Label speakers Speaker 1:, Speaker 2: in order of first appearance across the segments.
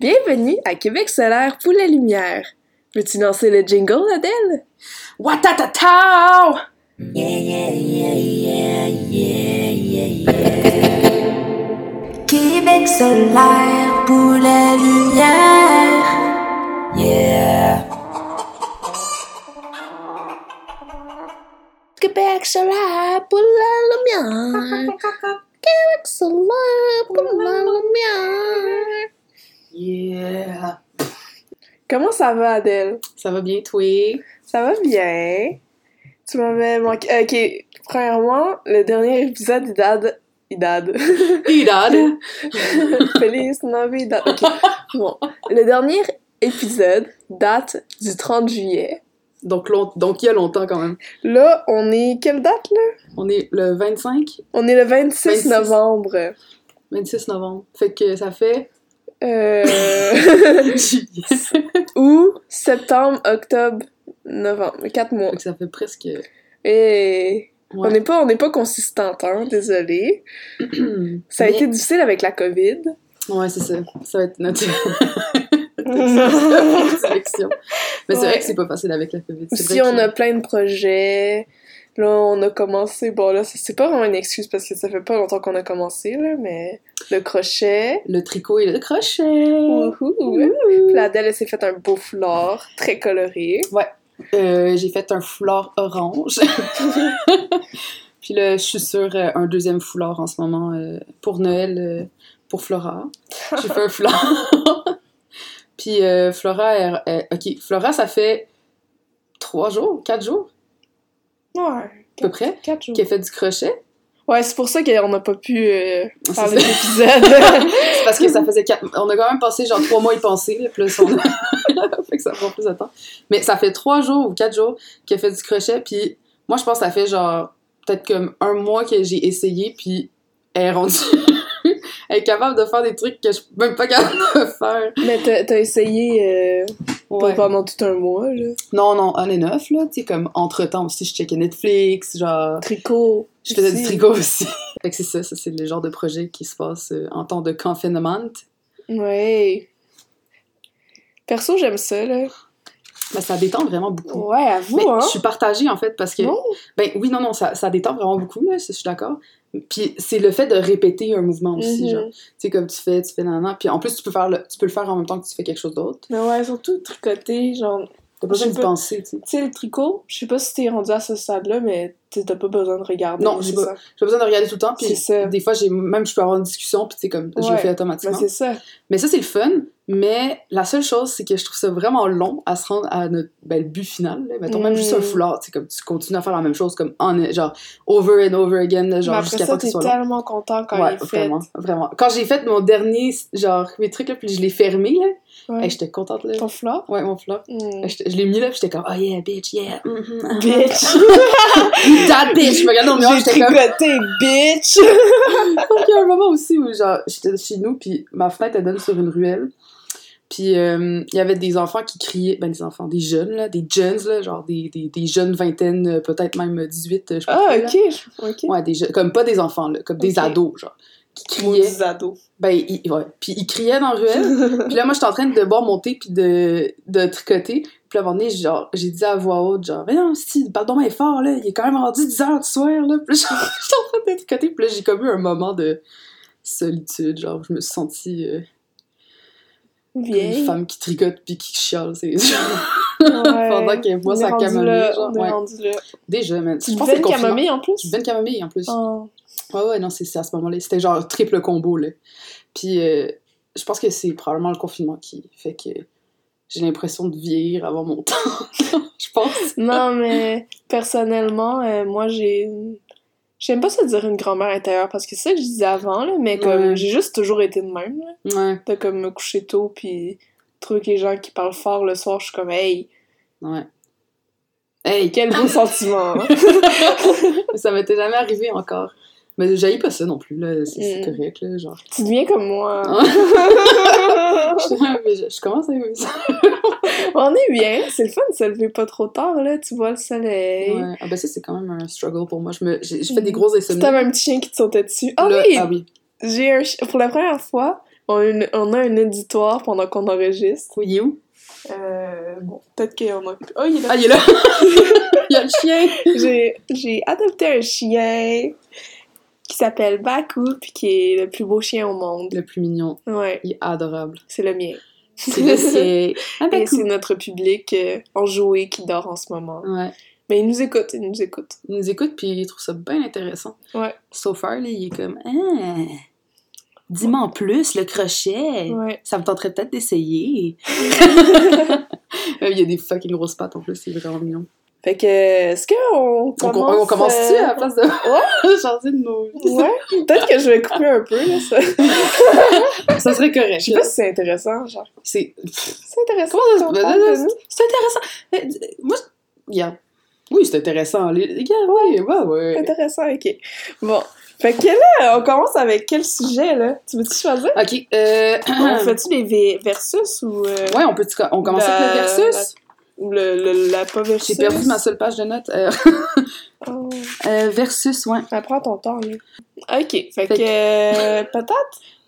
Speaker 1: Bienvenue à Québec solaire pour la lumière. Veux-tu lancer le jingle, Adèle?
Speaker 2: Watatata!
Speaker 3: Québec solaire pour la lumière.
Speaker 1: Québec solaire pour la lumière. Québec solaire pour la lumière.
Speaker 2: Yeah!
Speaker 1: Comment ça va, Adèle?
Speaker 2: Ça va bien, toi?
Speaker 1: Ça va bien. Tu m'avais manqué. euh, Ok, premièrement, le dernier épisode, il date. Il date.
Speaker 2: Idad!
Speaker 1: Feliz Navidad. Ok, bon. Le dernier épisode date du 30 juillet.
Speaker 2: Donc, long- donc, il y a longtemps quand même.
Speaker 1: Là, on est. Quelle date, là?
Speaker 2: On est le 25?
Speaker 1: On est le 26,
Speaker 2: 26.
Speaker 1: novembre.
Speaker 2: 26 novembre. Fait que ça fait...
Speaker 1: Euh...
Speaker 2: Juillet. fait
Speaker 1: Ou septembre, octobre, novembre. Quatre mois.
Speaker 2: que ça fait presque...
Speaker 1: Et on
Speaker 2: Ouais.
Speaker 1: n'est pas, on n'est pas consistante, hein, désolé. Ça a
Speaker 2: Mais-
Speaker 1: été difficile avec la COVID.
Speaker 2: Ouais, c'est ça. Ça va être notre
Speaker 1: Aussi,
Speaker 2: sélection. Mais c'est
Speaker 1: Ouais.
Speaker 2: vrai que c'est pas facile avec la COVID. C'est vrai
Speaker 1: on
Speaker 2: que-
Speaker 1: a plein de projets. Là, on a commencé. Bon, là, ça- c'est pas vraiment une excuse parce que ça fait pas longtemps qu'on a commencé, là, mais le crochet.
Speaker 2: Le tricot et le crochet!
Speaker 1: Wouhou! Puis la Adèle elle s'est fait un beau foulard très coloré.
Speaker 2: Euh, j'ai fait un foulard orange. Puis là, je suis sur euh, un deuxième foulard en ce moment euh, pour Noël, euh, pour Flora. J'ai fait un foulard. Puis euh, Flora, elle- elle- ok, Flora, ça fait trois jours, quatre jours
Speaker 1: Ouais.
Speaker 2: à peu près
Speaker 1: Quatre jours.
Speaker 2: qu'elle fait du crochet.
Speaker 1: Ouais, c'est pour ça qu'on n'a pas pu euh,
Speaker 2: Ah,
Speaker 1: faire
Speaker 2: C'est ça.
Speaker 1: l'épisode.
Speaker 2: C'est parce que ça faisait quatre. On a quand même passé genre trois mois y penser, là, plus on a- fait que ça prend plus de temps. Mais ça fait trois jours ou quatre jours qu'elle fait du crochet, puis moi je pense que ça fait genre peut-être comme un mois que j'ai essayé, puis elle est rendue. elle est capable de faire des trucs que je suis même pas capable de faire.
Speaker 1: Mais t'as t'as essayé euh, pas
Speaker 2: Ouais.
Speaker 1: pendant tout un mois, là.
Speaker 2: Non, non, on est neuf, là, tu sais, comme entre-temps aussi, je checkais Netflix, genre.
Speaker 1: Tricot.
Speaker 2: Je faisais du
Speaker 1: aussi.
Speaker 2: tricot aussi. fait que c'est ça, ça c'est le genre de projet qui se passe euh, en temps de confinement.
Speaker 1: Ouais. Perso, j'aime ça, là.
Speaker 2: Mais ça détend vraiment beaucoup.
Speaker 1: Ouais, avoue,
Speaker 2: Ben,
Speaker 1: hein.
Speaker 2: Je suis partagée en fait parce que.
Speaker 1: Non.
Speaker 2: Ben oui, non, non, ça, ça détend vraiment beaucoup, là, je suis d'accord. Puis c'est le fait de répéter un mouvement aussi,
Speaker 1: Mhm.
Speaker 2: genre. Tu sais, comme tu fais, tu fais nanana. Puis en plus, tu peux, faire le, tu peux le faire en même temps que tu fais quelque chose d'autre.
Speaker 1: Mais ouais, surtout tricoter, genre...
Speaker 2: T'as pas besoin
Speaker 1: Je
Speaker 2: d'y
Speaker 1: peux-
Speaker 2: penser, tu sais.
Speaker 1: Tu sais, le tricot, je sais pas si t'es rendu à ce stade-là, mais t'sais, t'as pas besoin de regarder.
Speaker 2: Non, j'ai
Speaker 1: c'est
Speaker 2: pas-
Speaker 1: ça.
Speaker 2: J'ai pas besoin de regarder tout le temps.
Speaker 1: C'est
Speaker 2: Puis
Speaker 1: ça.
Speaker 2: des fois, j'ai même, je peux avoir une discussion, puis tu sais, comme, je le
Speaker 1: Ouais.
Speaker 2: fais
Speaker 1: Mais
Speaker 2: automatiquement.
Speaker 1: c'est ça.
Speaker 2: Mais ça, c'est le fun. Mais la seule chose, c'est que je trouve ça vraiment long à se rendre à notre ben, le but final. Là. Mettons même
Speaker 1: Mm.
Speaker 2: juste un foulard, tu sais, comme tu continues à faire la même chose, comme en, genre over and over again, là,
Speaker 1: mais
Speaker 2: genre
Speaker 1: après
Speaker 2: jusqu'à
Speaker 1: ça,
Speaker 2: temps que
Speaker 1: t'es
Speaker 2: ce soit long.
Speaker 1: tellement content quand
Speaker 2: ouais,
Speaker 1: il est fait.
Speaker 2: vraiment, vraiment. Quand j'ai fait mon dernier, genre, mes trucs, là, puis je l'ai fermé, là,
Speaker 1: Ouais.
Speaker 2: hey, j'étais contente, là.
Speaker 1: Ton flop?
Speaker 2: Ouais, mon flop.
Speaker 1: Mm.
Speaker 2: Je l'ai mis là, puis j'étais comme, oh yeah, bitch, yeah. mhm,
Speaker 1: Bitch!
Speaker 2: mhm, That bitch! Je me regardais dans le miroir,
Speaker 1: J'ai
Speaker 2: j'étais comme,
Speaker 1: tricoté, bitch!
Speaker 2: Donc, il y a un moment aussi où, genre, j'étais chez nous, puis ma fenêtre, elle donne sur une ruelle. Puis, euh, il y avait des enfants qui criaient, ben, des enfants, des jeunes, là, des jeunes, là, genre, des, des, des jeunes vingtaines, euh, peut-être même 18, euh, je pense.
Speaker 1: Ah,
Speaker 2: là.
Speaker 1: ok. je- Ok.
Speaker 2: Ouais, des jeunes, comme pas des enfants, là, comme des
Speaker 1: Ok.
Speaker 2: ados, genre, qui criaient.
Speaker 1: Maudits ados.
Speaker 2: Ben, ils, ouais. Puis ils criaient dans la ruelle. puis là, moi, j'étais en train de boire mon thé puis de, de tricoter. Puis là, à un moment donné, genre, j'ai dit à voix haute, genre, mais non, si, pardon, mais fort, là, il est quand même rendu 10 heures du soir, là. Puis là, j'étais en train de tricoter. Puis là, j'ai comme eu un moment de solitude, genre, où je me suis sentie euh, comme une
Speaker 1: Vieille.
Speaker 2: femme qui tricote puis qui chiale, c'est
Speaker 1: Ouais.
Speaker 2: pendant qu'elle boit
Speaker 1: On
Speaker 2: sa
Speaker 1: est rendu
Speaker 2: camomille,
Speaker 1: là,
Speaker 2: genre.
Speaker 1: On est
Speaker 2: Ouais.
Speaker 1: rendu là.
Speaker 2: Déjà, man.
Speaker 1: Tu
Speaker 2: Je pense
Speaker 1: buvais
Speaker 2: que
Speaker 1: une
Speaker 2: c'est le confinement.
Speaker 1: camomille en
Speaker 2: Tu
Speaker 1: plus?
Speaker 2: buvais une camomille, en plus.
Speaker 1: Oh.
Speaker 2: Ouais, ouais, non, c'est c'est à ce moment-là. C'était genre triple combo, là. Puis euh, je pense que c'est probablement le confinement qui fait que j'ai l'impression de vieillir avant mon temps. je pense.
Speaker 1: Non, mais personnellement, euh, moi, j'ai... une- J'aime pas ça dire une grand-mère intérieure, parce que c'est ça que je disais avant, là, mais comme,
Speaker 2: Ouais.
Speaker 1: j'ai juste toujours été de même, là,
Speaker 2: Ouais,
Speaker 1: de comme me coucher tôt, puis trouver que les gens qui parlent fort le soir, je suis comme « Hey,
Speaker 2: ouais. Hey,
Speaker 1: quel beau sentiment! hein.
Speaker 2: ça m'était jamais arrivé encore. Mais j'haïs pas ça non plus, là. C'est c'est
Speaker 1: Mm.
Speaker 2: correct, là. Genre. »
Speaker 1: Tu deviens comme moi!
Speaker 2: Mais je, je commence à aimer ça.
Speaker 1: On est bien! C'est le fun de se lever pas trop tard, là, tu vois le soleil...
Speaker 2: Ouais. Ah, ben ça, c'est quand même un struggle pour moi. Je, me, j'ai- je fais des
Speaker 1: Mm.
Speaker 2: grosses
Speaker 1: Si
Speaker 2: insomnies.
Speaker 1: t'avais un petit chien qui te sautait dessus... Ah
Speaker 2: Là-
Speaker 1: oui!
Speaker 2: Ah oui.
Speaker 1: J'ai un chien... Pour la première fois, On a, une- on a un éditoire pendant qu'on enregistre.
Speaker 2: Oui, il est où?
Speaker 1: Euh, bon, peut-être qu'on a... Oh, il est là.
Speaker 2: Ah, il est là! il y a le chien!
Speaker 1: J'ai j'ai adopté un chien qui s'appelle Baku, puis qui est le plus beau chien au monde.
Speaker 2: Le plus mignon.
Speaker 1: Ouais,
Speaker 2: Il est adorable.
Speaker 1: c'est le mien.
Speaker 2: C'est le sien. Ah, ben
Speaker 1: Et c'est
Speaker 2: cool.
Speaker 1: notre public euh, enjoué qui dort en ce moment.
Speaker 2: Ouais.
Speaker 1: Mais il nous écoute, il nous écoute.
Speaker 2: Il nous écoute, puis il trouve ça bien intéressant.
Speaker 1: Ouais.
Speaker 2: So far, là, il est comme... Ah, Dis-moi en plus, le crochet!
Speaker 1: Ouais.
Speaker 2: Ça me tenterait peut-être d'essayer. Euh, il y a des fucking grosses pattes en plus, c'est vraiment mignon.
Speaker 1: Fait que,
Speaker 2: euh,
Speaker 1: est-ce qu'on
Speaker 2: On,
Speaker 1: commence...
Speaker 2: on commence-tu à la place de. Ouais! Changer de nos.
Speaker 1: euh, Ouais, peut-être que je vais couper un peu, là, ça. Je
Speaker 2: Ça serait correct.
Speaker 1: sais pas si c'est intéressant, genre.
Speaker 2: C'est
Speaker 1: C'est intéressant.
Speaker 2: Comment ça se-
Speaker 1: qu'on
Speaker 2: Ben,
Speaker 1: parle
Speaker 2: ben,
Speaker 1: de nous.
Speaker 2: c'est intéressant. Euh, d- Moi, je- regarde. Oui, c'est intéressant. Les les gars, oui, bah ouais.
Speaker 1: Intéressant, ok. Bon. Fait que là, on commence avec quel sujet, là? Tu veux-tu choisir?
Speaker 2: Ok, euh.
Speaker 1: On fait-tu les v- versus ou, euh,
Speaker 2: Ouais, on peut on commence
Speaker 1: La-
Speaker 2: avec le versus.
Speaker 1: ou le, le- Bah, la pas versus?
Speaker 2: J'ai perdu ma seule page de notes. Euh,
Speaker 1: Oh.
Speaker 2: euh, versus, ouais.
Speaker 1: Mais Prends ton temps, là. Ok, fait, que...
Speaker 2: que-
Speaker 1: euh, patate?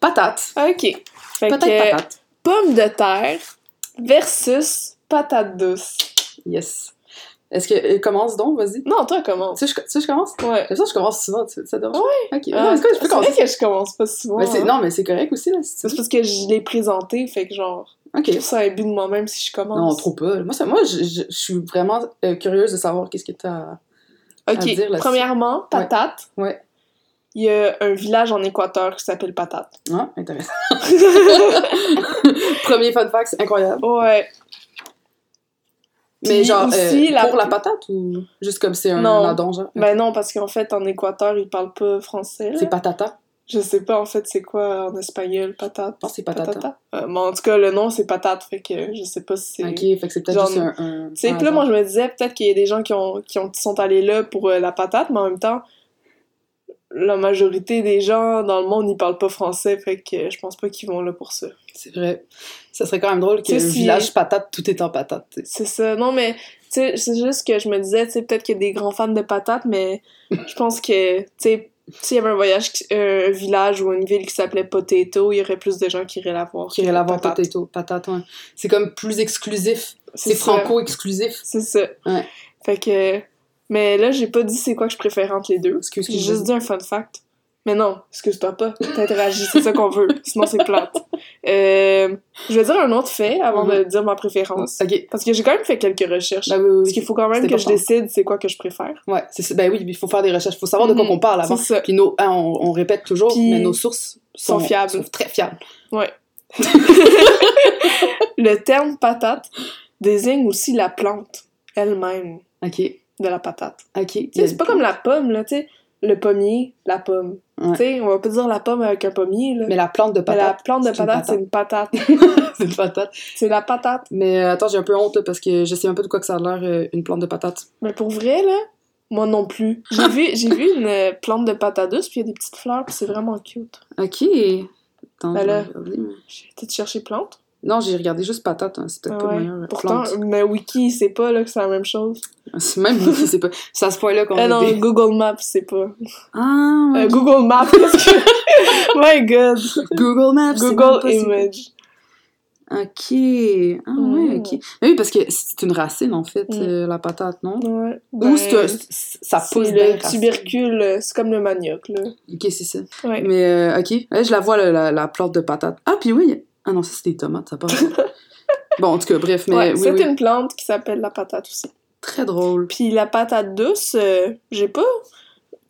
Speaker 2: Patate.
Speaker 1: Ok. Fait
Speaker 2: Patate,
Speaker 1: que
Speaker 2: patate.
Speaker 1: pomme de terre versus patate douce.
Speaker 2: Yes. Est-ce que. euh, commence donc, vas-y. Tu
Speaker 1: Non, toi, commence.
Speaker 2: sais, je, tu sais, je commence.
Speaker 1: Ouais.
Speaker 2: Comme ça, je commence souvent. tu- Ça dérange? Ouais. Ok.
Speaker 1: Ah,
Speaker 2: non, mais c'est quoi, je peux
Speaker 1: c'est vrai
Speaker 2: commencer.
Speaker 1: que je commence pas souvent.
Speaker 2: Mais c'est-
Speaker 1: hein.
Speaker 2: non, mais c'est correct aussi, là. si tu
Speaker 1: C'est parce que je l'ai présenté, fait que genre,
Speaker 2: veux. Ok.
Speaker 1: je trouve ça un but de moi-même si je commence.
Speaker 2: Non, trop pas. Moi, ça, moi je, je- je suis vraiment euh, curieuse de savoir qu'est-ce que t'as.
Speaker 1: Ok,
Speaker 2: à dire là-dessus.
Speaker 1: premièrement, patate.
Speaker 2: Ouais.
Speaker 1: Il y a un village en Équateur qui s'appelle Patate.
Speaker 2: Ah, intéressant. Premier fun fact, c'est incroyable.
Speaker 1: ouais.
Speaker 2: Mais
Speaker 1: Puis
Speaker 2: genre,
Speaker 1: aussi,
Speaker 2: euh,
Speaker 1: la-
Speaker 2: pour la patate ou juste comme c'est un
Speaker 1: Non.
Speaker 2: addon, genre?
Speaker 1: Ben non, parce qu'en fait, en Équateur, ils parlent pas français. là.
Speaker 2: C'est patata.
Speaker 1: Je sais pas en fait c'est quoi en espagnol, patate.
Speaker 2: Je pense que c'est patata.
Speaker 1: Euh, mais en tout cas, le nom c'est patate, fait que je sais pas si c'est.
Speaker 2: Ok, fait que c'est peut-être
Speaker 1: Genre-
Speaker 2: juste un. un-
Speaker 1: Tu sais,
Speaker 2: un
Speaker 1: puis là,
Speaker 2: hasard.
Speaker 1: moi, je me disais peut-être qu'il y a des gens qui, ont, qui, ont, qui sont allés là pour euh, la patate, mais en même temps, la majorité des gens dans le monde, ils parlent pas français, fait que je pense pas qu'ils vont là pour ça.
Speaker 2: C'est vrai. Ça serait quand même drôle
Speaker 1: Tu
Speaker 2: que
Speaker 1: sais, si-
Speaker 2: village patate, tout est en patate. tu sais.
Speaker 1: C'est ça. Non, mais, tu sais, c'est juste que je me disais, tu sais, peut-être qu'il y a des grands fans de patates, mais je pense que, tu sais, s'il y avait un voyage, qui- euh, un village ou une ville qui s'appelait Potato, il y aurait plus de gens qui iraient la voir.
Speaker 2: Qui irait l'avoir
Speaker 1: Patate.
Speaker 2: potato, patate, ouais. C'est comme plus exclusif. C'est
Speaker 1: ça.
Speaker 2: franco-exclusif.
Speaker 1: C'est ça.
Speaker 2: Ouais.
Speaker 1: Fait que. Mais là, j'ai pas dit c'est quoi que je préfère entre les deux.
Speaker 2: Excuse
Speaker 1: J'ai juste dit un fun fact. Mais non, excuse-toi pas. T'interagis, c'est ça qu'on veut. Sinon, c'est plate. Euh, je vais dire un autre fait avant de dire ma préférence.
Speaker 2: Ok.
Speaker 1: Parce que j'ai quand même fait quelques recherches.
Speaker 2: Ben oui, oui,
Speaker 1: Parce
Speaker 2: oui.
Speaker 1: qu'il faut quand même
Speaker 2: C'est
Speaker 1: que je
Speaker 2: important.
Speaker 1: décide c'est quoi que je préfère.
Speaker 2: Ouais, c'est ça. Ben oui, il faut faire des recherches. Il faut savoir de quoi
Speaker 1: Mhm.
Speaker 2: qu'on parle avant.
Speaker 1: C'est ça.
Speaker 2: Puis nos, ah, on, on répète toujours,
Speaker 1: Puis-
Speaker 2: mais nos sources
Speaker 1: sont
Speaker 2: sont,
Speaker 1: fiables.
Speaker 2: sont très fiables.
Speaker 1: Le terme patate désigne aussi la plante elle-même
Speaker 2: Ok,
Speaker 1: de la patate.
Speaker 2: ok.
Speaker 1: Tu sais, c'est pas comme la pomme, là, tu sais. Le pommier, la pomme.
Speaker 2: Ouais.
Speaker 1: Tu sais, on va pas dire la pomme avec un pommier, là.
Speaker 2: Mais la plante de
Speaker 1: Mais la
Speaker 2: patate,
Speaker 1: plante de
Speaker 2: c'est une
Speaker 1: patate, c'est une patate.
Speaker 2: c'est une patate.
Speaker 1: C'est la patate.
Speaker 2: Mais euh, attends, j'ai un peu honte là, parce que je sais même pas de quoi que ça a l'air euh, une plante de patate.
Speaker 1: Mais pour vrai, là, moi non plus. J'ai vu, j'ai vu une euh, plante de patate douce, puis il y a des petites fleurs, puis c'est vraiment cute.
Speaker 2: Ok. Attends,
Speaker 1: Ben
Speaker 2: je vais
Speaker 1: là.
Speaker 2: regarder, mais-
Speaker 1: J'ai peut-être cherché plante. Ah
Speaker 2: Non, j'ai regardé juste patate. hein, C'est peut-être pas
Speaker 1: Ouais.
Speaker 2: le meilleur. euh,
Speaker 1: Pourtant,
Speaker 2: plante.
Speaker 1: mais Wiki, c'est pas là que c'est la même chose.
Speaker 2: C'est Même Wiki, c'est pas. C'est à ce point-là qu'on
Speaker 1: Ah
Speaker 2: est.
Speaker 1: non,
Speaker 2: des-
Speaker 1: Google Maps, c'est pas.
Speaker 2: Ah,
Speaker 1: Euh,
Speaker 2: ouais.
Speaker 1: Google Maps, parce que... My God!
Speaker 2: Google Maps. c'est même
Speaker 1: Google
Speaker 2: pas-
Speaker 1: Image.
Speaker 2: Ok. Ah,
Speaker 1: Mm.
Speaker 2: ouais, ok. Mais oui, parce que c'est une racine, en fait,
Speaker 1: Mm.
Speaker 2: euh, la patate, non?
Speaker 1: Ouais.
Speaker 2: Ou c'est un-
Speaker 1: Ben,
Speaker 2: c'est- ça pousse
Speaker 1: c'est
Speaker 2: des
Speaker 1: le
Speaker 2: racines.
Speaker 1: tubercule, euh, c'est comme le manioc, là.
Speaker 2: Ok, c'est ça.
Speaker 1: Ouais.
Speaker 2: Mais euh, ok, Ouais, je la vois, là, la, la plante de patate. Ah, puis oui. Ah non, ça c'est des tomates, ça part. bon, en tout cas, bref, mais
Speaker 1: Ouais,
Speaker 2: oui,
Speaker 1: c'est
Speaker 2: oui.
Speaker 1: une plante qui s'appelle la patate aussi.
Speaker 2: Très drôle.
Speaker 1: Puis la patate douce, euh, j'ai pas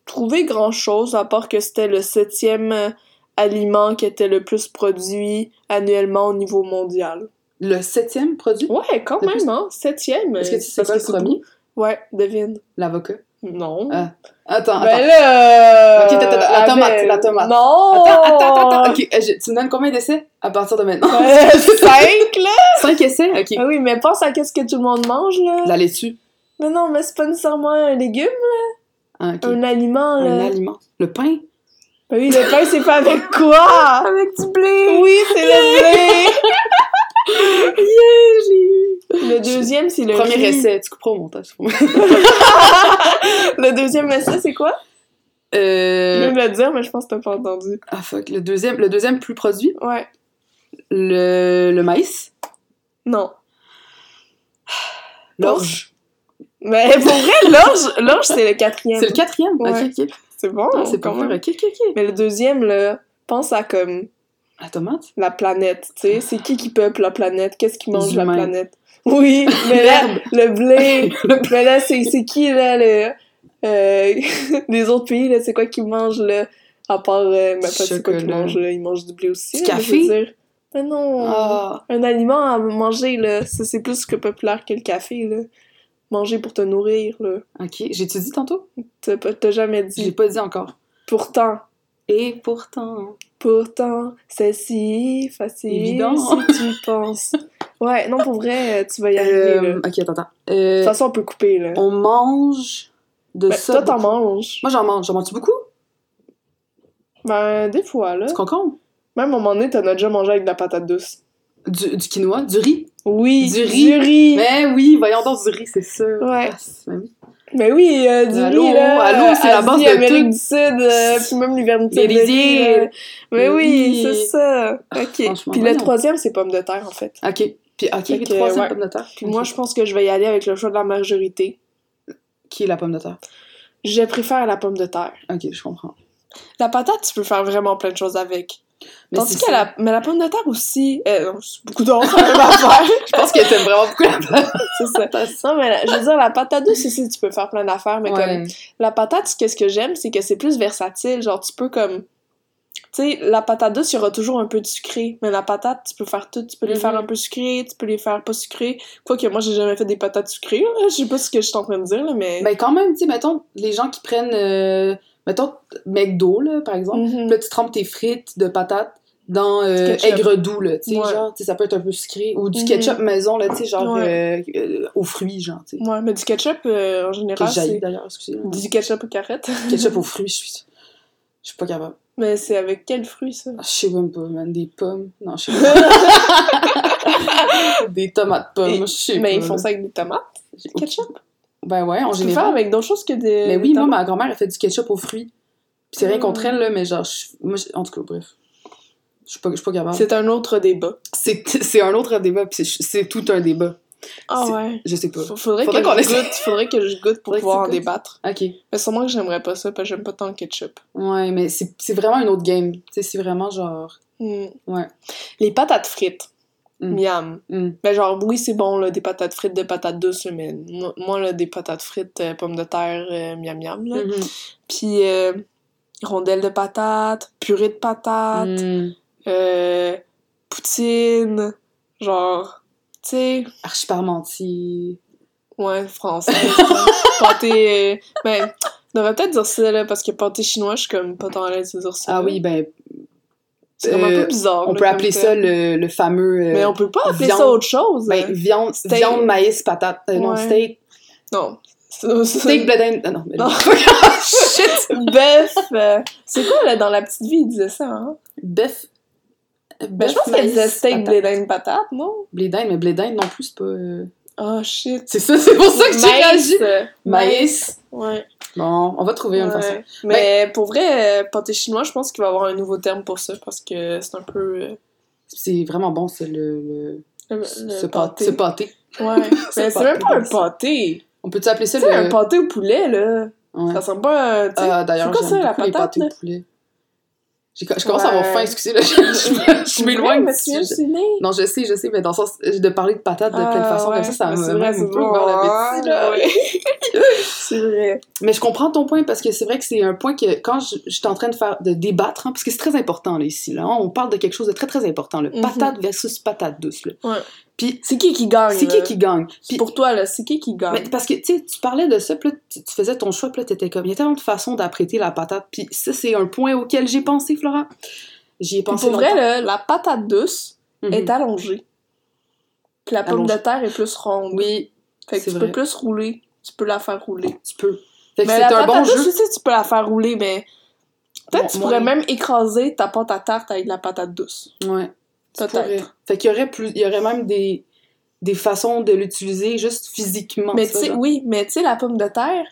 Speaker 1: trouvé grand chose à part que c'était le septième euh, aliment qui était le plus produit annuellement au niveau mondial.
Speaker 2: Le septième produit
Speaker 1: Ouais, quand
Speaker 2: Le
Speaker 1: même,
Speaker 2: plus-
Speaker 1: hein? Septième.
Speaker 2: Est-ce que
Speaker 1: euh,
Speaker 2: tu sais
Speaker 1: parce
Speaker 2: quoi le
Speaker 1: c'est
Speaker 2: premier
Speaker 1: beau. Ouais, devine.
Speaker 2: L'avocat.
Speaker 1: Non.
Speaker 2: Ah, Attends,
Speaker 1: ben
Speaker 2: attends.
Speaker 1: là! euh,
Speaker 2: Ok, attends, attends, la
Speaker 1: avec-
Speaker 2: tomate, la tomate.
Speaker 1: Non!
Speaker 2: Attends, attends, attends. Ok, euh, je- tu me donnes combien d'essais à partir de maintenant
Speaker 1: Euh, cinq, là!
Speaker 2: Cinq essais Ok.
Speaker 1: Ah oui, mais pense à qu'est-ce que tout le monde mange, là.
Speaker 2: La laitue.
Speaker 1: Mais non, mais c'est pas nécessairement un légume,
Speaker 2: Ah, ok.
Speaker 1: un aliment,
Speaker 2: Un
Speaker 1: là.
Speaker 2: aliment. Le pain
Speaker 1: Ben oui, le pain, c'est fait avec quoi?
Speaker 2: Avec du blé
Speaker 1: Oui, c'est le
Speaker 2: je
Speaker 1: blé! Le deuxième, c'est le
Speaker 2: Premier
Speaker 1: riz.
Speaker 2: essai, tu couperas au montage.
Speaker 1: Le deuxième essai, c'est quoi? Je
Speaker 2: euh...
Speaker 1: vais me le dire, mais je pense que t'as pas entendu.
Speaker 2: Ah fuck, le deuxième, le deuxième plus produit
Speaker 1: Ouais.
Speaker 2: le, le maïs,
Speaker 1: Non.
Speaker 2: l'orge.
Speaker 1: Mais pour vrai, l'orge, l'orge, c'est le quatrième.
Speaker 2: C'est le quatrième.
Speaker 1: Ouais.
Speaker 2: Ok, ok.
Speaker 1: C'est bon,
Speaker 2: Ah, c'est pas
Speaker 1: quand
Speaker 2: mal.
Speaker 1: même.
Speaker 2: Ok, ok, ok.
Speaker 1: Mais le deuxième, là, pense à comme
Speaker 2: La tomate.
Speaker 1: la planète, tu sais. C'est qui qui peuple la planète? Qu'est-ce qui mange
Speaker 2: Les
Speaker 1: la
Speaker 2: humains.
Speaker 1: planète? Oui, mais là,
Speaker 2: L'herbe.
Speaker 1: le blé. mais là, c'est c'est qui, là, le, euh, les autres pays, là, c'est quoi qu'ils mangent, là? À part, euh, mais pas c'est quoi qu'ils
Speaker 2: Chocolat.
Speaker 1: mangent, là? Ils mangent du blé aussi.
Speaker 2: Du
Speaker 1: là, mais je
Speaker 2: café?
Speaker 1: veux dire. Mais non!
Speaker 2: Ah.
Speaker 1: Un aliment à manger, là, ça, c'est plus que populaire que le café, là. Manger pour te nourrir, là.
Speaker 2: Ok. J'ai-tu dit tantôt?
Speaker 1: T'as pas- t'as jamais
Speaker 2: J'ai
Speaker 1: dit.
Speaker 2: pas dit encore.
Speaker 1: Pourtant,
Speaker 2: Et pourtant.
Speaker 1: Pourtant, c'est si facile
Speaker 2: Évident.
Speaker 1: si tu penses. Ouais, non, pour vrai, euh, tu vas y arriver. là.
Speaker 2: Euh,
Speaker 1: De
Speaker 2: ok, attends, attends.
Speaker 1: toute
Speaker 2: Euh,
Speaker 1: façon, on peut couper, là.
Speaker 2: on mange de
Speaker 1: Ben,
Speaker 2: ça.
Speaker 1: toi, t'en
Speaker 2: beaucoup.
Speaker 1: manges.
Speaker 2: Moi, j'en mange. J'en mange beaucoup?
Speaker 1: Ben, des fois, là.
Speaker 2: Du concombre?
Speaker 1: Même à un moment donné, t'en as déjà mangé avec de la patate douce.
Speaker 2: Du, du quinoa? Du riz?
Speaker 1: Oui,
Speaker 2: Du riz.
Speaker 1: riz. Mais,
Speaker 2: Mais oui, voyons donc du riz, c'est sûr.
Speaker 1: Ouais.
Speaker 2: Ah, c'est- mais oui.
Speaker 1: oui, euh, du
Speaker 2: Allô,
Speaker 1: riz, là.
Speaker 2: allô, c'est la
Speaker 1: Asie,
Speaker 2: base de
Speaker 1: Amérique
Speaker 2: tout.
Speaker 1: du Sud, euh, puis même l'hivernité.
Speaker 2: Les rizières.
Speaker 1: Mais
Speaker 2: Les
Speaker 1: oui,
Speaker 2: riz.
Speaker 1: c'est ça. OK.
Speaker 2: franchement,
Speaker 1: Puis le
Speaker 2: voyons.
Speaker 1: troisième, c'est pommes de terre, en fait.
Speaker 2: Ok. Puis, ok,
Speaker 1: Fait que,
Speaker 2: troisième
Speaker 1: ouais.
Speaker 2: pomme de terre.
Speaker 1: Puis moi, je pense que je vais y aller avec le choix de la majorité.
Speaker 2: Qui est la pomme de terre?
Speaker 1: Je préfère la pomme de terre.
Speaker 2: Ok, je comprends.
Speaker 1: La patate, tu peux faire vraiment plein de choses avec.
Speaker 2: Mais
Speaker 1: Tandis
Speaker 2: c'est
Speaker 1: que
Speaker 2: ça.
Speaker 1: la... Mais la pomme de terre aussi... Euh, non, c'est beaucoup d'autres affaires.
Speaker 2: Je pense que t'aimes vraiment beaucoup la pomme
Speaker 1: c'est ça.
Speaker 2: de terre.
Speaker 1: Non, mais la- je veux dire, la patate douce aussi, tu peux faire plein d'affaires, mais comme...
Speaker 2: Ouais.
Speaker 1: La patate, ce que- ce que j'aime, c'est que c'est plus versatile. Genre, tu peux comme... Tu sais, la patate douce, il y aura toujours un peu de sucré. Mais la patate, tu peux faire tout. Tu peux les
Speaker 2: Mhm.
Speaker 1: faire un peu sucrées, tu peux les faire pas sucrées. Quoique, moi, j'ai jamais fait des patates sucrées. là. Je sais pas ce que je suis en train de dire, là, mais...
Speaker 2: Ben, quand même, tu sais, mettons, les gens qui prennent, euh, mettons, McDo, là, par exemple.
Speaker 1: Mhm.
Speaker 2: Puis là, tu trempes tes frites de patates dans
Speaker 1: Du
Speaker 2: euh,
Speaker 1: ketchup.
Speaker 2: aigre doux, là. Tu sais,
Speaker 1: Ouais.
Speaker 2: genre, tu sais, ça peut être un peu sucré. Ou du
Speaker 1: Mhm.
Speaker 2: ketchup maison, là, tu sais, genre, euh, euh, aux fruits, genre, tu sais.
Speaker 1: Ouais, mais du ketchup, euh, en
Speaker 2: Que
Speaker 1: général,
Speaker 2: j'haïs,
Speaker 1: c'est...
Speaker 2: d'ailleurs, excusez
Speaker 1: Du ketchup aux carrettes.
Speaker 2: ketchup aux fruits, je suis. Je suis pas capable.
Speaker 1: Mais c'est avec quel fruit, ça?
Speaker 2: Ah, Je sais même pas, man. Des pommes. Non, je sais pas. des tomates pommes, je sais pas.
Speaker 1: Mais ben, ils font
Speaker 2: là.
Speaker 1: ça avec des tomates,
Speaker 2: J'ai
Speaker 1: du ketchup.
Speaker 2: Ben ouais, en
Speaker 1: Tu peux faire
Speaker 2: général.
Speaker 1: avec d'autres choses que des.
Speaker 2: Mais
Speaker 1: des
Speaker 2: oui, moi,
Speaker 1: tomates.
Speaker 2: ma grand-mère, elle fait du ketchup aux fruits. Puis c'est rien
Speaker 1: Mm.
Speaker 2: contre elle, là, mais genre, je- moi, je- en tout cas, bref. Je suis pas, je suis pas capable.
Speaker 1: C'est un autre débat.
Speaker 2: C'est c'est un autre débat, puis c'est- c'est tout un débat.
Speaker 1: Ah
Speaker 2: C'est-
Speaker 1: ouais.
Speaker 2: Je sais pas.
Speaker 1: F- Faudrait,
Speaker 2: Faudrait
Speaker 1: que
Speaker 2: qu'on
Speaker 1: je
Speaker 2: essaie.
Speaker 1: goûte, faudrait que je goûte pour
Speaker 2: Faudrait que
Speaker 1: pouvoir en
Speaker 2: tu goûtes.
Speaker 1: débattre.
Speaker 2: Ok.
Speaker 1: Mais sûrement que j'aimerais pas ça, parce que j'aime pas tant le ketchup.
Speaker 2: Ouais, mais c'est c'est vraiment une autre game. Tu sais, c'est vraiment genre.
Speaker 1: Hmm.
Speaker 2: Ouais.
Speaker 1: Les patates frites.
Speaker 2: Mm.
Speaker 1: Miam.
Speaker 2: Mm.
Speaker 1: Ben genre, oui, c'est bon, là, des patates frites, de patates douces, là, mais moi, moi, là, des patates frites, euh, pommes de terre, euh, miam miam, là.
Speaker 2: Mhm.
Speaker 1: Puis, euh, rondelles de patates, purée de patates,
Speaker 2: Mm.
Speaker 1: euh, poutine, genre, tu sais,
Speaker 2: Archi parmentier.
Speaker 1: ouais, français, pâté, euh, ben, on devrait peut-être dire ça, là, parce que pâté chinois, je suis comme pas tant à l'aise de dire ça.
Speaker 2: Ah
Speaker 1: là.
Speaker 2: oui, ben,
Speaker 1: C'est comme un
Speaker 2: euh,
Speaker 1: peu bizarre.
Speaker 2: on
Speaker 1: là,
Speaker 2: peut
Speaker 1: comme
Speaker 2: appeler
Speaker 1: fait.
Speaker 2: ça le, le fameux. euh,
Speaker 1: Mais on peut pas appeler ça
Speaker 2: viande.
Speaker 1: autre chose.
Speaker 2: ben,
Speaker 1: hein.
Speaker 2: viande,
Speaker 1: Steak.
Speaker 2: viande, maïs, patate. Euh, Non,
Speaker 1: Ouais.
Speaker 2: steak.
Speaker 1: Non. C'est-
Speaker 2: Steak,
Speaker 1: c'est-
Speaker 2: blé d'Inde. Ah non, mais.
Speaker 1: Non.
Speaker 2: Shit!
Speaker 1: Bœuf. euh, c'est quoi, là, dans la petite vie, il disait ça, hein?
Speaker 2: Bœuf.
Speaker 1: Ben, je pense qu'elle disait steak, blé d'Inde, patate, non?
Speaker 2: Blé d'Inde, mais blé d'Inde non plus, c'est pas. euh,
Speaker 1: Oh, shit.
Speaker 2: C'est ça, c'est pour ça que j'ai réagi.
Speaker 1: réagi.
Speaker 2: Maïs.
Speaker 1: Ouais.
Speaker 2: Bon, on Ben- va trouver une
Speaker 1: ouais.
Speaker 2: façon.
Speaker 1: Mais pour vrai, euh, pâté chinois, je pense qu'il va y avoir un nouveau terme pour ça, parce que c'est un peu... euh,
Speaker 2: C'est vraiment bon, c'est le, le,
Speaker 1: le-
Speaker 2: ce
Speaker 1: le
Speaker 2: pâté. Ce pâté.
Speaker 1: Ouais, mais c'est
Speaker 2: pâté,
Speaker 1: même pas un
Speaker 2: oui.
Speaker 1: pâté.
Speaker 2: On peut-tu appeler ça
Speaker 1: Tu sais,
Speaker 2: le.
Speaker 1: un pâté au poulet, là.
Speaker 2: Ouais.
Speaker 1: Ça ressemble pas à. tu sais,
Speaker 2: Ah, d'ailleurs,
Speaker 1: c'est quoi ça,
Speaker 2: j'aime
Speaker 1: la
Speaker 2: beaucoup les
Speaker 1: patate,
Speaker 2: pâtés au
Speaker 1: là?
Speaker 2: poulet. J'ai- Je commence à avoir
Speaker 1: Ouais.
Speaker 2: faim, excusez, là. Je, je- je m'éloigne.
Speaker 1: mais
Speaker 2: du
Speaker 1: tu viens de
Speaker 2: sujet.
Speaker 1: souligner.
Speaker 2: Non, je sais, je sais, mais dans le sens de parler de patate de plein de
Speaker 1: Ah,
Speaker 2: façons,
Speaker 1: ouais.
Speaker 2: comme ça, ça
Speaker 1: Mais
Speaker 2: me
Speaker 1: c'est
Speaker 2: même
Speaker 1: vrai,
Speaker 2: un
Speaker 1: c'est
Speaker 2: peu
Speaker 1: bon,
Speaker 2: ouvert
Speaker 1: hein,
Speaker 2: l'appétit, là.
Speaker 1: ouais. C'est vrai.
Speaker 2: Mais je comprends ton point parce que c'est vrai que c'est un point que quand je, je suis en train de faire de débattre, hein, parce que c'est très important là, ici. Là, hein, on parle de quelque chose de très très important, le
Speaker 1: Mhm.
Speaker 2: patate versus patate douce. Là.
Speaker 1: Ouais.
Speaker 2: Puis
Speaker 1: C'est qui qui gagne?
Speaker 2: c'est qui
Speaker 1: là?
Speaker 2: qui gagne Puis
Speaker 1: Pour toi, là, c'est qui qui
Speaker 2: mais
Speaker 1: gagne?
Speaker 2: parce que tu sais, tu parlais de ça, puis là, tu, tu faisais ton choix, puis là, t'étais comme, il y a tellement de façons d'apprêter la patate. Puis ça, c'est un point auquel j'ai pensé, Flora. J'y ai
Speaker 1: Puis
Speaker 2: pensé.
Speaker 1: pour vrai, là, la patate douce
Speaker 2: longtemps. Mhm.
Speaker 1: est allongée. Puis la pomme de
Speaker 2: Allongée.
Speaker 1: terre est plus ronde.
Speaker 2: Oui,
Speaker 1: fait que
Speaker 2: c'est
Speaker 1: tu
Speaker 2: vrai.
Speaker 1: peux plus rouler. Tu peux la faire rouler.
Speaker 2: tu peux. Fait que
Speaker 1: Mais
Speaker 2: c'est
Speaker 1: la
Speaker 2: un
Speaker 1: patate
Speaker 2: bon
Speaker 1: douce
Speaker 2: jeu.
Speaker 1: aussi, tu peux la faire rouler, mais. Peut-être
Speaker 2: Bon,
Speaker 1: que tu pourrais
Speaker 2: moi-
Speaker 1: même écraser ta pâte à tarte avec de la patate douce.
Speaker 2: Ouais. tu
Speaker 1: Peut-être.
Speaker 2: pourrais. Fait qu'il y aurait plus, il y aurait même des des façons de l'utiliser juste physiquement.
Speaker 1: Mais
Speaker 2: ça,
Speaker 1: tu sais,
Speaker 2: genre.
Speaker 1: oui, mais tu sais, la pomme de terre,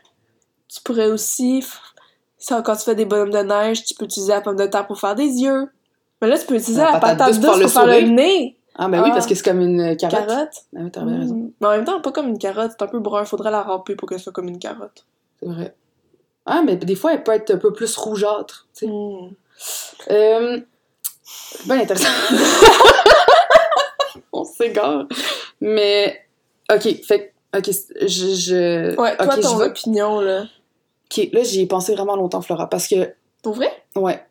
Speaker 1: tu pourrais aussi. f- Ça, quand tu fais des bonhommes de neige, tu peux utiliser la pomme de terre pour faire des yeux. Mais là, tu peux utiliser
Speaker 2: La
Speaker 1: la,
Speaker 2: patate
Speaker 1: patate,
Speaker 2: douce
Speaker 1: douce
Speaker 2: pour
Speaker 1: pour,
Speaker 2: le
Speaker 1: faire le
Speaker 2: sourire.
Speaker 1: nez.
Speaker 2: Ah, ben oui,
Speaker 1: Ah.
Speaker 2: parce que c'est comme une carotte.
Speaker 1: Carotte.
Speaker 2: Ah oui, t'as bien raison.
Speaker 1: Mm. Mais en même temps, pas comme une carotte, c'est un peu brun. Faudrait la ramper pour qu'elle soit comme une carotte.
Speaker 2: C'est vrai. Ah, mais des fois, elle peut être un peu plus rougeâtre. tu sais.
Speaker 1: Mm.
Speaker 2: Euh... Ben intéressant. On s'égare. Mais, ok, fait que- ok, c- je. je...
Speaker 1: Ouais, toi,
Speaker 2: Euh, ok,
Speaker 1: ton
Speaker 2: je vais.
Speaker 1: opinion, là.
Speaker 2: Ok, là, j'y ai pensé vraiment longtemps, Flora, parce que,
Speaker 1: Pour vrai?
Speaker 2: ouais,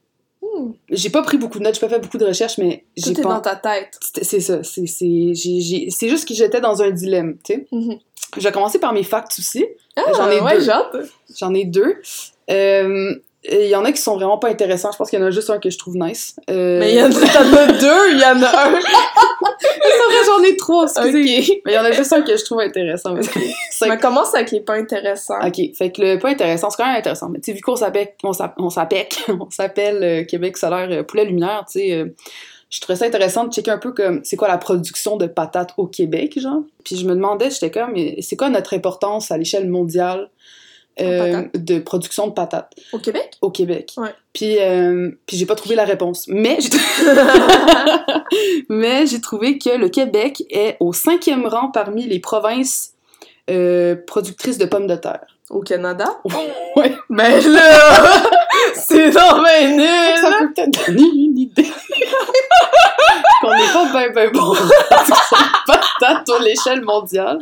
Speaker 1: Mm.
Speaker 2: j'ai pas pris beaucoup de notes, j'ai pas fait beaucoup de recherches, mais
Speaker 1: Tout
Speaker 2: j'ai
Speaker 1: est dans ta
Speaker 2: pas.
Speaker 1: tête.
Speaker 2: C'était- C'est ça, c'est c'est- j'ai- j'ai- c'est juste que j'étais dans un dilemme, tu sais.
Speaker 1: Mhm.
Speaker 2: Je vais commencer par mes facts aussi.
Speaker 1: Ah,
Speaker 2: J'en ai
Speaker 1: ouais,
Speaker 2: deux.
Speaker 1: j'ai hâte.
Speaker 2: J'en ai deux. Euh, et Il y en a qui sont vraiment pas intéressants. Je pense qu'il y en a juste un que je trouve nice. Euh,
Speaker 1: Mais il y en a t'en as deux, il y en a un.
Speaker 2: Après, j'en ai trois, excusez.
Speaker 1: ok.
Speaker 2: Mais il y en a juste un que je trouve intéressant. parce que-
Speaker 1: Mais commence avec les pas intéressants.
Speaker 2: ok, fait que le pas intéressant, c'est quand même intéressant. Mais tu sais, vu qu'on s'appelle, on s'app- on s'appelle, on s'appelle euh, Québec solaire euh, poulet lumière, tu sais, euh, je trouvais ça intéressant de checker un peu comme c'est quoi la production de patates au Québec, genre. Puis je me demandais, j'étais comme, mais c'est quoi notre importance à l'échelle mondiale euh,
Speaker 1: En
Speaker 2: de production de patates
Speaker 1: Au Québec?
Speaker 2: au Québec.
Speaker 1: Ouais.
Speaker 2: Puis, euh, puis j'ai pas trouvé la réponse. Mais j'ai Mais j'ai trouvé que le Québec est au cinquième rang parmi les provinces euh, productrices de pommes de terre.
Speaker 1: Au Canada?
Speaker 2: Ouais.
Speaker 1: Mais là! c'est dans mes nul!
Speaker 2: Ça peut peut-être donner une idée. Qu'on n'est pas ben ben bon. pas tant à l'échelle mondiale.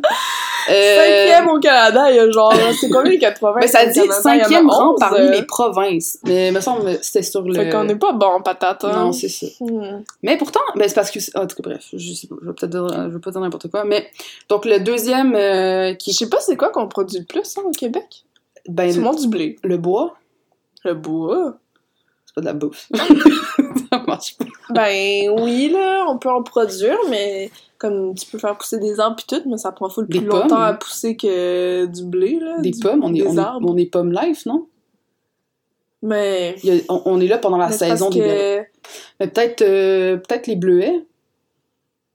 Speaker 2: Euh,
Speaker 1: Cinquième au Canada, il y a genre, c'est combien les 80?
Speaker 2: Mais ça dit
Speaker 1: au Canada? Il y en a
Speaker 2: cinquième rang
Speaker 1: 11,
Speaker 2: parmi
Speaker 1: euh.
Speaker 2: les provinces. Mais il me semble que c'était sur le...
Speaker 1: Fait qu'on n'est pas bon en patate, hein?
Speaker 2: Non, c'est ça.
Speaker 1: Hmm.
Speaker 2: Mais pourtant, ben c'est parce que. En tout cas, bref, je sais pas, je vais peut-être dire, je vais pas dire n'importe quoi. Mais donc, le deuxième euh,
Speaker 1: Je
Speaker 2: qui.
Speaker 1: sais pas c'est quoi qu'on produit le plus, hein, au Québec?
Speaker 2: Ben,
Speaker 1: C'est
Speaker 2: le,
Speaker 1: monde du blé.
Speaker 2: le bois,
Speaker 1: Le bois?
Speaker 2: c'est pas de la bouffe. ça marche pas.
Speaker 1: Ben oui, là, on peut en produire, mais comme tu peux faire pousser des arbres pis tout, mais ça prend full
Speaker 2: Des
Speaker 1: plus longtemps
Speaker 2: pommes.
Speaker 1: à pousser que du blé, là.
Speaker 2: Des
Speaker 1: du-
Speaker 2: pommes, on est,
Speaker 1: des
Speaker 2: on, est,
Speaker 1: arbres.
Speaker 2: on est pomme life, non?
Speaker 1: Mais.
Speaker 2: Il y a- on, on est là pendant la
Speaker 1: mais c'est
Speaker 2: saison
Speaker 1: parce
Speaker 2: des
Speaker 1: que-
Speaker 2: bleuets. Mais peut-être euh, peut-être les bleuets.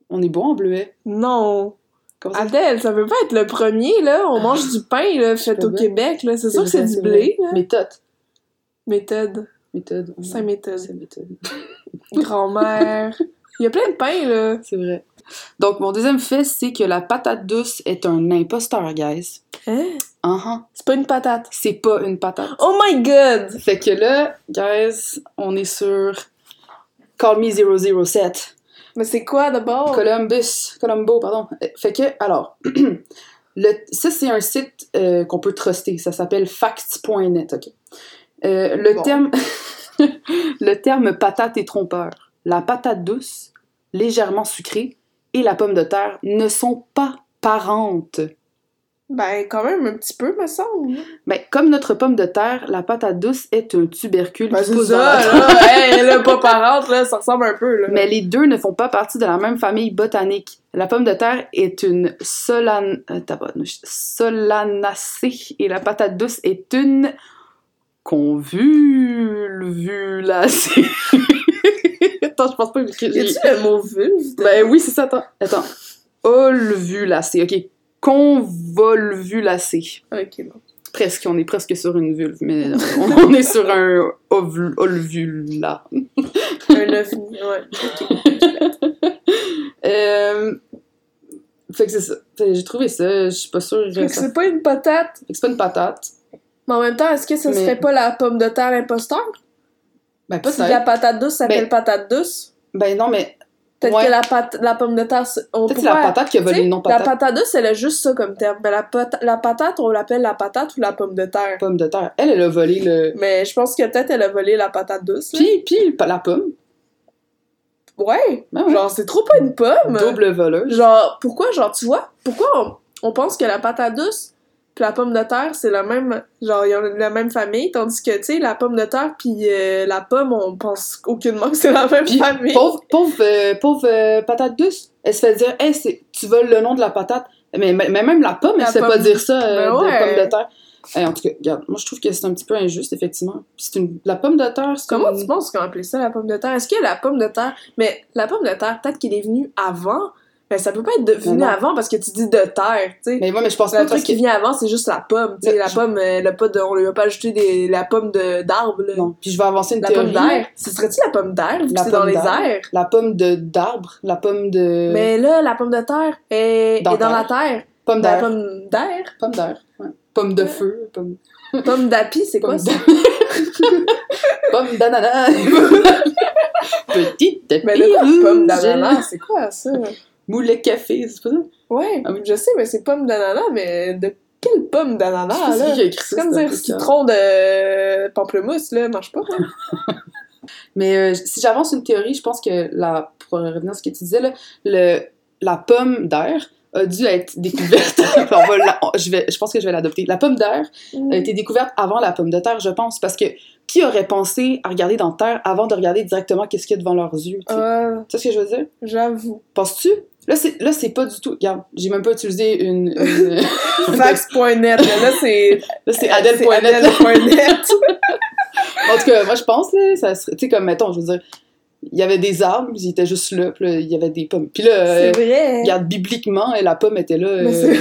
Speaker 2: On est bon en bleuets.
Speaker 1: Non.
Speaker 2: Comment ça?
Speaker 1: Adèle, ça peut pas être le premier, là. On mange du pain, là, fait
Speaker 2: pas
Speaker 1: au
Speaker 2: Ah. vrai.
Speaker 1: Québec, là. C'est sûr que
Speaker 2: vrai,
Speaker 1: c'est du blé, là.
Speaker 2: Méthode.
Speaker 1: Méthode.
Speaker 2: Méthode. on-
Speaker 1: Saint méthode.
Speaker 2: hein. C'est méthode.
Speaker 1: Grand-mère. Il y a plein de pain, là.
Speaker 2: C'est vrai. Donc, mon deuxième fait, c'est que la patate douce est un imposteur, guys.
Speaker 1: Hein?
Speaker 2: Ah ah.
Speaker 1: C'est pas une patate.
Speaker 2: C'est pas une patate.
Speaker 1: Oh my god!
Speaker 2: Fait que là, guys, on est sur Call Me 007.
Speaker 1: Mais c'est quoi d'abord?
Speaker 2: Columbus, Columbo, pardon. Euh, Fait que, alors, le- ça c'est un site euh, qu'on peut truster, ça s'appelle facts.net, ok. Euh, le,
Speaker 1: Bon.
Speaker 2: terme, le terme patate est trompeur. La patate douce, légèrement sucrée, et la pomme de terre ne sont pas parentes.
Speaker 1: Ben, quand même, un petit peu, me semble.
Speaker 2: Ben, comme notre pomme de terre, la patate douce est un tubercule
Speaker 1: Ben,
Speaker 2: qui pousse dans la terre.
Speaker 1: là. hey, là, pas parente, là, ça ressemble un peu, là.
Speaker 2: Mais les deux ne font pas partie de la même famille botanique. La pomme de terre est une solan... euh, tabarnouche. solanacée et la patate douce est une convulvulacée. attends, je pense pas que j'ai-
Speaker 1: Y
Speaker 2: j'ai...
Speaker 1: a-tu le mot vulve?
Speaker 2: Ben oui, c'est ça, attends. Attends. Olvulacée, ok. Convolvulacée.
Speaker 1: Ok, non.
Speaker 2: Presque, on est presque sur une vulve, mais on est sur un ovul... olvula.
Speaker 1: Un ovni, ouais.
Speaker 2: Euh... Fait que c'est ça. Fait que J'ai trouvé ça, je suis pas sûre.
Speaker 1: Fait que
Speaker 2: ça-
Speaker 1: c'est pas une patate.
Speaker 2: Fait que c'est pas une patate.
Speaker 1: Mais en même temps, est-ce que ça
Speaker 2: Mais-
Speaker 1: serait pas la pomme de terre imposteur?
Speaker 2: Ben
Speaker 1: Si la patate douce s'appelle
Speaker 2: Ben-
Speaker 1: patate douce,
Speaker 2: Ben non, mais
Speaker 1: peut-être
Speaker 2: Ouais.
Speaker 1: que la, pat- la pomme de terre, c'est- on
Speaker 2: peut-être c'est
Speaker 1: pourrait-
Speaker 2: la patate qui a
Speaker 1: tu sais,
Speaker 2: volé le nom
Speaker 1: La
Speaker 2: patate.
Speaker 1: patate douce, elle a juste ça comme terme. Mais la, pat- la patate, on l'appelle la patate ou la pomme de terre.
Speaker 2: Pomme de terre. Elle, elle a volé le.
Speaker 1: Mais je pense que peut-être elle a volé la patate douce. là.
Speaker 2: Puis, puis pa- la pomme.
Speaker 1: Ouais,
Speaker 2: Ben ouais.
Speaker 1: genre c'est trop pas une pomme.
Speaker 2: Double voleuse.
Speaker 1: Genre, pourquoi, genre, tu vois, pourquoi on, on pense que la patate douce puis la pomme de terre, c'est la même, genre, ils ont la même famille, tandis que, tu sais, la pomme de terre puis euh, la pomme, on pense aucunement que c'est la même
Speaker 2: Puis,
Speaker 1: famille.
Speaker 2: Pauvre, pauvre, euh, pauvre euh, patate douce. Elle se fait dire, hey, c'est- tu voles le nom de la patate. Mais, mais mais même la pomme, elle
Speaker 1: La
Speaker 2: se fait pas
Speaker 1: pomme.
Speaker 2: dire ça euh,
Speaker 1: Ben ouais.
Speaker 2: de pomme de terre. Eh, en tout cas, regarde, moi je trouve que c'est un petit peu injuste, effectivement. Puis c'est une... La pomme de terre, c'est
Speaker 1: Comment
Speaker 2: une-
Speaker 1: tu penses qu'on appelait ça la pomme de terre? Est-ce que la pomme de terre... Mais la pomme de terre, peut-être qu'elle est venue avant, Ben, ça peut pas être de, venu
Speaker 2: non.
Speaker 1: avant parce que tu dis de terre, tu sais.
Speaker 2: Mais moi, mais je pense pas
Speaker 1: Le
Speaker 2: au truc
Speaker 1: truc qui vient avant, c'est juste la pomme. tu sais,
Speaker 2: Le-
Speaker 1: la
Speaker 2: je-
Speaker 1: pomme, euh, le pot de- on lui a pas ajouté des, la pomme de- d'arbre. là.
Speaker 2: Non, puis je vais avancer une
Speaker 1: La
Speaker 2: théorie.
Speaker 1: pomme d'air. Ce serait-tu la pomme d'air vu que
Speaker 2: La
Speaker 1: c'est dans
Speaker 2: pomme
Speaker 1: les
Speaker 2: d'air.
Speaker 1: airs?
Speaker 2: La pomme de d'arbre, la pomme de
Speaker 1: Mais là, la pomme de terre est est
Speaker 2: Dans
Speaker 1: dans, la terre.
Speaker 2: pomme
Speaker 1: La
Speaker 2: d'air,
Speaker 1: pomme d'air.
Speaker 2: pomme d'air, ouais. pomme de
Speaker 1: Ouais.
Speaker 2: feu, pomme
Speaker 1: Pomme d'api, c'est quoi
Speaker 2: pomme
Speaker 1: ça?
Speaker 2: de- pomme d'ananas. Petite
Speaker 1: Mais là,
Speaker 2: pirouge.
Speaker 1: pomme d'ananas, c'est quoi ça?
Speaker 2: Moule à café, c'est pas ça
Speaker 1: Ouais,
Speaker 2: Ah oui.
Speaker 1: je sais, mais c'est pomme d'ananas, mais de quelle pomme
Speaker 2: Je
Speaker 1: d'ananas,
Speaker 2: sais pas
Speaker 1: là?
Speaker 2: qui a écrit ça,
Speaker 1: C'est comme
Speaker 2: c'est hein. un
Speaker 1: dire
Speaker 2: peu cœur.
Speaker 1: citron de pamplemousse, là, marche pas. hein?
Speaker 2: Mais euh, si j'avance une théorie, je pense que la, pour revenir à ce que tu disais, là, le, la pomme d'air a dû être découverte. On va la- on- je, vais, je pense que je vais l'adopter. La pomme d'air
Speaker 1: hein?
Speaker 2: a été découverte avant la pomme de terre, je pense, parce que qui aurait pensé à regarder dans terre avant de regarder directement qu'est-ce qu'il y a devant leurs yeux? tu sais?
Speaker 1: Ah,
Speaker 2: Tu sais ce que je veux dire?
Speaker 1: j'avoue.
Speaker 2: Penses-tu? Là, c'est, là, c'est pas du tout. Regarde, j'ai même pas utilisé une. une-
Speaker 1: Fax.net, là, là, c'est
Speaker 2: là, c'est
Speaker 1: c'est
Speaker 2: Adèle.net. là.
Speaker 1: Adèle.net.
Speaker 2: En tout cas, moi, je pense, là, ça serait. Tu sais, comme, mettons, je veux dire, il y avait des arbres, ils étaient juste là, puis là, il y avait des pommes. Puis là, euh,
Speaker 1: C'est vrai.
Speaker 2: regarde, bibliquement, la pomme était là.
Speaker 1: Mais
Speaker 2: euh,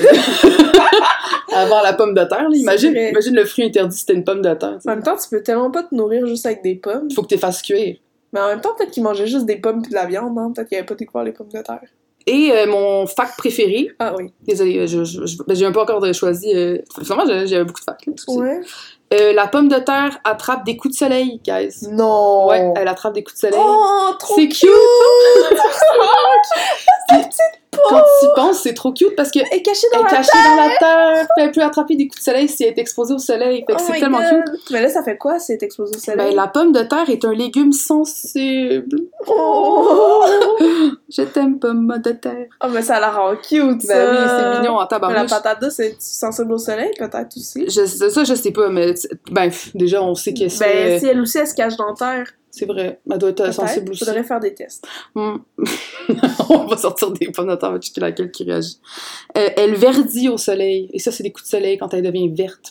Speaker 2: avant la pomme de terre, là.
Speaker 1: C'est
Speaker 2: Imagine,
Speaker 1: vrai.
Speaker 2: imagine le fruit interdit, c'était une pomme de terre.
Speaker 1: En même temps, tu peux tellement pas te nourrir juste avec des pommes.
Speaker 2: Il faut que tu les fasses cuire.
Speaker 1: Mais en même temps, peut-être qu'ils mangeaient juste des pommes puis de la viande, hein. Peut-être qu'ils avaient pas découvert les pommes de terre.
Speaker 2: Et euh, mon fac préféré,
Speaker 1: Ah oui.
Speaker 2: désolé, je, je, je- ben, j'ai un peu encore choisi. Euh, finalement, j'ai- j'avais beaucoup de facs. là, tout ça.
Speaker 1: Ouais.
Speaker 2: Euh, la pomme de terre attrape des coups de soleil, guys.
Speaker 1: Non.
Speaker 2: Ouais, elle attrape des coups de soleil.
Speaker 1: Oh, trop
Speaker 2: c'est cute! Quand tu y penses, c'est trop cute parce que
Speaker 1: Elle est cachée dans
Speaker 2: elle est
Speaker 1: la
Speaker 2: cachée dans la terre, puis elle peut attraper des coups de soleil si elle est exposée au soleil. Fait que
Speaker 1: Oh
Speaker 2: c'est
Speaker 1: my
Speaker 2: tellement
Speaker 1: God.
Speaker 2: cute.
Speaker 1: Mais là, ça fait quoi, cette explosion au soleil?
Speaker 2: Ben, la pomme de terre est un légume sensible.
Speaker 1: Oh!
Speaker 2: Je t'aime, pomme de terre.
Speaker 1: Ah, mais ça la rend cute, ça!
Speaker 2: Ben oui, c'est mignon en
Speaker 1: Mais la
Speaker 2: tabarnouche.
Speaker 1: patate douce, c'est sensible au soleil, peut-être aussi?
Speaker 2: Je, ça, je sais pas, mais tu- ben, pff, déjà, on sait que
Speaker 1: Ben,
Speaker 2: c'est
Speaker 1: si elle aussi, elle se cache dans terre,
Speaker 2: c'est vrai. Elle doit être sensible
Speaker 1: peut-être,
Speaker 2: aussi.
Speaker 1: faudrait faire des tests.
Speaker 2: Hmm. on va sortir des pommes de terre, on va checker laquelle qui réagit. Euh, elle verdit au soleil. Et ça, c'est des coups de soleil quand elle devient verte.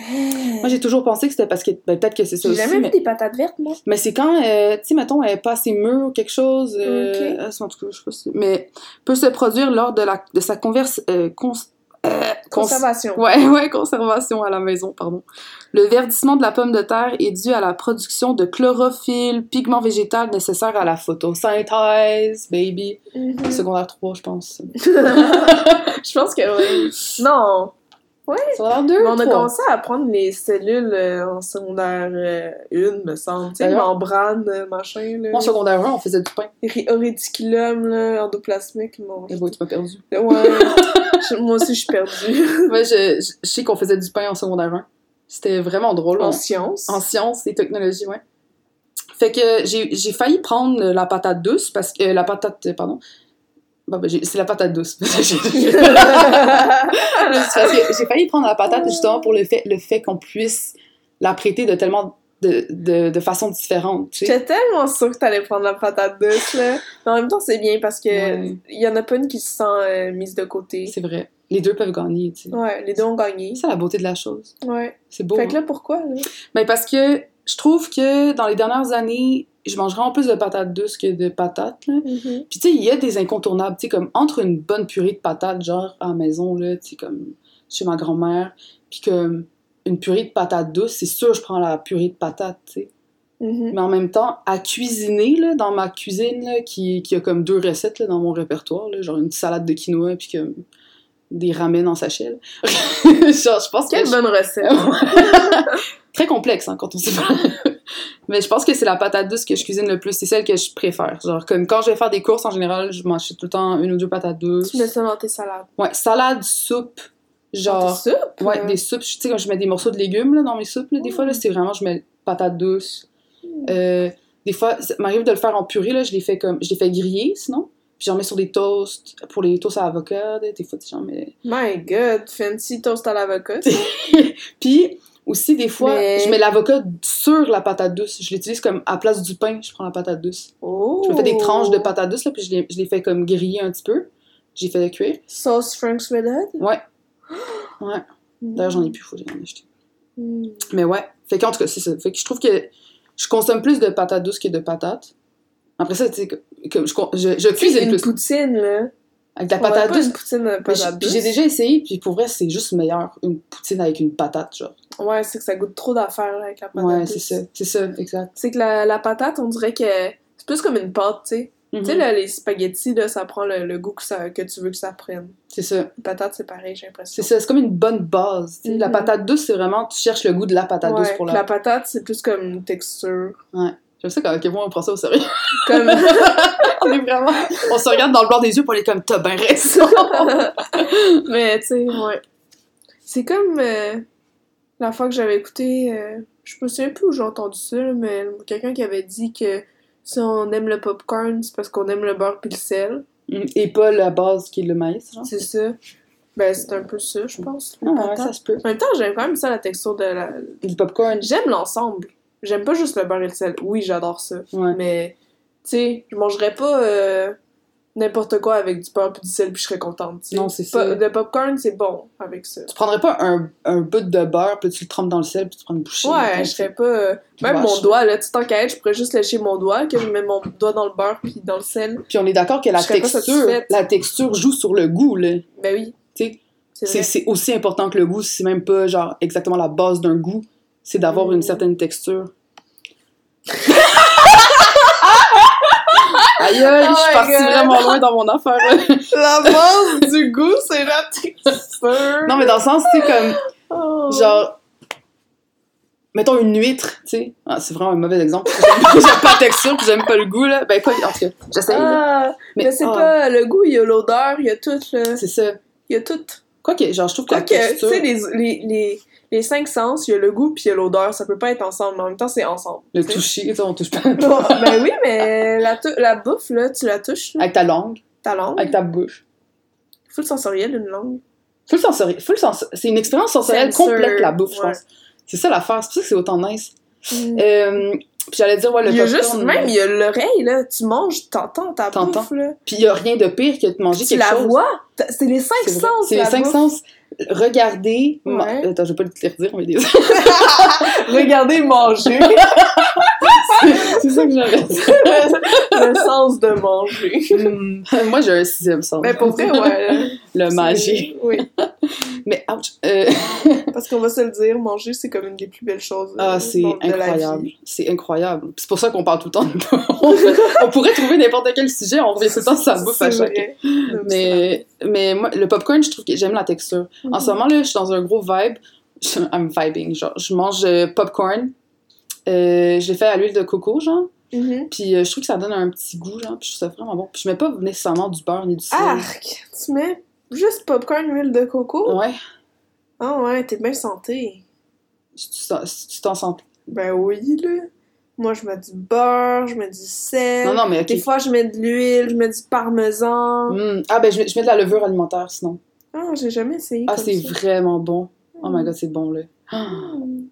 Speaker 2: Moi,
Speaker 1: Moi,
Speaker 2: j'ai toujours pensé que c'était parce que. ben, peut-être que c'est ça
Speaker 1: j'ai
Speaker 2: aussi.
Speaker 1: Eh, jamais vu
Speaker 2: mais...
Speaker 1: des patates vertes, moi.
Speaker 2: mais c'est quand, euh, tu sais, mettons, elle passe ses murs ou quelque chose. euh,
Speaker 1: Ok.
Speaker 2: ah, c'est- En tout cas, je sais pas si- Mais peut se produire lors de, la, de sa converse. euh, cons- euh, cons-
Speaker 1: Conservation.
Speaker 2: Ouais, ouais, conservation à la maison, pardon. Le verdissement de la pomme de terre est dû à la production de chlorophylle, pigment végétal nécessaire à la photosynthèse, baby.
Speaker 1: Mhm.
Speaker 2: Secondaire 3, je pense.
Speaker 1: Je pense que oui. Non!
Speaker 2: Secondaire 2
Speaker 1: Mais on a
Speaker 2: 3.
Speaker 1: commencé à prendre les cellules euh, en secondaire 1, me semble. Tu sais,
Speaker 2: D'ailleurs-
Speaker 1: membrane, euh, machin, là.
Speaker 2: Moi, en secondaire 1, on faisait du pain.
Speaker 1: Ri- Auriculum, là, endoplasmique, mon...
Speaker 2: Et bon, tu m'as perdu.
Speaker 1: Ouais, Je- moi aussi, je suis perdue.
Speaker 2: Ouais, je, je- je sais qu'on faisait du pain en secondaire 1. C'était vraiment drôle.
Speaker 1: En
Speaker 2: On-
Speaker 1: science.
Speaker 2: En sciences et technologies, ouais. Fait que j'ai j'ai failli prendre la patate douce parce que. euh, la patate. euh, Pardon. Bon, ben, j'ai- c'est la patate douce. Parce que j'ai failli prendre la patate justement pour le fait, le fait qu'on puisse la prêter de tellement. de, de, de façon différente, tu sais.
Speaker 1: J'étais tellement sûre que t'allais prendre la patate douce, là. Mais en même temps, c'est bien parce que
Speaker 2: Ouais.
Speaker 1: il y en a pas une qui se sent euh, mise de côté.
Speaker 2: C'est vrai. Les deux peuvent gagner, tu sais.
Speaker 1: Ouais, les deux ont gagné.
Speaker 2: C'est ça la beauté de la chose.
Speaker 1: Ouais.
Speaker 2: C'est beau.
Speaker 1: fait
Speaker 2: hein.
Speaker 1: que là, pourquoi, là?
Speaker 2: Mais Ben, parce que je trouve que dans les dernières années, je mange vraiment plus de patates douces que de patates, là. Puis tu sais, il y a des incontournables, tu sais, comme entre une bonne purée de patates, genre à la maison, là, tu sais, comme chez ma grand-mère, puis comme une purée de patates douces, c'est sûr, je prends la purée de patates, tu sais.
Speaker 1: Mhm.
Speaker 2: Mais en même temps, à cuisiner, là, dans ma cuisine, là, qui, qui a comme deux recettes, là, dans mon répertoire, là, genre une salade de quinoa, puis comme des ramen en sachet, là. genre, je pense que...
Speaker 1: Quelle
Speaker 2: je-
Speaker 1: bonne recette!
Speaker 2: Très complexe, hein, quand on sait pas. Mais je pense que c'est la patate douce que je cuisine le plus. C'est celle que je préfère. Genre, comme quand je vais faire des courses, en général, je mange tout le temps une ou deux patates douces.
Speaker 1: Tu mets ça dans tes salades.
Speaker 2: Ouais, salade, soupe,
Speaker 1: Dans
Speaker 2: genre...
Speaker 1: tes Mm. soupes?
Speaker 2: ouais,
Speaker 1: euh.
Speaker 2: des soupes. Je- Tu sais, quand je mets des morceaux de légumes, là, dans mes soupes, là, des fois, là, c'est vraiment... Je mets patate douce.
Speaker 1: Mm.
Speaker 2: Euh, des fois, ça m'arrive de le faire en purée, là. Je les fais comme... Je les fais griller, sinon. Puis j'en mets sur des toasts. Pour les toasts à avocat, là, des fois, tu sais, j'en mets...
Speaker 1: My god, fancy toast à l'avocat.
Speaker 2: Puis... Aussi, des fois,
Speaker 1: Mais-
Speaker 2: je mets l'avocat sur la patate douce. Je l'utilise comme à place du pain, je prends la patate douce.
Speaker 1: Oh!
Speaker 2: Je me fais des tranches de patates douces, là, puis je les, je les fais comme griller un petit peu. J'ai fait le cuire.
Speaker 1: Sauce Frank's Red Hot?
Speaker 2: Ouais. Ouais. D'ailleurs, j'en ai plus, faut que j'en acheter.
Speaker 1: Mm.
Speaker 2: Mais ouais. Fait qu'en tout cas, c'est ça. Fait que je trouve que je consomme plus de patates douces que de patates. Après ça, tu sais, que- que je, con- je, je
Speaker 1: Tu sais,
Speaker 2: cuisine
Speaker 1: une
Speaker 2: plus.
Speaker 1: poutine, là.
Speaker 2: Avec de la
Speaker 1: On aurait
Speaker 2: patate
Speaker 1: pas
Speaker 2: douce.
Speaker 1: une poutine à
Speaker 2: Mais j'-
Speaker 1: patate
Speaker 2: puis J'ai
Speaker 1: douce.
Speaker 2: déjà essayé, puis pour vrai, c'est juste meilleur une poutine avec une patate, genre.
Speaker 1: Ouais, c'est que ça goûte trop d'affaires là, avec la patate
Speaker 2: Ouais,
Speaker 1: douce.
Speaker 2: c'est ça. C'est ça, exact.
Speaker 1: C'est que la, la patate, on dirait que c'est plus comme une pâte, tu sais. Tu sais,
Speaker 2: Mhm.
Speaker 1: là, les spaghettis, là, ça prend le, le goût que, ça, que tu veux que ça prenne.
Speaker 2: C'est ça.
Speaker 1: Une patate, c'est pareil, j'ai l'impression.
Speaker 2: C'est ça. C'est comme une bonne base. tu sais. La
Speaker 1: Mhm.
Speaker 2: patate douce, c'est vraiment, tu cherches le goût de la patate douce
Speaker 1: Ouais,
Speaker 2: pour
Speaker 1: puis
Speaker 2: la.
Speaker 1: la... patate, c'est plus comme une texture.
Speaker 2: J'aime ça quand quelqu'un on prend ça au sérieux.
Speaker 1: Comme...
Speaker 2: on est vraiment. On se regarde dans le blanc des yeux pour les comme, t'as bien raison.
Speaker 1: Mais, tu sais, ouais. C'est comme euh, la fois que j'avais écouté, euh, je me souviens plus où j'ai entendu ça, là, mais quelqu'un qui avait dit que si on aime le popcorn, c'est parce qu'on aime le beurre puis le sel.
Speaker 2: Mm, Et pas la base qui est le maïs, genre.
Speaker 1: C'est ça. Ben, c'est un peu ça, je pense. les
Speaker 2: Ah, ouais,
Speaker 1: patates.
Speaker 2: ça se peut.
Speaker 1: En même temps, j'aime quand même ça, la texture de la...
Speaker 2: Puis le popcorn.
Speaker 1: J'aime l'ensemble. J'aime pas juste le beurre et le sel. Oui, j'adore ça.
Speaker 2: Ouais.
Speaker 1: Mais, tu sais, je mangerais pas euh, n'importe quoi avec du beurre puis du sel puis je serais contente. tu sais.
Speaker 2: Non, c'est
Speaker 1: Pas-
Speaker 2: ça.
Speaker 1: Le popcorn, c'est bon avec ça.
Speaker 2: Tu prendrais pas un, un bout de beurre, puis tu le trempes dans le sel, puis tu prends une bouchée. mettons,
Speaker 1: Ouais, je
Speaker 2: tu sais.
Speaker 1: serais pas. euh,
Speaker 2: Tu
Speaker 1: Même mon
Speaker 2: lâches.
Speaker 1: doigt, là, tu t'en qu'à être, je pourrais juste lécher mon doigt, que je mets mon doigt dans le beurre puis dans le sel.
Speaker 2: Puis on est d'accord que la
Speaker 1: Je serais pas
Speaker 2: texture,
Speaker 1: satisfaite.
Speaker 2: la texture joue sur le goût, là.
Speaker 1: Ben oui.
Speaker 2: Tu sais,
Speaker 1: c'est
Speaker 2: C'est
Speaker 1: vrai.
Speaker 2: c'est aussi important que le goût, c'est même pas genre exactement la base d'un goût, c'est d'avoir
Speaker 1: Mm.
Speaker 2: une certaine texture. Aïe, aïe, je
Speaker 1: Oh my
Speaker 2: suis partie
Speaker 1: God.
Speaker 2: vraiment loin dans mon affaire. là.
Speaker 1: La base du goût, c'est la texture.
Speaker 2: non, mais dans le sens, c'est comme,
Speaker 1: Oh.
Speaker 2: genre, mettons une huître, tu sais. Ah, c'est vraiment un mauvais exemple. parce que J'aime j'aime pas la texture, puis j'aime pas le goût, là. Ben, quoi, en tout cas, j'essaye. là.
Speaker 1: Ah, mais c'est
Speaker 2: ah,
Speaker 1: pas le goût, il y a l'odeur, il y a tout, là.
Speaker 2: C'est ça.
Speaker 1: Il y a tout.
Speaker 2: Quoi que, genre, je trouve que la
Speaker 1: Quoique, tu
Speaker 2: texture,
Speaker 1: sais, les, les, les, les cinq sens, il y a le goût puis il y a l'odeur, ça peut pas être ensemble, mais en même temps, c'est ensemble.
Speaker 2: le
Speaker 1: tu sais.
Speaker 2: toucher, tu sais, on touche pas.
Speaker 1: Bon, ben oui, mais la, tou- la bouffe, là, tu la touches, là,
Speaker 2: Avec ta langue,
Speaker 1: ta langue.
Speaker 2: avec ta bouche.
Speaker 1: Full sensoriel, une langue.
Speaker 2: Full sensori- full sens- c'est une expérience sensorielle
Speaker 1: Sensor,
Speaker 2: complète la bouffe, je
Speaker 1: ouais. Mm.
Speaker 2: pense. C'est ça l'affaire, c'est pour ça que c'est autant nice. Euh, puis j'allais dire, ouais, le
Speaker 1: il y a
Speaker 2: popcorn,
Speaker 1: juste, même, il y a l'oreille, là. Tu manges, t'entends ta
Speaker 2: T'entends.
Speaker 1: bouffe, là.
Speaker 2: Puis il y a rien de pire que de manger
Speaker 1: Tu
Speaker 2: quelque
Speaker 1: la
Speaker 2: chose.
Speaker 1: vois. T'as- C'est les cinq
Speaker 2: C'est vrai.
Speaker 1: sens,
Speaker 2: C'est les
Speaker 1: la
Speaker 2: cinq
Speaker 1: bouffe.
Speaker 2: sens. Regarder. ma-
Speaker 1: Ouais.
Speaker 2: Attends, je vais pas te les redire, mais les-
Speaker 1: Regardez manger.
Speaker 2: c'est ça que j'aurais
Speaker 1: le sens de manger.
Speaker 2: dit. Hmm. Moi, j'ai un sixième sens.
Speaker 1: Mais Ben, pour vrai, ouais.
Speaker 2: Le
Speaker 1: c'est-
Speaker 2: magie.
Speaker 1: Oui.
Speaker 2: Mais, ouch. euh,
Speaker 1: Parce qu'on va se le dire, manger, c'est comme une des plus belles choses. euh,
Speaker 2: ah, c'est
Speaker 1: dans- de la
Speaker 2: incroyable.
Speaker 1: vie.
Speaker 2: C'est incroyable. C'est pour ça qu'on parle tout le temps de bouffe. on pourrait trouver n'importe quel sujet, on revient tout le temps sur sa bouffe à
Speaker 1: C'est
Speaker 2: chacun.
Speaker 1: vrai. Non,
Speaker 2: Mais, mais moi, le popcorn, je trouve que j'aime la texture.
Speaker 1: c'est vrai.
Speaker 2: En ce moment, là, je suis dans un gros vibe. Je- I'm vibing, genre. Je mange euh, popcorn. Euh, je l'ai fait à l'huile de coco, genre.
Speaker 1: Mhm.
Speaker 2: Puis euh, je trouve que ça donne un petit goût, genre. Puis je trouve ça vraiment bon. Puis je mets pas nécessairement du beurre ni du sel.
Speaker 1: Ah! Arc, tu mets juste popcorn, huile de coco?
Speaker 2: Ouais.
Speaker 1: Ah ouais, t'es bien santé.
Speaker 2: Si tu t'en- si tu t'en sens.
Speaker 1: Ben oui, là. Moi, je mets du beurre, je mets du sel.
Speaker 2: Non, non, mais
Speaker 1: Euh, Des
Speaker 2: ok.
Speaker 1: fois, je mets de l'huile, je mets du parmesan.
Speaker 2: Mm. Ah, ben je mets, je mets de la levure alimentaire, sinon.
Speaker 1: Ah, j'ai jamais essayé.
Speaker 2: Ah,
Speaker 1: comme
Speaker 2: c'est
Speaker 1: ça.
Speaker 2: vraiment bon. Oh my god, c'est bon, là. Ah.
Speaker 1: Mm.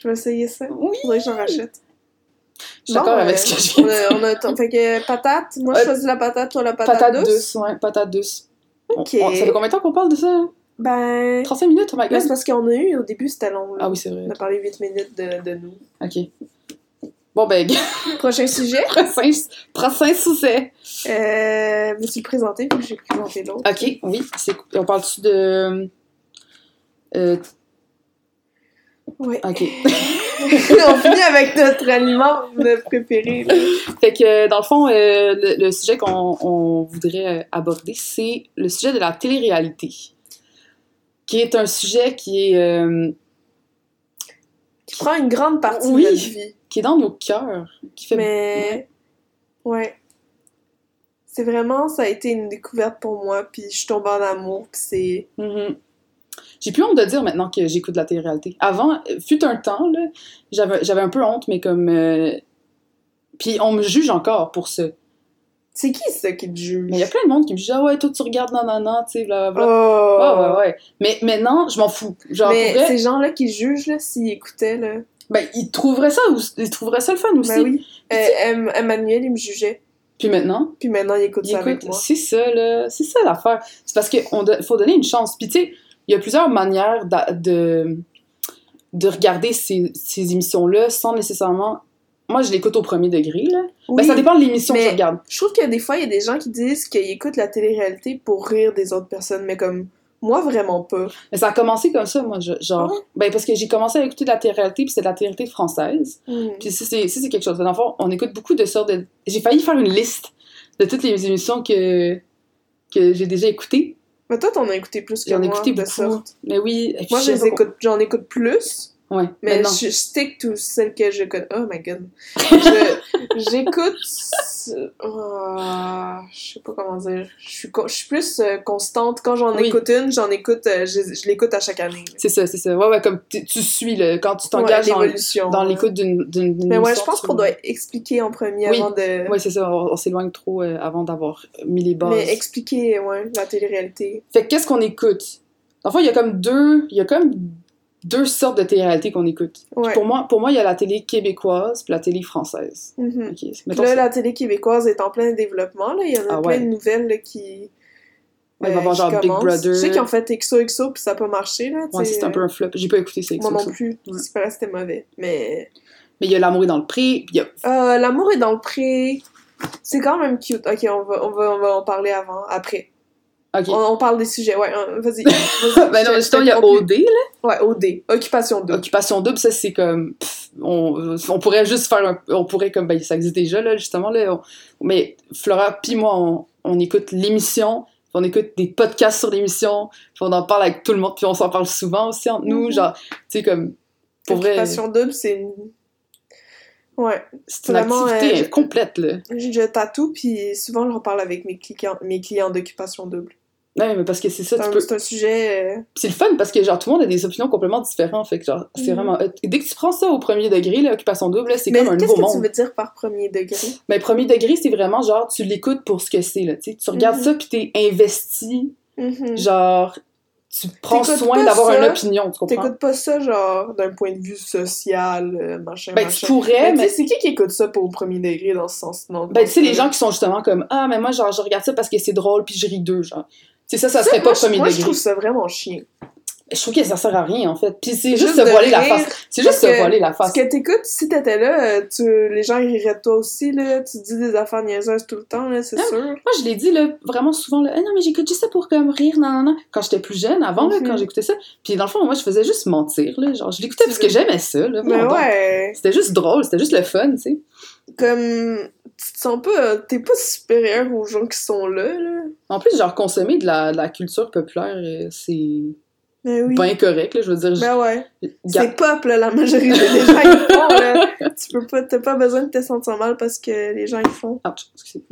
Speaker 1: Je vais essayer ça.
Speaker 2: Oui!
Speaker 1: Faudrait que j'en rachète.
Speaker 2: Je suis d'accord
Speaker 1: Bon,
Speaker 2: avec
Speaker 1: euh,
Speaker 2: ce que je viens
Speaker 1: On
Speaker 2: de
Speaker 1: a, on a ton- Fait que patate, moi, je
Speaker 2: Euh,
Speaker 1: choisis la patate, toi, la patate,
Speaker 2: Patate
Speaker 1: douce.
Speaker 2: douce, ouais, patate douce. On-
Speaker 1: Ok.
Speaker 2: on- ça fait combien de temps qu'on parle de ça? hein?
Speaker 1: Ben.
Speaker 2: 35 minutes, oh my
Speaker 1: là,
Speaker 2: god.
Speaker 1: c'est parce qu'on a eu, au début, c'était long. là.
Speaker 2: Ah oui, c'est vrai.
Speaker 1: On a parlé 8 minutes de, de nous.
Speaker 2: Ok. Bon, ben,
Speaker 1: Prochain sujet.
Speaker 2: prochain, prochain sujet.
Speaker 1: Euh, Veux-tu le présenter? Puis j'ai présenté l'autre.
Speaker 2: Ok, oui. c'est- On parle-tu de. euh,
Speaker 1: Ouais.
Speaker 2: ok.
Speaker 1: on finit avec notre aliment notre préféré. là.
Speaker 2: fait que, dans le fond, euh, le, le sujet qu'on on voudrait euh, aborder, c'est le sujet de la télé-réalité. Qui est un sujet qui est, euh,
Speaker 1: Qui prend une grande partie
Speaker 2: Oui.
Speaker 1: de notre vie.
Speaker 2: qui est dans nos cœurs. Qui fait.
Speaker 1: Mais. Ouais. C'est vraiment, ça a été une découverte pour moi, puis je suis tombée en amour, puis c'est.
Speaker 2: Mhm. J'ai plus honte de dire maintenant que j'écoute de la télé-réalité. Avant, euh, fut un temps, là, j'avais j'avais un peu honte, mais comme. euh, Puis on me juge encore pour ça.
Speaker 1: C'est qui ça qui te juge?
Speaker 2: Mais il y a plein de monde qui me dit Ah ouais, toi tu regardes nanana, tu sais, blablabla.
Speaker 1: Oh!
Speaker 2: Ouais, ouais, ouais. Mais maintenant, je m'en fous. Genre,
Speaker 1: Mais
Speaker 2: pour vrai,
Speaker 1: ces gens-là qui jugent, là, s'ils écoutaient, là.
Speaker 2: ben, ils trouveraient ça, ou- ils trouveraient ça le fun aussi.
Speaker 1: Ben oui. Euh, Em- Emmanuel, il me jugeait,
Speaker 2: Puis maintenant,
Speaker 1: puis maintenant, il écoute ça avec
Speaker 2: écoute,
Speaker 1: moi.
Speaker 2: c'est ça, là. C'est ça l'affaire. C'est parce qu'il faut donner une chance. Puis tu sais, il y a plusieurs manières d'a- de, de regarder ces, ces émissions-là sans nécessairement Moi, je l'écoute au premier degré, là.
Speaker 1: Oui,
Speaker 2: Ben, ça dépend de l'émission que
Speaker 1: mais-
Speaker 2: je regarde.
Speaker 1: Je trouve que des fois, il y a des gens qui disent qu'ils écoutent la télé-réalité pour rire des autres personnes, mais comme moi, vraiment pas.
Speaker 2: Mais ça a commencé comme ça, moi, je- genre.
Speaker 1: Ah
Speaker 2: Ben, parce que j'ai commencé à écouter de la télé-réalité, puis c'est de la télé-réalité française. Puis ça, c'est ça, c'est quelque chose. Dans le fond, on écoute beaucoup de sortes de... J'ai failli faire une liste de toutes les émissions que, que j'ai déjà écoutées.
Speaker 1: Mais toi, t'en as écouté plus que
Speaker 2: J'en ai
Speaker 1: moi,
Speaker 2: écouté
Speaker 1: de
Speaker 2: beaucoup.
Speaker 1: sorte.
Speaker 2: Mais oui... et puis
Speaker 1: Moi,
Speaker 2: je
Speaker 1: je les
Speaker 2: sais pas
Speaker 1: écoute- j'en écoute, plus,
Speaker 2: pourquoi. Ouais,
Speaker 1: mais
Speaker 2: mais non.
Speaker 1: je je stick to celles que je connais. Oh my god. Je- J'écoute... Ah, je sais pas comment dire. Je suis, con- je suis plus euh, constante. Quand j'en
Speaker 2: Oui.
Speaker 1: écoute une, j'en écoute... euh, je je l'écoute à chaque année.
Speaker 2: C'est ça, c'est ça. Ouais, ouais, comme tu, tu suis, le, quand tu t'engages
Speaker 1: Ouais,
Speaker 2: dans-
Speaker 1: l'évolution.
Speaker 2: dans, l'écoute d'une d'une
Speaker 1: Mais ouais, je
Speaker 2: émission,
Speaker 1: pense
Speaker 2: tu-
Speaker 1: qu'on doit expliquer en premier
Speaker 2: Oui.
Speaker 1: avant de...
Speaker 2: Ouais, c'est ça, on, on s'éloigne trop euh, avant d'avoir mis les bases.
Speaker 1: Mais expliquer, ouais, la télé-réalité.
Speaker 2: Fait que qu'est-ce qu'on écoute? Dans le fond, il y a comme deux, il y a comme deux sortes de télé-réalité qu'on écoute.
Speaker 1: Ouais.
Speaker 2: Pour moi, pour moi, il y a la télé québécoise puis la télé française.
Speaker 1: Mhm.
Speaker 2: Ok,
Speaker 1: Puis
Speaker 2: mettons
Speaker 1: là,
Speaker 2: ça.
Speaker 1: la télé québécoise est en plein développement. Là. Il y en a
Speaker 2: Ah
Speaker 1: plein
Speaker 2: ouais.
Speaker 1: de nouvelles là, qui. euh,
Speaker 2: Ouais, il va y avoir
Speaker 1: qui
Speaker 2: genre Big
Speaker 1: commencent.
Speaker 2: Brother.
Speaker 1: ben, Je sais qu'ils ont fait XOXO puis ça n'a pas marché. Là,
Speaker 2: Ouais,
Speaker 1: tu sais.
Speaker 2: c'est un peu un flop. J'ai pas écouté ça.
Speaker 1: Moi non
Speaker 2: XOXO.
Speaker 1: plus.
Speaker 2: Ouais.
Speaker 1: C'est pas vrai, c'était mauvais. Mais.
Speaker 2: Mais il y a l'amour est dans le pré. puis il y a-
Speaker 1: Euh, L'amour est dans le pré. C'est quand même cute. Ok, on va, on va, on va en parler avant, après.
Speaker 2: Ok.
Speaker 1: On, on parle des sujets. Ouais, hein, vas-y. vas-y.
Speaker 2: Ben non,
Speaker 1: Je-
Speaker 2: justement,
Speaker 1: je
Speaker 2: il y a
Speaker 1: t'interromps
Speaker 2: OD, là.
Speaker 1: plus. Ouais, OD. Occupation 2.
Speaker 2: Occupation double, ça, c'est comme. pff, on, euh, on pourrait juste faire un. On pourrait, comme. Ben, ça existe déjà, là, justement, là. on- mais Flora, puis moi, on, on écoute l'émission, puis on écoute des podcasts sur l'émission, puis on en parle avec tout le monde, puis on s'en parle souvent aussi entre nous.
Speaker 1: Mhm.
Speaker 2: Genre, tu sais, comme. Pour vrai,
Speaker 1: Occupation double, c'est une. Ouais.
Speaker 2: c'est une
Speaker 1: vraiment,
Speaker 2: activité
Speaker 1: euh,
Speaker 2: complète, là.
Speaker 1: Je, je tatoue, puis souvent, j'en parle avec mes clients, mes clients d'occupation double.
Speaker 2: Non, mais parce que c'est ça,
Speaker 1: C'est
Speaker 2: tu
Speaker 1: un,
Speaker 2: peux.
Speaker 1: c'est un sujet. euh,
Speaker 2: Puis c'est le fun parce que genre tout le monde a des opinions complètement différentes fait que genre c'est
Speaker 1: Mhm.
Speaker 2: vraiment hot. dès que tu prends ça au premier degré là, occupation double là, c'est
Speaker 1: Mais
Speaker 2: comme un
Speaker 1: qu'est-ce
Speaker 2: nouveau
Speaker 1: que tu
Speaker 2: monde
Speaker 1: veux dire par premier degré
Speaker 2: mais premier degré c'est vraiment genre tu l'écoutes pour ce que c'est là tu sais. tu regardes
Speaker 1: Mhm.
Speaker 2: ça puis t'es investi
Speaker 1: Mhm.
Speaker 2: genre tu prends
Speaker 1: T'écoutes
Speaker 2: soin
Speaker 1: pas
Speaker 2: d'avoir
Speaker 1: ça,
Speaker 2: une opinion tu comprends
Speaker 1: T'écoutes pas ça, genre, d'un point de vue social, euh, machin,
Speaker 2: ben tu
Speaker 1: machin.
Speaker 2: pourrais
Speaker 1: Mais tu
Speaker 2: mais
Speaker 1: sais, c'est qui qui écoute ça pour premier degré dans ce sens non
Speaker 2: ben tu sais les gens qui sont justement comme ah mais moi genre je regarde ça parce que c'est drôle puis je ris deux genre tu sais ça ça serait pas premier
Speaker 1: Moi,
Speaker 2: degré
Speaker 1: je trouve ça vraiment chiant.
Speaker 2: je trouve que ça sert à rien en fait puis c'est juste,
Speaker 1: de
Speaker 2: se voiler la
Speaker 1: rire,
Speaker 2: face c'est juste
Speaker 1: parce
Speaker 2: se
Speaker 1: que-
Speaker 2: voiler la
Speaker 1: Parce
Speaker 2: face
Speaker 1: que t'écoutes, si t'étais là, euh, tu, les gens ils riraient de toi aussi, là. Tu dis des affaires niaiseuses tout le temps, là, c'est
Speaker 2: Ah,
Speaker 1: sûr.
Speaker 2: Moi, je l'ai dit là, vraiment souvent, là, Ah non, mais j'écoute juste ça pour comme rire, non, non, non. Quand j'étais plus jeune, avant, là,
Speaker 1: Mhm.
Speaker 2: quand j'écoutais ça. Puis dans le fond, moi, je faisais juste mentir. Là. Genre, je l'écoutais
Speaker 1: Tu
Speaker 2: parce que
Speaker 1: veux-
Speaker 2: j'aimais ça. Là,
Speaker 1: Mais
Speaker 2: voyons donc.
Speaker 1: ouais,
Speaker 2: C'était juste drôle, c'était juste le fun, tu sais.
Speaker 1: comme. Tu te sens pas. euh, T'es pas supérieur aux gens qui sont là, là.
Speaker 2: En plus, genre, consommer de la, de la culture populaire, euh, c'est
Speaker 1: Mais oui.
Speaker 2: bien correct, là, je veux dire. Ben, je-
Speaker 1: Ben ouais.
Speaker 2: Ga-
Speaker 1: C'est pop, là, la majorité des gens ils le font, là. Tu peux pas, t'as pas besoin de te sentir mal parce que les gens ils le font.
Speaker 2: Ouch, excusez.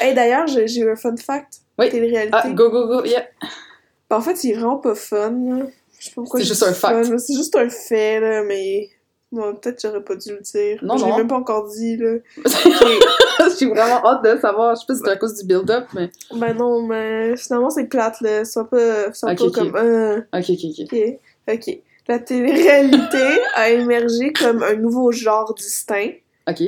Speaker 1: Hey, d'ailleurs, j'ai j'ai eu un fun fact.
Speaker 2: Oui.
Speaker 1: Télé-réalité.
Speaker 2: Ah, go, go, go, yeah.
Speaker 1: Ben, en fait, il est vraiment pas fun, là. Je sais pas pourquoi.
Speaker 2: C'est
Speaker 1: je
Speaker 2: juste
Speaker 1: dis
Speaker 2: un fact.
Speaker 1: fun, là. C'est juste un fait, là, mais. Bon, peut-être j'aurais pas dû le dire.
Speaker 2: Non,
Speaker 1: Je l'ai
Speaker 2: non.
Speaker 1: même pas encore dit, là.
Speaker 2: J'ai vraiment hâte de savoir. Je sais pas si c'est à cause du build-up, mais.
Speaker 1: Ben non, mais finalement, c'est plate, là. Sois pas, sois
Speaker 2: Ok,
Speaker 1: pas
Speaker 2: ok.
Speaker 1: comme. euh,
Speaker 2: Ok, ok, ok.
Speaker 1: Ok, ok. La télé-réalité a émergé comme un nouveau genre distinct
Speaker 2: Ok.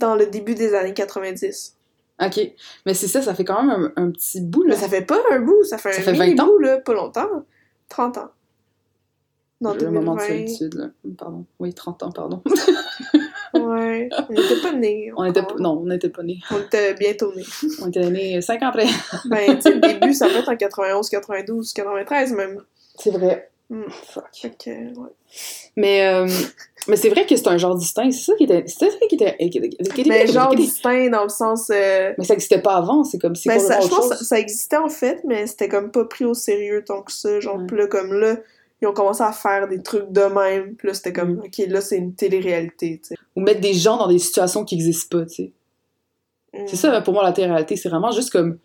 Speaker 1: dans le début des années 90.
Speaker 2: Ok. Mais c'est ça, ça fait quand même un, un petit bout,
Speaker 1: Mais
Speaker 2: là.
Speaker 1: Ben, ça fait pas un bout, ça fait
Speaker 2: Ça
Speaker 1: un
Speaker 2: fait 20
Speaker 1: mini
Speaker 2: ans.
Speaker 1: bout, là, pas longtemps. 30 ans. Dans
Speaker 2: J'ai eu un moment de
Speaker 1: 2020.
Speaker 2: solitude, là. Mm, Pardon. Oui, 30 ans, pardon.
Speaker 1: Ouais. On était pas nés.
Speaker 2: On était,
Speaker 1: encore.
Speaker 2: non, on n'était pas nés.
Speaker 1: On était bientôt nés.
Speaker 2: On était nés 5 ans après.
Speaker 1: Ben, tu sais, le début, ça peut être en 91, 92, 93 même.
Speaker 2: C'est vrai.
Speaker 1: Mm.
Speaker 2: Fuck.
Speaker 1: Fait que, ouais.
Speaker 2: Mais, euh, mais c'est vrai que c'est un genre distinct. C'est ça qui était. C'est ça qui était.
Speaker 1: Mais Ben, genre distinct dans le sens. euh,
Speaker 2: Mais ça n'existait pas avant. C'est comme. C'est
Speaker 1: Ben, ça, je
Speaker 2: complètement autre
Speaker 1: pense que
Speaker 2: chose.
Speaker 1: ça, ça existait en fait, mais c'était comme pas pris au sérieux tant que ça. Genre,
Speaker 2: Ouais.
Speaker 1: pis là, comme là, ils ont commencé à faire des trucs de même. Puis là, c'était comme,
Speaker 2: Mm.
Speaker 1: ok, là, c'est une télé-réalité, tu sais.
Speaker 2: Ou mettre des gens dans des situations qui n'existent pas, tu sais.
Speaker 1: Mm.
Speaker 2: C'est ça, pour moi, la télé-réalité. C'est vraiment juste comme.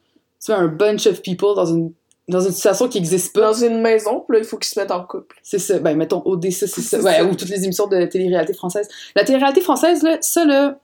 Speaker 2: Tu mets un bunch of people dans une, dans une situation qui n'existe pas.
Speaker 1: Dans une maison, puis là, il faut qu'ils se mettent en couple.
Speaker 2: C'est ça. Ben, mettons OD, ça, c'est ça.
Speaker 1: C'est
Speaker 2: Ouais,
Speaker 1: ça.
Speaker 2: ou toutes les émissions de télé-réalité française. La télé-réalité française, là, ça, là,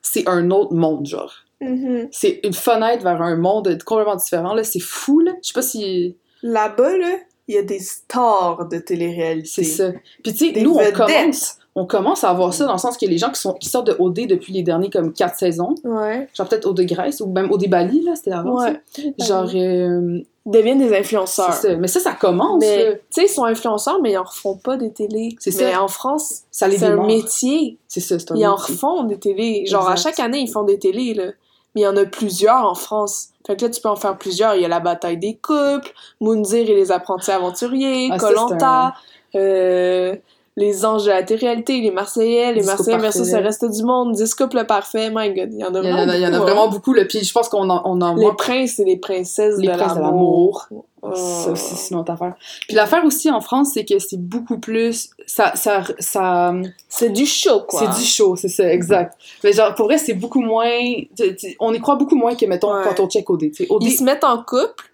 Speaker 2: c'est un autre monde, genre.
Speaker 1: Mm-hmm.
Speaker 2: c'est une fenêtre vers un monde complètement différent. Là, c'est fou, là. Je sais pas si.
Speaker 1: Là-bas, là, il y a des stars de
Speaker 2: C'est
Speaker 1: télé-réalité.
Speaker 2: ça. Puis tu sais,
Speaker 1: Des
Speaker 2: nous, on
Speaker 1: vedettes.
Speaker 2: commence, on commence à avoir ça dans le sens que les gens qui, sont, qui sortent de OD depuis les derniers comme quatre saisons,
Speaker 1: Ouais.
Speaker 2: genre peut-être OD Grèce ou même OD Bali, là, c'était avant
Speaker 1: Ouais.
Speaker 2: ça. Genre, euh,
Speaker 1: Ils deviennent des
Speaker 2: c'est
Speaker 1: influenceurs.
Speaker 2: ça. Mais ça, ça commence, là.
Speaker 1: Mais, tu sais, ils sont influenceurs, mais ils en refont pas des télés.
Speaker 2: C'est
Speaker 1: Mais
Speaker 2: ça.
Speaker 1: en France,
Speaker 2: Ça les
Speaker 1: c'est un
Speaker 2: démarre.
Speaker 1: métier.
Speaker 2: C'est ça, c'est un
Speaker 1: Ils en
Speaker 2: métier.
Speaker 1: refont des télés. Genre, à
Speaker 2: Exact.
Speaker 1: chaque année, ils font des télés, là. Mais il y en a plusieurs en France. Fait que là, tu peux en faire plusieurs. Il y a la bataille des couples, Moundir et les apprentis aventuriers,
Speaker 2: Ah, ça,
Speaker 1: Colanta, euh, les anges de la télé-réalité, les Marseillais, les
Speaker 2: Disco
Speaker 1: Marseillais versus
Speaker 2: Parfait.
Speaker 1: le reste du monde, 10 couples parfaits. My god, il y en a
Speaker 2: Il y en
Speaker 1: vraiment.
Speaker 2: a, il y en a
Speaker 1: beaucoup, hein.
Speaker 2: vraiment beaucoup, là. Puis je pense qu'on en, on en
Speaker 1: Les
Speaker 2: manque.
Speaker 1: princes et les princesses
Speaker 2: Les
Speaker 1: de
Speaker 2: princes de
Speaker 1: l'amour.
Speaker 2: Ça
Speaker 1: Oh.
Speaker 2: aussi, c'est une autre affaire. Puis l'affaire aussi en France, c'est que c'est beaucoup plus. Ça, ça, ça,
Speaker 1: C'est du show, quoi.
Speaker 2: c'est du show, c'est ça, exact. Mais genre, pour vrai, c'est beaucoup moins. tu- tu- On y croit beaucoup moins que, mettons,
Speaker 1: Ouais.
Speaker 2: quand on check OD. tu sais. OD,
Speaker 1: Ils se mettent en couple.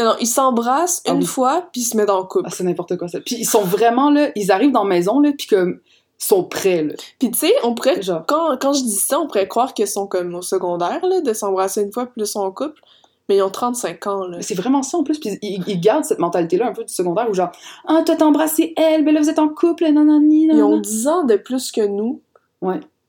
Speaker 1: Non, ils s'embrassent
Speaker 2: Ah
Speaker 1: une
Speaker 2: oui.
Speaker 1: fois, puis ils se mettent en couple.
Speaker 2: Ah, c'est n'importe quoi, ça. Puis ils sont vraiment, là, ils arrivent dans la maison, là, puis comme, ils sont prêts, là.
Speaker 1: Puis tu sais, on pourrait...
Speaker 2: Genre,
Speaker 1: Quand, quand je dis ça, on pourrait croire qu'ils sont comme au secondaire, là, de s'embrasser une fois, puis ils sont en couple. Mais ils ont 35 ans, là.
Speaker 2: c'est vraiment ça, en plus. Puis ils, ils gardent cette mentalité-là un peu du secondaire, où genre, ah, toi, t'as embrassé elle, mais là, vous êtes en couple, nanani,
Speaker 1: Ils ont
Speaker 2: nanana.
Speaker 1: 10 ans de plus que nous.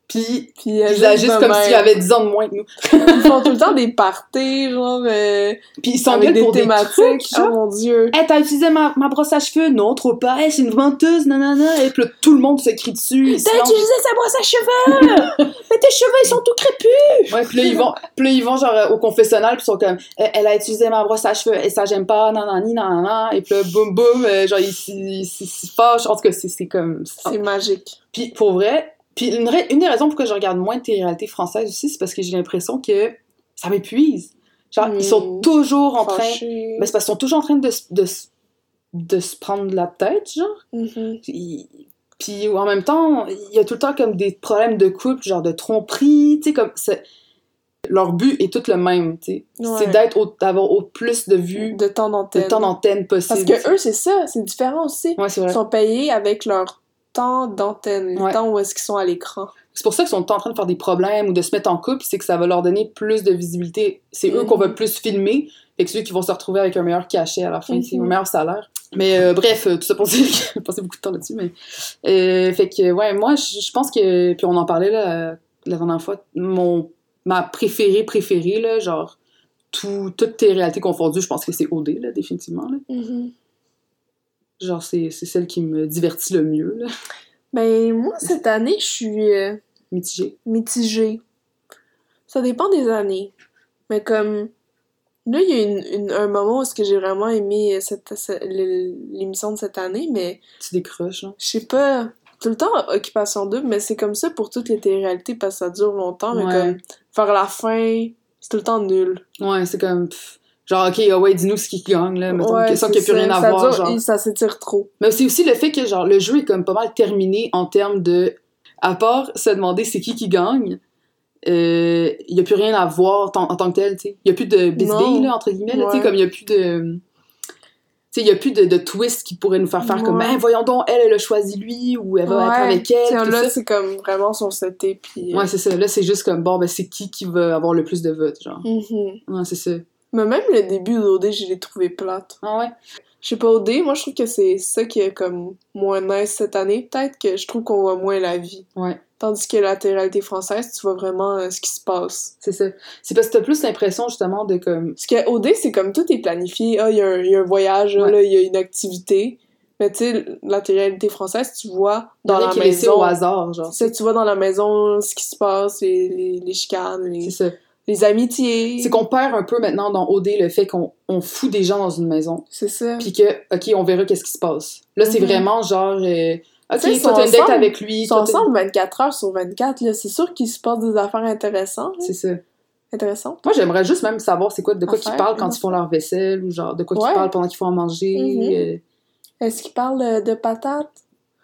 Speaker 2: Puis
Speaker 1: Puis
Speaker 2: ils agissent
Speaker 1: de
Speaker 2: comme
Speaker 1: même.
Speaker 2: s'ils avaient 10 ans de moins que nous.
Speaker 1: Ils font tout le temps des parties, genre... euh,
Speaker 2: Puis ils
Speaker 1: avec
Speaker 2: s'engueulent
Speaker 1: des
Speaker 2: pour des
Speaker 1: thématiques.
Speaker 2: trucs,
Speaker 1: oh
Speaker 2: genre.
Speaker 1: mon Dieu.
Speaker 2: Hey, t'as utilisé ma, ma brosse à cheveux? Non, trop pas. Hey, c'est une venteuse, nanana. Et puis là, tout le monde se crie dessus. ils se lancent.
Speaker 1: sa brosse à cheveux! mais tes cheveux, ils sont tout crépus!
Speaker 2: Ouais, puis là, ils vont, puis là, ils vont genre euh, au confessionnal, puis ils sont comme, Eh, elle a utilisé ma brosse à cheveux, et ça, j'aime pas, nanani, nanana. Et puis là, boum, boum, euh, genre, ils s- ils s- ils se fâchent. En tout cas, c'est c'est comme.
Speaker 1: C'est magique.
Speaker 2: Puis pour vrai, puis une, ra- une des raisons pourquoi je regarde moins de télé-réalité française aussi, c'est parce que j'ai l'impression que ça m'épuise. Genre,
Speaker 1: Mm.
Speaker 2: ils sont toujours en train.
Speaker 1: Fâché.
Speaker 2: Mais c'est parce qu'ils sont toujours en train de, se- de, se- de se prendre la tête, genre.
Speaker 1: Mhm.
Speaker 2: Puis, puis en même temps, il y a tout le temps comme des problèmes de couple, genre de tromperie, tu sais, comme c'est- leur but est tout le même, tu sais.
Speaker 1: Ouais.
Speaker 2: C'est d'être au- d'avoir au plus de vues,
Speaker 1: De temps
Speaker 2: de
Speaker 1: d'antenne.
Speaker 2: temps d'antenne
Speaker 1: Parce
Speaker 2: possible.
Speaker 1: que eux, c'est ça, c'est différent aussi.
Speaker 2: ouais, c'est vrai.
Speaker 1: Ils sont payés avec leur temps d'antenne, le
Speaker 2: Ouais.
Speaker 1: temps où est-ce qu'ils sont à l'écran.
Speaker 2: C'est pour ça qu'ils sont en train de faire des problèmes ou de se mettre en couple, c'est que ça va leur donner plus de visibilité. C'est eux
Speaker 1: Mhm.
Speaker 2: qu'on va plus filmer, et que ceux qui vont se retrouver avec un meilleur cachet à la fin,
Speaker 1: Mhm.
Speaker 2: c'est un meilleur salaire. Mais euh, bref, euh, tout ça pour dire que j'ai passé beaucoup de temps là-dessus, mais... euh, fait que, ouais, moi, je je pense que... Puis on en parlait, là, euh, la dernière fois, mon... ma préférée préférée, là, genre, tout, toutes tes réalités confondues, je pense que c'est OD, là, définitivement, là. Genre, c'est c'est celle qui me divertit le mieux, là.
Speaker 1: Ben, moi, cette année, je suis euh,
Speaker 2: Mitigée.
Speaker 1: mitigée. Ça dépend des années. Mais comme. Là, il y a une- une- un moment où est-ce que j'ai vraiment aimé cette- cette- le- l'émission de cette année, mais
Speaker 2: Tu décroches, là.
Speaker 1: je sais pas. Tout le temps, Occupation Double, mais c'est comme ça pour toutes les téléréalités parce que ça dure longtemps, Ah, mais
Speaker 2: Ouais.
Speaker 1: comme. Faire la fin, c'est tout le temps nul.
Speaker 2: Ouais, c'est comme. pff, genre, ok, ah ouais, dis-nous ce qui gagne, là. Mettons,
Speaker 1: Ouais,
Speaker 2: une question
Speaker 1: c'est
Speaker 2: qui a plus
Speaker 1: ça.
Speaker 2: rien à
Speaker 1: Ça
Speaker 2: voir.
Speaker 1: dure-
Speaker 2: genre.
Speaker 1: et ça s'étire trop.
Speaker 2: Mais c'est aussi le fait que, genre, le jeu est comme pas mal terminé en termes de. À part se demander c'est qui qui gagne, il y a plus rien à voir tant- en tant que tel, tu sais. Il y a plus de bisbille,
Speaker 1: Non.
Speaker 2: là, entre guillemets, là, tu sais,
Speaker 1: Ouais.
Speaker 2: comme il y a plus de. Tu sais, il y a plus de, de twist qui pourrait nous faire faire comme,
Speaker 1: Ouais.
Speaker 2: ben voyons donc, elle, elle a choisi lui, ou elle va être avec elle.
Speaker 1: Tiens,
Speaker 2: tout
Speaker 1: là,
Speaker 2: ça.
Speaker 1: c'est comme vraiment son seté, puis... euh,
Speaker 2: Ouais, c'est ça. Là, c'est juste comme, bon, ben, c'est qui qui va avoir le plus de votes, genre.
Speaker 1: mhm.
Speaker 2: Ouais, c'est ça.
Speaker 1: Mais même le début d'OD, je l'ai trouvé plate.
Speaker 2: Ah ouais?
Speaker 1: Je sais pas, OD, moi, je trouve que c'est ça qui est comme moins nice cette année. Peut-être que je trouve qu'on voit moins la vie.
Speaker 2: Ouais.
Speaker 1: Tandis que la télé française, tu vois vraiment euh, ce qui se passe.
Speaker 2: C'est ça. C'est parce que t'as plus l'impression, justement, de comme.
Speaker 1: Parce que OD, c'est comme tout est planifié. Ah, il y, a un- il y a un voyage, ah,
Speaker 2: Ouais.
Speaker 1: là, il y a une activité. Mais tu sais, la télé française, tu vois dans
Speaker 2: Y'en a
Speaker 1: la
Speaker 2: qui est laissé
Speaker 1: maison...
Speaker 2: au hasard, genre.
Speaker 1: Tu sais, tu vois dans la maison ce qui se passe, les, les, les chicanes, les,
Speaker 2: C'est ça.
Speaker 1: les amitiés.
Speaker 2: C'est qu'on perd un peu maintenant dans OD le fait qu'on on fout des gens dans une maison,
Speaker 1: C'est ça.
Speaker 2: puis que, OK, on verra qu'est-ce qui se passe. Là, c'est
Speaker 1: Ah. Mhm.
Speaker 2: vraiment genre, euh, OK,
Speaker 1: Tu sais, ils
Speaker 2: toi,
Speaker 1: sont
Speaker 2: t'as une date
Speaker 1: ensemble.
Speaker 2: avec lui.
Speaker 1: Ils sont
Speaker 2: toi, t'as-
Speaker 1: ensemble 24 heures sur 24, là. C'est sûr qu'il se passe des affaires intéressantes. là.
Speaker 2: C'est ça.
Speaker 1: Intéressantes.
Speaker 2: Moi, j'aimerais juste même savoir c'est quoi, de quoi
Speaker 1: Affaire,
Speaker 2: qu'ils parlent quand
Speaker 1: ouais.
Speaker 2: ils font leur vaisselle, ou genre, de quoi
Speaker 1: Ouais.
Speaker 2: qu'ils parlent pendant qu'ils font à manger.
Speaker 1: Mhm.
Speaker 2: euh,
Speaker 1: Est-ce qu'ils parlent euh, de patates?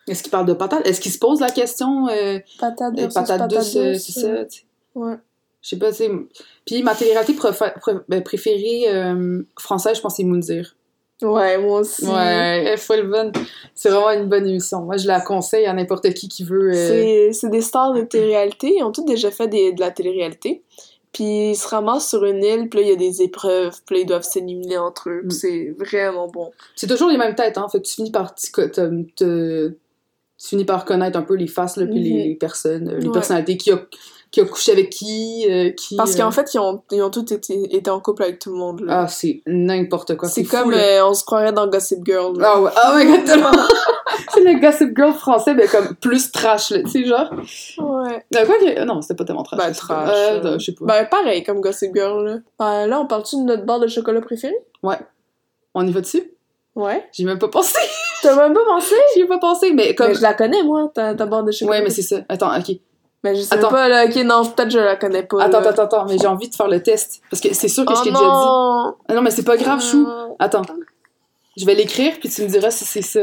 Speaker 2: Est-ce qu'ils parlent de patates? Est-ce qu'ils se posent la question, euh,
Speaker 1: Patates
Speaker 2: euh,
Speaker 1: versus
Speaker 2: patates
Speaker 1: patates
Speaker 2: douces, euh,
Speaker 1: douces,
Speaker 2: c'est ça,
Speaker 1: euh,
Speaker 2: tu sais.
Speaker 1: Ouais.
Speaker 2: Je sais pas, tu sais. Puis ma télé-réalité préfé- pré- ben, préférée euh, française, je pense, c'est Moundir.
Speaker 1: Ouais, moi aussi.
Speaker 2: Ouais, elle est full bonne. C'est vraiment une bonne émission. Moi, je la conseille à n'importe qui qui veut. euh,
Speaker 1: C'est c'est des stars de télé-réalité. Ils ont tous déjà fait des- de la télé-réalité. Puis ils se ramassent sur une île, puis là, il y a des épreuves, puis là, ils doivent s'éliminer entre eux. puis
Speaker 2: Mm.
Speaker 1: C'est vraiment bon.
Speaker 2: C'est toujours les mêmes têtes, hein. Fait que tu finis par t'y co- te- te- tu finis par connaître un peu les faces, là, puis les,
Speaker 1: Mhm.
Speaker 2: les personnes, euh, les
Speaker 1: Ouais.
Speaker 2: personnalités, qui a, qui a couché avec qui, euh, qui.
Speaker 1: Parce
Speaker 2: euh,
Speaker 1: qu'en fait, ils ont, ils ont tous été, été en couple avec tout le monde. là.
Speaker 2: Ah, c'est n'importe quoi.
Speaker 1: c'est
Speaker 2: fou,
Speaker 1: comme
Speaker 2: là.
Speaker 1: euh, on se croirait dans Gossip Girl. là.
Speaker 2: Ah ouais, ah ouais, exactement. c'est le Gossip Girl français, mais comme plus trash, là, tu sais, genre.
Speaker 1: Ouais.
Speaker 2: Euh, quoi que- ah Non, c'était pas tellement trash.
Speaker 1: Ben,
Speaker 2: je sais pas.
Speaker 1: trash,
Speaker 2: Euh,
Speaker 1: euh,
Speaker 2: je sais pas.
Speaker 1: Ben, pareil, comme Gossip Girl. Là, Ben, là on parle-tu de notre barre de chocolat préférée?
Speaker 2: Ouais. On y va dessus?
Speaker 1: Ouais.
Speaker 2: J'y ai même pas pensé.
Speaker 1: T'as même pas pensé?
Speaker 2: J'y ai pas pensé, mais comme.
Speaker 1: Mais je la connais, moi, ta, ta barre de chocolat.
Speaker 2: Ouais, mais c'est ça. Attends, ok.
Speaker 1: Mais je sais
Speaker 2: Attends.
Speaker 1: pas, là. Ok, non, peut-être je la connais pas.
Speaker 2: Attends,
Speaker 1: là.
Speaker 2: attends, attends, mais j'ai envie de faire le test. Parce que c'est sûr que je
Speaker 1: Oh
Speaker 2: t'ai déjà dit.
Speaker 1: non!
Speaker 2: Ah non, mais c'est pas grave, chou.
Speaker 1: Euh,
Speaker 2: Attends. Je vais l'écrire, puis tu me diras si c'est ça.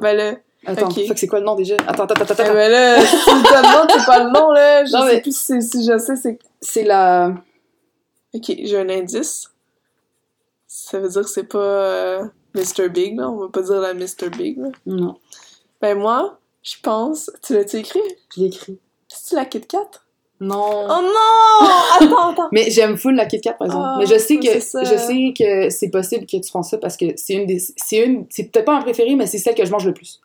Speaker 1: Ben là,
Speaker 2: Attends,
Speaker 1: Ok.
Speaker 2: fuck, c'est quoi le nom déjà? Attends, attends, attends,
Speaker 1: eh
Speaker 2: attends.
Speaker 1: ben là, si tu te demandes, c'est pas le nom, là. Je
Speaker 2: Non,
Speaker 1: sais
Speaker 2: mais-
Speaker 1: plus si, c'est- si je sais, c'est...
Speaker 2: C'est la.
Speaker 1: Ok, j'ai un indice. Ça veut dire que c'est pas euh, Mr. Big, là. On va pas dire la Mr. Big, là.
Speaker 2: Non,
Speaker 1: Ben moi, je pense... Tu l'as-tu écrit?
Speaker 2: je l'ai écrit.
Speaker 1: C'est-tu la Kit Kat?
Speaker 2: Non.
Speaker 1: Oh non! Attends, attends.
Speaker 2: Mais j'aime full la Kit Kat, par exemple.
Speaker 1: Ah,
Speaker 2: mais je sais que
Speaker 1: c'est ça.
Speaker 2: je sais que c'est possible que tu penses ça parce que c'est une des c'est une c'est peut-être pas un préféré mais c'est celle que je mange le plus.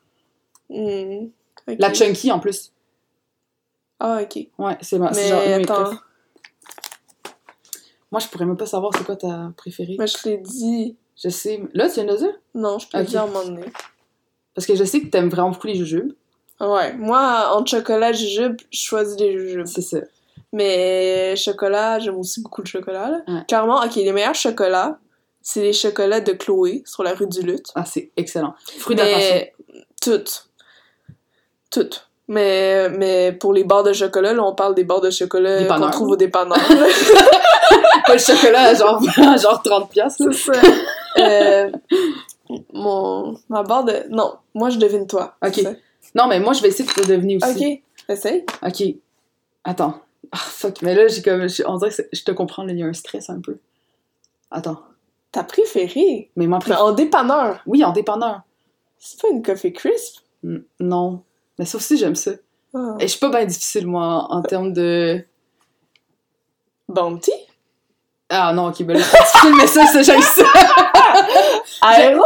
Speaker 1: Hmm, ok.
Speaker 2: La chunky en plus.
Speaker 1: Ah, ok.
Speaker 2: Ouais, c'est ma c'est
Speaker 1: Mais
Speaker 2: genre une de mes
Speaker 1: attends,
Speaker 2: préf. Moi, je pourrais même pas savoir c'est quoi ta préférée.
Speaker 1: mais je l'ai dit...
Speaker 2: Je sais là tu viens de le dire
Speaker 1: Non, je peux
Speaker 2: Ok.
Speaker 1: dire à un moment donné.
Speaker 2: parce que je sais que t'aimes vraiment beaucoup les jujubes.
Speaker 1: Ouais, moi, entre chocolat et jujube, je choisis les jujubes.
Speaker 2: C'est ça.
Speaker 1: Mais chocolat, j'aime aussi beaucoup le chocolat. Là.
Speaker 2: Ouais.
Speaker 1: Clairement, ok, les meilleurs chocolats, c'est les chocolats de Chloé sur la rue du Lutte.
Speaker 2: Ah, c'est excellent. Fruits de la passion.
Speaker 1: Mais toutes. Toutes. Mais, mais pour les barres de chocolat, là, on parle des barres de chocolat qu'on
Speaker 2: Dépanneur.
Speaker 1: trouve au dépanneur.
Speaker 2: Pas le chocolat à genre à genre 30 pièces.
Speaker 1: c'est ça. Euh, mon, ma barre de. Non, moi je devine toi.
Speaker 2: Ok.
Speaker 1: C'est ça.
Speaker 2: Non, mais moi je vais essayer de te deviner aussi.
Speaker 1: Ok, essaye.
Speaker 2: Ok. Attends. Ah, fuck. Mais là, j'ai comme. j'ai- On dirait que c'est- je te comprends, là, il y a un stress un peu. Attends.
Speaker 1: Ta préférée.
Speaker 2: Mais moi,
Speaker 1: Mais en dépanneur.
Speaker 2: Oui, en dépanneur.
Speaker 1: C'est pas une coffee crisp?
Speaker 2: Mm, Non. Mais ça aussi, j'aime ça.
Speaker 1: Ah.
Speaker 2: Et je suis pas bien difficile, moi, en termes de.
Speaker 1: Bounty?
Speaker 2: Ah non, ok, ben là, c'est difficile, mais ça, ça, j'aime ça.
Speaker 1: Aéro?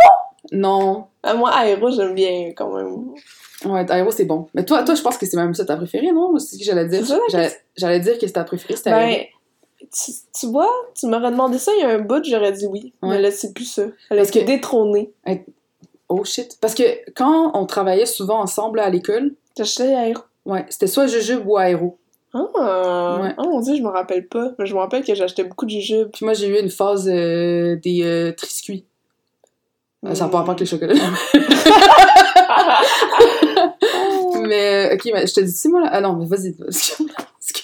Speaker 2: Non.
Speaker 1: Ah, moi, aéro, j'aime bien quand même.
Speaker 2: Ouais, Aéro, c'est bon. Mais toi, toi, je pense que c'est même ça ta préférée, non? C'est ce que j'allais dire.
Speaker 1: C'est ça, la
Speaker 2: J'allais- J'allais dire que c'est ta préférée, c'était Aéro.
Speaker 1: Ben, tu, tu vois, tu m'aurais demandé ça il y a un bout, j'aurais dit oui.
Speaker 2: Ouais.
Speaker 1: Mais là, c'est plus ça. Elle a
Speaker 2: Parce
Speaker 1: été
Speaker 2: que-
Speaker 1: détrônée.
Speaker 2: Oh shit. Parce que quand on travaillait souvent ensemble là, à l'école,
Speaker 1: J'achetais aéro.
Speaker 2: ouais, c'était soit Jujube ou Aéro.
Speaker 1: Ah!
Speaker 2: Ouais.
Speaker 1: Oh mon dieu, je me rappelle pas. Mais je me rappelle que j'achetais beaucoup de jujubes.
Speaker 2: Puis moi, j'ai eu une phase euh, des euh, triscuits. Euh, Ça n'a pas rapport avec le chocolat.
Speaker 1: Mm.
Speaker 2: mais, euh, ok, mais je te dis, si moi, là. Ah non, mais vas-y. excuse-moi.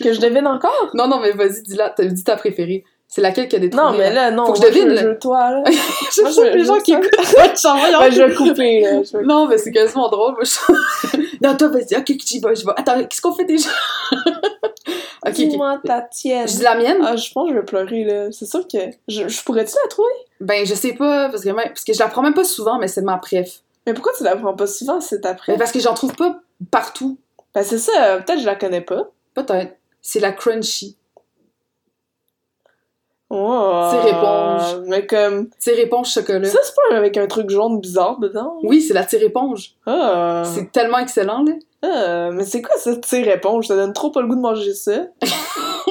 Speaker 1: Que je devine encore?
Speaker 2: non, non, mais vas-y, dis-la. T'as dit ta préférée. C'est laquelle qui a détruit.
Speaker 1: Non, mais là, non.
Speaker 2: euh, Faut que je
Speaker 1: moi,
Speaker 2: devine,
Speaker 1: veux
Speaker 2: là.
Speaker 1: le jeu, toi, là.
Speaker 2: je
Speaker 1: moi,
Speaker 2: sais
Speaker 1: je-
Speaker 2: les gens
Speaker 1: je
Speaker 2: qui
Speaker 1: sais.
Speaker 2: écoutent. Ouais, j'en vois, y'en
Speaker 1: Ben, je
Speaker 2: a.
Speaker 1: vais couper, là. Je vais-
Speaker 2: Non, mais c'est quasiment drôle. moi, je- non, toi, vas-y. Ok, j'y vais, j'y vais. Attends, qu'est-ce qu'on fait déjà? ok, ok.
Speaker 1: Dis-moi ta tienne.
Speaker 2: Je dis la mienne?
Speaker 1: Ah, je pense que je vais pleurer, là. C'est sûr que. Je, je pourrais-tu la trouver?
Speaker 2: Ben, je sais pas, parce que, même- parce que je la prends même pas souvent, mais c'est ma préf.
Speaker 1: Mais pourquoi tu la prends pas souvent, c'est après?
Speaker 2: Mais ben- parce que j'en trouve pas partout.
Speaker 1: Ben, c'est ça, peut-être que je la connais pas.
Speaker 2: Peut-être. C'est la crunchy.
Speaker 1: Oh,
Speaker 2: C'est réponse.
Speaker 1: Mais comme.
Speaker 2: Tire éponge chocolat.
Speaker 1: Ça, c'est pas avec un truc jaune bizarre dedans.
Speaker 2: Oui, c'est la tire éponge.
Speaker 1: Ah.
Speaker 2: C'est tellement excellent, là.
Speaker 1: Ah, mais c'est quoi ça, tu sais, réponse? Ça donne trop pas le goût de manger ça.
Speaker 2: T'es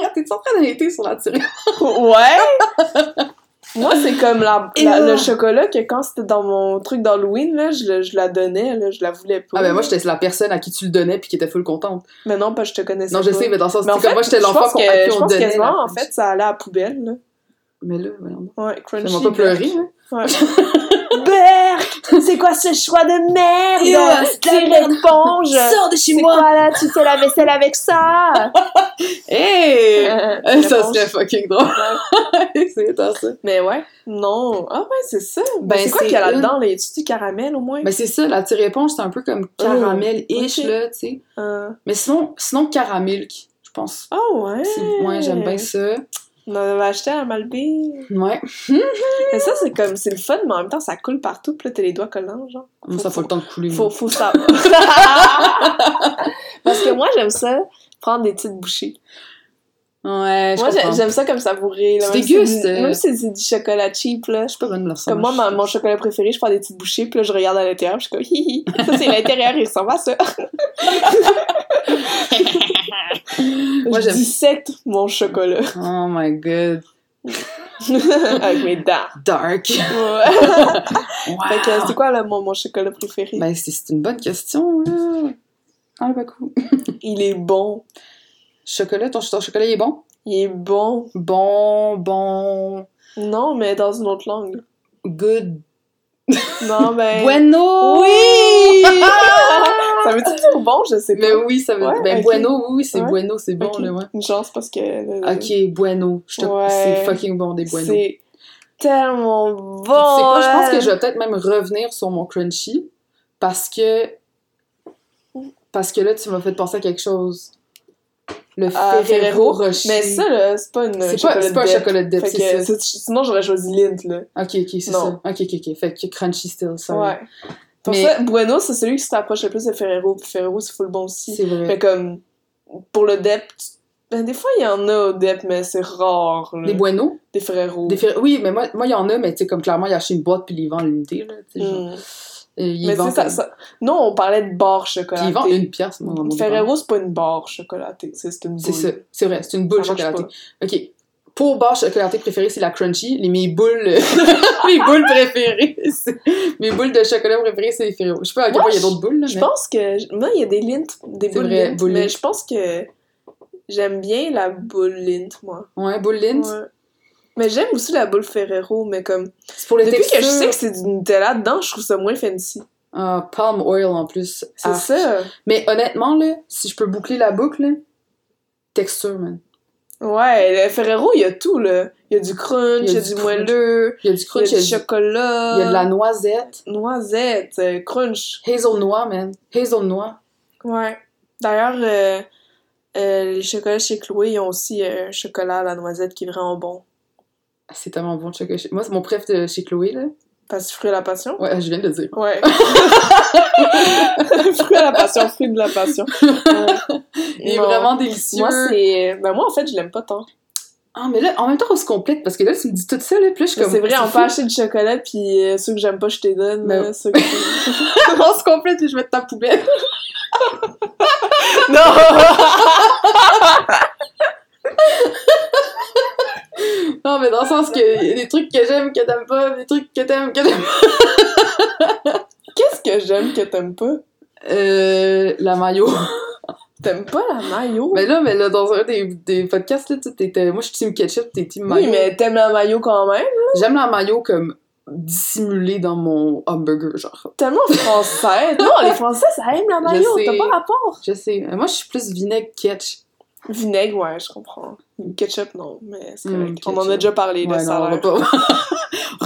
Speaker 2: Ah, en train d'arrêter sur la tire éponge.
Speaker 1: ouais! Moi, c'est comme la,
Speaker 2: Et
Speaker 1: la-
Speaker 2: là.
Speaker 1: le chocolat que quand c'était dans mon truc d'Halloween, là, je, le- je la donnais, là, je la voulais pas.
Speaker 2: Ah, ben moi, j'étais la personne à qui tu le donnais puis qui était full contente.
Speaker 1: Mais non, parce que je te connaissais
Speaker 2: Non, je
Speaker 1: pas.
Speaker 2: sais, mais dans le sens,
Speaker 1: Mais en
Speaker 2: c'est comme
Speaker 1: fait,
Speaker 2: moi, j'étais
Speaker 1: je
Speaker 2: l'enfant
Speaker 1: pense
Speaker 2: qu'on-
Speaker 1: que-
Speaker 2: à qui
Speaker 1: je
Speaker 2: on
Speaker 1: pense
Speaker 2: donnait.
Speaker 1: quasiment,
Speaker 2: la
Speaker 1: en
Speaker 2: crunchy.
Speaker 1: fait, ça allait à la poubelle, là.
Speaker 2: Mais là, voyons.
Speaker 1: Ouais, crunchy.
Speaker 2: Tellement pas pleuré, hein.
Speaker 1: Ouais. Berk! C'est quoi ce choix de merde?
Speaker 2: Ew, c'est de la
Speaker 1: Tire éponge!
Speaker 2: de chez
Speaker 1: C'est quoi là? Tu fais la vaisselle avec ça?
Speaker 2: Hey!
Speaker 1: Euh,
Speaker 2: Eh, ça
Speaker 1: réponse.
Speaker 2: serait fucking drôle. c'est étant ça.
Speaker 1: Mais ouais, non. Ah ouais, c'est ça. Ben,
Speaker 2: Ben,
Speaker 1: c'est quoi
Speaker 2: c'est
Speaker 1: qu'il y a
Speaker 2: une- Ben,
Speaker 1: là-dedans? Là? Y a-tu du caramel au moins?
Speaker 2: Mais c'est ça, la tire éponge, c'est un peu comme caramel-ish,
Speaker 1: Oh, ok.
Speaker 2: là, tu sais.
Speaker 1: Euh,
Speaker 2: Mais sinon, sinon caramilk, je pense.
Speaker 1: Ah ouais!
Speaker 2: C'est- Ouais, j'aime bien ça.
Speaker 1: On en avait acheté à Malbé.
Speaker 2: Ouais.
Speaker 1: Mais ça, c'est comme, c'est le fun, mais en même temps, ça coule partout, pis là, t'as les doigts collants, genre.
Speaker 2: ça faut le temps de couler.
Speaker 1: Faut, faut ça. Parce que moi, j'aime ça, prendre des petites bouchées.
Speaker 2: Ouais, je
Speaker 1: Moi, j'ai-
Speaker 2: comprends.
Speaker 1: j'aime ça comme savourer. là,
Speaker 2: Tu
Speaker 1: même si c'est
Speaker 2: dégustes,
Speaker 1: du-
Speaker 2: euh.
Speaker 1: Même si c'est du chocolat cheap, là.
Speaker 2: Je suis pas bonne pour ça.
Speaker 1: Comme moi, ma- mon chocolat préféré, je prends des petites bouchées, puis là, je regarde à l'intérieur, puis je suis comme, hi hi, ça c'est l'intérieur, il ressemble à ça.
Speaker 2: Moi,
Speaker 1: je
Speaker 2: j'aime-
Speaker 1: dissecte mon chocolat
Speaker 2: Oh my god.
Speaker 1: avec mes dents.
Speaker 2: Dark.
Speaker 1: Ouais.
Speaker 2: Wow.
Speaker 1: Fait que, c'est quoi, là, mon, mon chocolat préféré?
Speaker 2: Ben, c'est c'est une bonne question, là. Ah, le Bakou.
Speaker 1: Il est bon.
Speaker 2: Chocolat, ton, ton chocolat, il est bon?
Speaker 1: Il est bon.
Speaker 2: Bon, bon,
Speaker 1: Non, mais dans une autre langue.
Speaker 2: good.
Speaker 1: Non, mais...
Speaker 2: Bueno!
Speaker 1: Oui! ça veut-tu dire bon? Je sais pas.
Speaker 2: Mais oui, ça veut
Speaker 1: Ouais,
Speaker 2: Ben,
Speaker 1: ok.
Speaker 2: bueno, oui, oui, c'est
Speaker 1: Ouais.
Speaker 2: bueno, c'est bon,
Speaker 1: Ok.
Speaker 2: là, ouais.
Speaker 1: Une chance, parce que... euh,
Speaker 2: Ok, bueno. Je te-
Speaker 1: Ouais.
Speaker 2: C'est fucking bon, des bueno. C'est
Speaker 1: C'est tellement bon!
Speaker 2: quoi, je pense que
Speaker 1: là.
Speaker 2: je vais peut-être même revenir sur mon crunchy parce que. Parce que là, tu m'as fait penser à quelque chose. Le
Speaker 1: Ah, Ferrero.
Speaker 2: Ferrero Rocher.
Speaker 1: Mais ça, là, c'est pas une.
Speaker 2: c'est pas, c'est pas un chocolat de dette,
Speaker 1: Fait
Speaker 2: c'est
Speaker 1: que,
Speaker 2: ça.
Speaker 1: c'est- sinon, j'aurais choisi Lint, là.
Speaker 2: Ok, ok, c'est ça.
Speaker 1: Non.
Speaker 2: Ok, ok, ok. Fait que crunchy still, sorry.
Speaker 1: Ouais. Pour
Speaker 2: Mais-
Speaker 1: ça, Bueno, c'est celui qui s'approche le plus de Ferrero. Puis Ferrero, c'est full bon aussi.
Speaker 2: C'est vrai.
Speaker 1: Mais comme, pour le Dep, tu- ben, des fois, il y en a au Dep, mais c'est rare, là.
Speaker 2: Des buenos?
Speaker 1: Des Ferrero.
Speaker 2: Des fer- Oui, mais moi, moi, il y en a, mais tu sais, comme clairement, il a acheté une boîte puis il les vend à l'unité, là. tu sais, genre.
Speaker 1: Mm.
Speaker 2: Euh, il
Speaker 1: Mais tu
Speaker 2: vend
Speaker 1: sais, ça,
Speaker 2: comme-
Speaker 1: ça- Non, on parlait de barre
Speaker 2: Puis il vend
Speaker 1: chocolatée.
Speaker 2: une pièce, moi, dans mon dépanneur.
Speaker 1: Ferrero, c'est pas une barre chocolatée. C'est c'est une boule.
Speaker 2: C'est ça, c'est vrai, c'est une boule
Speaker 1: Ça marche
Speaker 2: chocolatée. Ok. Pour barre chocolatée préférée, c'est la crunchy. Les, mes boules, mes boules préférées, c'est- mes boules de chocolat préférées, c'est les Ferrero. Je sais pas à quel
Speaker 1: Moi,
Speaker 2: point il y a
Speaker 1: je-
Speaker 2: d'autres boules, là,
Speaker 1: Je
Speaker 2: mais
Speaker 1: pense que. Moi, il y a des Lint, des
Speaker 2: C'est
Speaker 1: boules
Speaker 2: vrai,
Speaker 1: Lint,
Speaker 2: boules Lint.
Speaker 1: Mais je pense que j'aime bien la boule Lint, moi.
Speaker 2: ouais, boules Lindt.
Speaker 1: Ouais. Mais j'aime aussi la boule Ferrero, mais comme.
Speaker 2: C'est pour les
Speaker 1: Depuis que je sais
Speaker 2: textures.
Speaker 1: que c'est du Nutella dedans, je trouve ça moins fancy.
Speaker 2: Ah, palm oil en plus.
Speaker 1: C'est
Speaker 2: Ah.
Speaker 1: ça.
Speaker 2: Mais honnêtement, là, si je peux boucler la boucle, là, texture, man.
Speaker 1: Ouais, le Ferrero, il y a tout, là. Il y a du crunch, il y a du
Speaker 2: crunch.
Speaker 1: moelleux,
Speaker 2: Il y a du
Speaker 1: il y a
Speaker 2: crunch, il
Speaker 1: du
Speaker 2: y a du-
Speaker 1: chocolat.
Speaker 2: il y a de la noisette.
Speaker 1: noisette, euh, crunch.
Speaker 2: Hazelnois, man. Hazelnois.
Speaker 1: Ouais. D'ailleurs, euh, euh, les chocolats chez Chloé, ils ont aussi euh, un chocolat à la noisette qui est vraiment bon.
Speaker 2: Ah, C'est tellement bon le chocolat. chez- Moi, c'est mon préf de chez Chloé, là.
Speaker 1: Parce que fruit à la passion?
Speaker 2: Ouais, je viens de le dire.
Speaker 1: Ouais. fruit à la passion, fruit de la passion. Ouais.
Speaker 2: Il est
Speaker 1: Non.
Speaker 2: vraiment délicieux.
Speaker 1: Moi, c'est. Ben, moi, en fait, je l'aime pas tant.
Speaker 2: Ah, mais là, en même temps, on se complète parce que là, tu me dis tout ça, là, puis là, je suis
Speaker 1: Mais
Speaker 2: comme.
Speaker 1: C'est vrai, on
Speaker 2: fou.
Speaker 1: peut acheter du chocolat, puis euh, ceux que j'aime pas, je te les donne.
Speaker 2: Mais-
Speaker 1: euh, ceux que-
Speaker 2: on se complète et je vais ta poubelle.
Speaker 1: non!
Speaker 2: Non, mais dans le sens que il y a des trucs que j'aime, que t'aimes pas, des trucs que t'aimes, que t'aimes.
Speaker 1: Qu'est-ce que j'aime que t'aimes pas?
Speaker 2: Euh. La maillot.
Speaker 1: T'aimes pas la mayo?
Speaker 2: mais là, mais là, dans un des, des podcasts, là, tu t'étais. Moi, je suis team ketchup, t'es team maillot.
Speaker 1: oui, mais t'aimes la mayo quand même?
Speaker 2: J'aime la maillot comme dissimulée dans mon hamburger, genre.
Speaker 1: Tellement français! non, Oh, les Français, ça aime la mayo,
Speaker 2: sais.
Speaker 1: t'as pas rapport!
Speaker 2: Je sais. Euh, Moi, je suis plus vinaigre ketch.
Speaker 1: Vinaigre, ouais, je comprends. Ketchup, non, mais c'est
Speaker 2: Hmm,
Speaker 1: correct. on en
Speaker 2: ketchup.
Speaker 1: a déjà parlé, de
Speaker 2: Ouais,
Speaker 1: ça.
Speaker 2: non, on
Speaker 1: a
Speaker 2: va
Speaker 1: l'air.
Speaker 2: pas.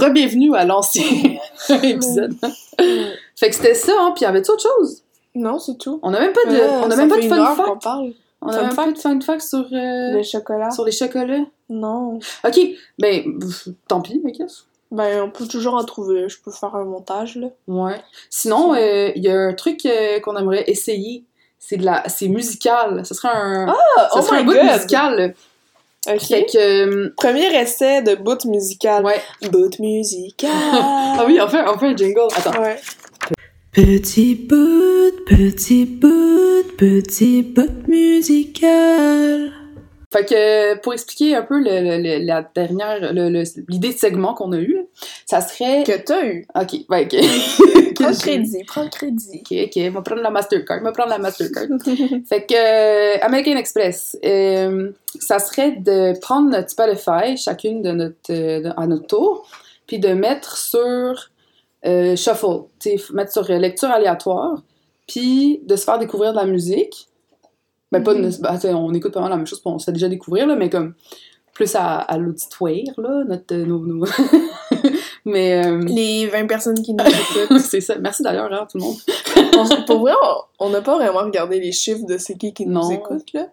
Speaker 2: Rebienvenue à l'ancien épisode. fait que c'était ça, hein. Puis y avait-tu autre chose?
Speaker 1: Non, c'est tout.
Speaker 2: On a même pas de,
Speaker 1: Ouais,
Speaker 2: on a
Speaker 1: ça
Speaker 2: même pas de
Speaker 1: fait une
Speaker 2: fun
Speaker 1: heure qu'on
Speaker 2: fact.
Speaker 1: parle.
Speaker 2: On
Speaker 1: Fun
Speaker 2: a même pas de fun fact sur, euh,
Speaker 1: Le chocolat?
Speaker 2: sur les chocolats.
Speaker 1: Non.
Speaker 2: Ok, ben, pff, tant pis, I guess.
Speaker 1: Ben, on peut toujours en trouver. Je peux faire un montage, là.
Speaker 2: Ouais. Sinon, il y a un truc euh, qu'on aimerait essayer. C'est de la, c'est musical. Ce serait un,
Speaker 1: Ah,
Speaker 2: ça serait un bout musical.
Speaker 1: Ok.
Speaker 2: Fait que, euh,
Speaker 1: Premier essai de boot musical.
Speaker 2: ouais.
Speaker 1: Boot musical!
Speaker 2: Ah oui, on fait, on fait un jingle. Attends.
Speaker 1: Ouais.
Speaker 3: Petit bout, petit bout, petit bout musical.
Speaker 2: Fait que, euh, pour expliquer un peu le, le- le- la dernière, le- le- l'idée de segment qu'on a eu, là, ça serait.
Speaker 1: Que t'as eu.
Speaker 2: Ok, ben, ok.
Speaker 1: Prends le crédit, prends le crédit.
Speaker 2: Ok, ok, on va prendre la Mastercard, on va prendre la Mastercard. Fait que euh, American Express, euh, ça serait de prendre notre Spotify, chacune de notre, euh, de- à notre tour, puis de mettre sur euh, shuffle, tu sais, f- mettre sur euh, lecture aléatoire, puis de se faire découvrir de la musique. Ben, pas de-
Speaker 1: Mhm.
Speaker 2: ben, tu sais, on écoute pas mal la même chose, puis on se fait déjà découvrir, là, mais comme plus à, à l'auditoire, là, notre, euh, nos, nos- mais euh,
Speaker 1: Les 20 personnes qui nous écoutent.
Speaker 2: c'est ça. Merci d'ailleurs, hein, tout le monde.
Speaker 1: On- pour vrai, on- on n'a pas vraiment regardé les chiffres de c'est qui qui
Speaker 2: Non.
Speaker 1: nous écoute, là.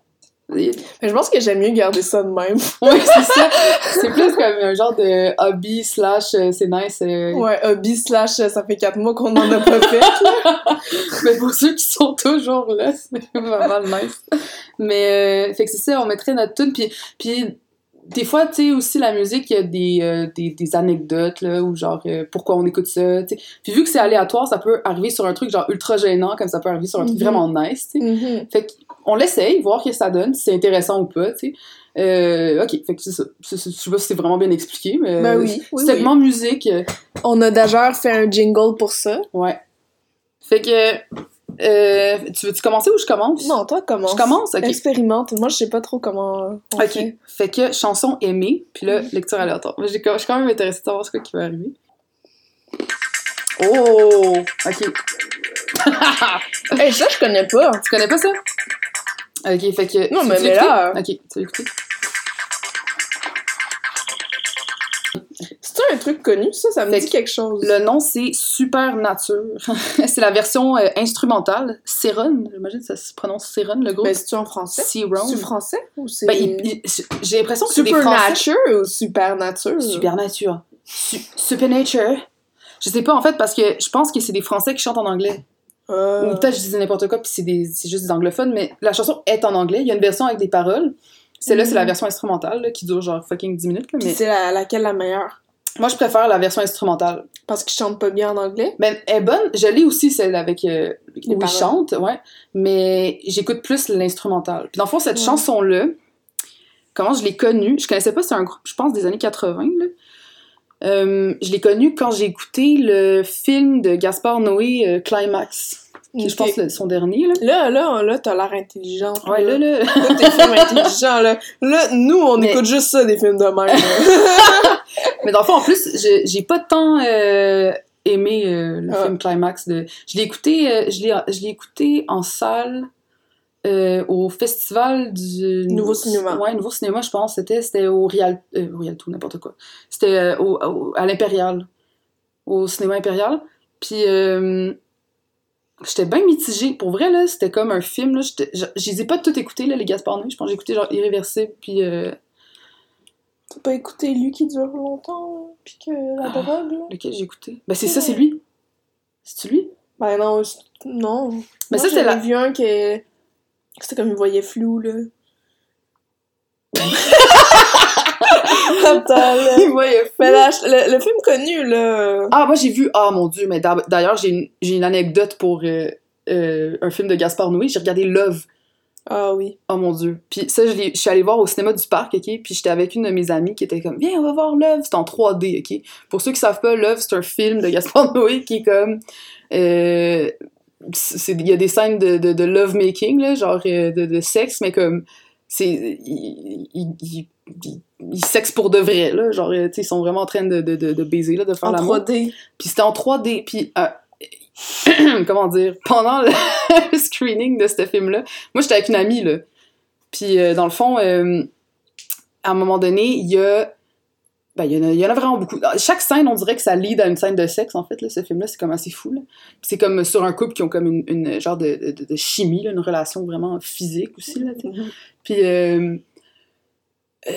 Speaker 2: Et-
Speaker 1: Mais je pense que j'aime mieux garder ça de même.
Speaker 2: Ouais, c'est ça. C'est plus comme un genre de hobby slash euh, c'est nice. euh,
Speaker 1: Ouais, hobby slash, euh, ça fait quatre mois qu'on en a pas fait.
Speaker 2: Mais pour ceux qui sont toujours là, c'est vraiment nice. Mais euh, fait que c'est ça, on mettrait notre tune. Puis, puis des fois, tu sais, aussi la musique, il y a des, euh, des, des anecdotes, là, ou genre euh, pourquoi on écoute ça, tu sais. Puis vu que c'est aléatoire, ça peut arriver sur un truc genre ultra gênant, comme ça peut arriver sur un truc
Speaker 1: Mhm.
Speaker 2: vraiment nice, tu sais.
Speaker 1: Mhm.
Speaker 2: Fait qu'on l'essaye, voir ce que ça donne, si c'est intéressant ou pas, tu sais. Euh, ok, fait que c'est ça. C'est- c'est- Je sais pas si c'est vraiment bien expliqué, mais.
Speaker 1: Ben oui, oui,
Speaker 2: c'est
Speaker 1: oui.
Speaker 2: tellement musique. euh,
Speaker 1: On a d'ailleurs fait un jingle pour ça.
Speaker 2: Ouais. Fait que. euh, tu veux-tu commencer ou je commence?
Speaker 1: Non, toi, commence.
Speaker 2: Je commence, ok.
Speaker 1: Expérimente. Moi, je sais pas trop comment. on
Speaker 2: Ok.
Speaker 1: fait.
Speaker 2: Fait que chanson aimée, puis là, lecture aléatoire. Mais j'ai- Je suis quand même intéressée de savoir ce qui va arriver. Oh! Ok.
Speaker 1: Hey, Eh, ça, je connais pas.
Speaker 2: Tu connais pas ça? Ok, fait que.
Speaker 1: Non,
Speaker 2: tu
Speaker 1: mais
Speaker 2: veux-tu
Speaker 1: mais là-
Speaker 2: l'écouter? Ok, tu veux écouter?
Speaker 1: C'est un truc connu, ça, ça me
Speaker 2: Fait
Speaker 1: dit
Speaker 2: que
Speaker 1: quelque chose.
Speaker 2: Le nom, c'est Super Nature. c'est la version euh, instrumentale. Céron, j'imagine que ça se prononce Céron, le groupe.
Speaker 1: Mais Ben, c'est-tu en français?
Speaker 2: Céron.
Speaker 1: C'est français ou c'est.
Speaker 2: Ben, il- il- j'ai l'impression que c'est des Français.
Speaker 1: Supernature ou Supernature?
Speaker 2: Supernature. Su- Supernature. Je sais pas en fait parce que je pense que c'est des Français qui chantent en anglais.
Speaker 1: Ah.
Speaker 2: Ou peut-être je disais n'importe quoi puis c'est des- c'est juste des anglophones, mais la chanson est en anglais. Il y a une version avec des paroles. Celle-là, c'est la
Speaker 1: Mhm.
Speaker 2: version instrumentale là, qui dure genre fucking 10 minutes. là,
Speaker 1: Puis
Speaker 2: mais
Speaker 1: c'est la- laquelle la meilleure?
Speaker 2: moi, je préfère la version instrumentale.
Speaker 1: Parce qu'ils chantent pas bien en anglais?
Speaker 2: Mais elle est bonne. Je l'ai aussi, celle avec euh, où ils
Speaker 1: paroles.
Speaker 2: chantent, ouais. Mais j'écoute plus l'instrumentale. Puis dans le fond, cette
Speaker 1: Ouais.
Speaker 2: chanson-là, comment je l'ai connue? Je connaissais pas, c'est un groupe, je pense, des années 80, là. Euh, je l'ai connue quand j'ai écouté le film de Gaspard Noé, euh, Climax, qui est, je
Speaker 1: Ok.
Speaker 2: pense, le- son dernier, là.
Speaker 1: Là, là, là, t'as l'air intelligente.
Speaker 2: Ouais, là, là.
Speaker 1: Écoute des films intelligents, là. Là, nous, on
Speaker 2: Mais-
Speaker 1: écoute juste ça, des films de même. là.
Speaker 2: Mais dans le fond, en plus, je- j'ai pas tant euh, aimé euh, le
Speaker 1: Ah.
Speaker 2: film Climax. De... Je l'ai écouté, euh, je l'ai je l'ai écouté en salle euh, au festival du
Speaker 1: Nouveau Cinéma.
Speaker 2: Ouais, Nouveau Cinéma, je pense. C'était c'était au Rial, euh, au Rialto, n'importe quoi. C'était euh, au, au- à l'Impérial, au cinéma Impérial. Puis euh, j'étais bien mitigée. Pour vrai, là, c'était comme un film. Là, j'étais- je je les ai pas tout écoutés, là, les Gaspard Noé. Je pense que j'ai écouté genre Irréversible, puis euh,
Speaker 1: T'as pas écouté lui qui Bah, dure longtemps, pis que la
Speaker 2: Ah.
Speaker 1: drogue, là?
Speaker 2: lequel j'ai écouté. Ben, c'est ça, c'est lui. C'est lui?
Speaker 1: Ben non, c'est- non.
Speaker 2: Mais
Speaker 1: Moi,
Speaker 2: Bah, ça, c'est
Speaker 1: j'avais
Speaker 2: la-
Speaker 1: vu un que... C'était comme il voyait flou, là. Attends, là. Mais là, le, le film connu, là... euh,
Speaker 2: Ah, moi j'ai vu. Ah mon dieu, mais d'ab- d'ailleurs, j'ai une, j'ai une anecdote pour euh, euh, un film de Gaspard Noé. J'ai regardé Love.
Speaker 1: Ah oui.
Speaker 2: Oh mon dieu. Puis ça, je, l'ai- je suis allée voir au cinéma du parc, ok? Puis j'étais avec une de mes amies qui était comme, viens, on va voir Love. C'est en 3D, ok? Pour ceux qui savent pas, Love, c'est un film de Gaspard Noé qui est comme. euh, c'est- Il y a des scènes de, de, de love-making, là, genre euh, de, de sexe, mais comme. c'est Il, il, il- il- il sexe pour de vrai, là. Genre, euh, tu sais, ils sont vraiment en train de, de, de, de baiser, là, de faire
Speaker 1: En
Speaker 2: l'amour.
Speaker 1: 3D.
Speaker 2: Puis c'était en 3D. Puis, euh, comment dire, pendant le, le screening de ce film-là, moi j'étais avec une amie, là. Puis euh, dans le fond, euh, à un moment donné, il y a. Ben, il y, en a, il y en a vraiment beaucoup. Ah, Chaque scène, on dirait que ça lead à une scène de sexe, en fait, là, ce film-là. C'est comme assez fou, là. Puis C'est comme sur un couple qui ont comme une, une genre de, de- de chimie, là, une relation vraiment physique aussi, là, tu sais. Puis euh, euh,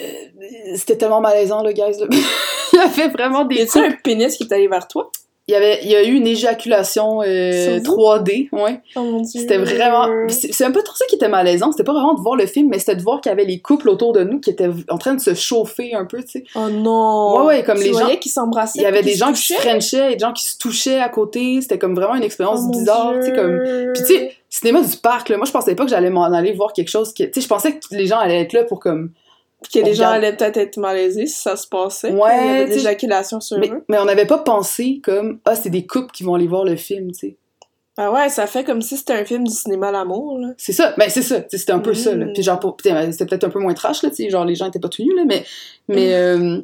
Speaker 2: c'était tellement malaisant, le guys, là. il y avait vraiment des
Speaker 1: Y a-tu un pénis qui est allé vers toi?
Speaker 2: il y avait il y a eu une éjaculation euh,
Speaker 1: Sur vous?
Speaker 2: 3D ouais
Speaker 1: Oh mon dieu.
Speaker 2: c'était vraiment c'est c'est un peu trop ça qui était malaisant c'était pas vraiment de voir le film mais c'était de voir qu'il y avait les couples autour de nous qui étaient en train de se chauffer un peu tu sais
Speaker 1: Oh non!
Speaker 2: Ouais, ouais, comme les gens-
Speaker 1: voyais qui s'embrassaient.
Speaker 2: il y avait
Speaker 1: puis
Speaker 2: des
Speaker 1: se
Speaker 2: gens qui se
Speaker 1: touchaient?
Speaker 2: frenchaient et des gens qui se touchaient à côté c'était comme vraiment une
Speaker 1: Oh
Speaker 2: expérience
Speaker 1: mon
Speaker 2: bizarre tu sais
Speaker 1: Dieu.
Speaker 2: comme puis tu sais cinéma du parc là moi je pensais pas que j'allais m'en aller voir quelque chose qui tu sais je pensais que les gens allaient être là pour comme
Speaker 1: Puis que
Speaker 2: on
Speaker 1: les gens
Speaker 2: regarde.
Speaker 1: allaient peut-être être malaisés si ça se passait.
Speaker 2: Ouais,
Speaker 1: puis Il y avait
Speaker 2: tu
Speaker 1: des
Speaker 2: sais.
Speaker 1: éjaculations sur
Speaker 2: mais,
Speaker 1: eux.
Speaker 2: mais on n'avait pas pensé comme ah c'est des couples qui vont aller voir le film tu sais
Speaker 1: Ah ouais, ça fait comme si c'était un film du cinéma l'amour, là.
Speaker 2: C'est ça, ben c'est ça, Tu sais, c'était un peu ça. Là.
Speaker 1: Mm.
Speaker 2: Puis genre, pour- putain, c'était peut-être un peu moins trash, là, tu sais, genre les gens étaient pas tout nus, là, mais, mais euh,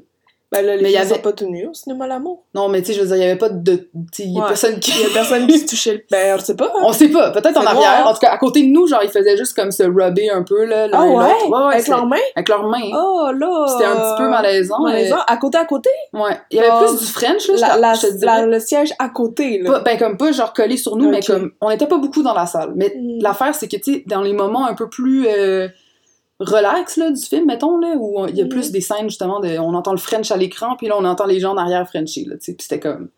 Speaker 1: Ben là, les
Speaker 2: Mais il y
Speaker 1: gens sont
Speaker 2: avait-
Speaker 1: pas tenus au cinéma l'amour.
Speaker 2: non, mais tu sais, je veux dire, il y avait pas de. tu sais, il y a
Speaker 1: Ouais.
Speaker 2: personne qui.
Speaker 1: Il y a personne qui se touchait le... Ben, on sait pas. hein.
Speaker 2: On sait pas, peut-être en
Speaker 1: C'est
Speaker 2: arrière.
Speaker 1: noir.
Speaker 2: En tout cas, à côté de nous, genre, ils faisaient juste comme se rubber un peu, là. l'un
Speaker 1: Ah
Speaker 2: et
Speaker 1: ouais?
Speaker 2: l'autre. ouais, ouais,
Speaker 1: Avec
Speaker 2: c'est-
Speaker 1: leurs mains?
Speaker 2: avec leurs mains.
Speaker 1: Oh là!
Speaker 2: C'était un petit peu malaisant. mais-
Speaker 1: Malaisant. À côté, à côté?
Speaker 2: Ouais. Il y avait
Speaker 1: Genre,
Speaker 2: plus du French, là, je
Speaker 1: La,
Speaker 2: te-
Speaker 1: la-
Speaker 2: je te
Speaker 1: la-
Speaker 2: dirais.
Speaker 1: le siège à côté, là.
Speaker 2: Pas- ben comme pas genre collé sur nous, mais
Speaker 1: Ok.
Speaker 2: comme on n'était pas beaucoup dans la salle. Mais
Speaker 1: Mm.
Speaker 2: l'affaire, c'est que tu sais, dans les moments un peu plus euh, relax là, du film, mettons, là, où on- il y a
Speaker 1: Mhm.
Speaker 2: plus des scènes justement de. On entend le French à l'écran, puis là, on entend les gens derrière Frenchy. Là, tu sais, puis c'était comme.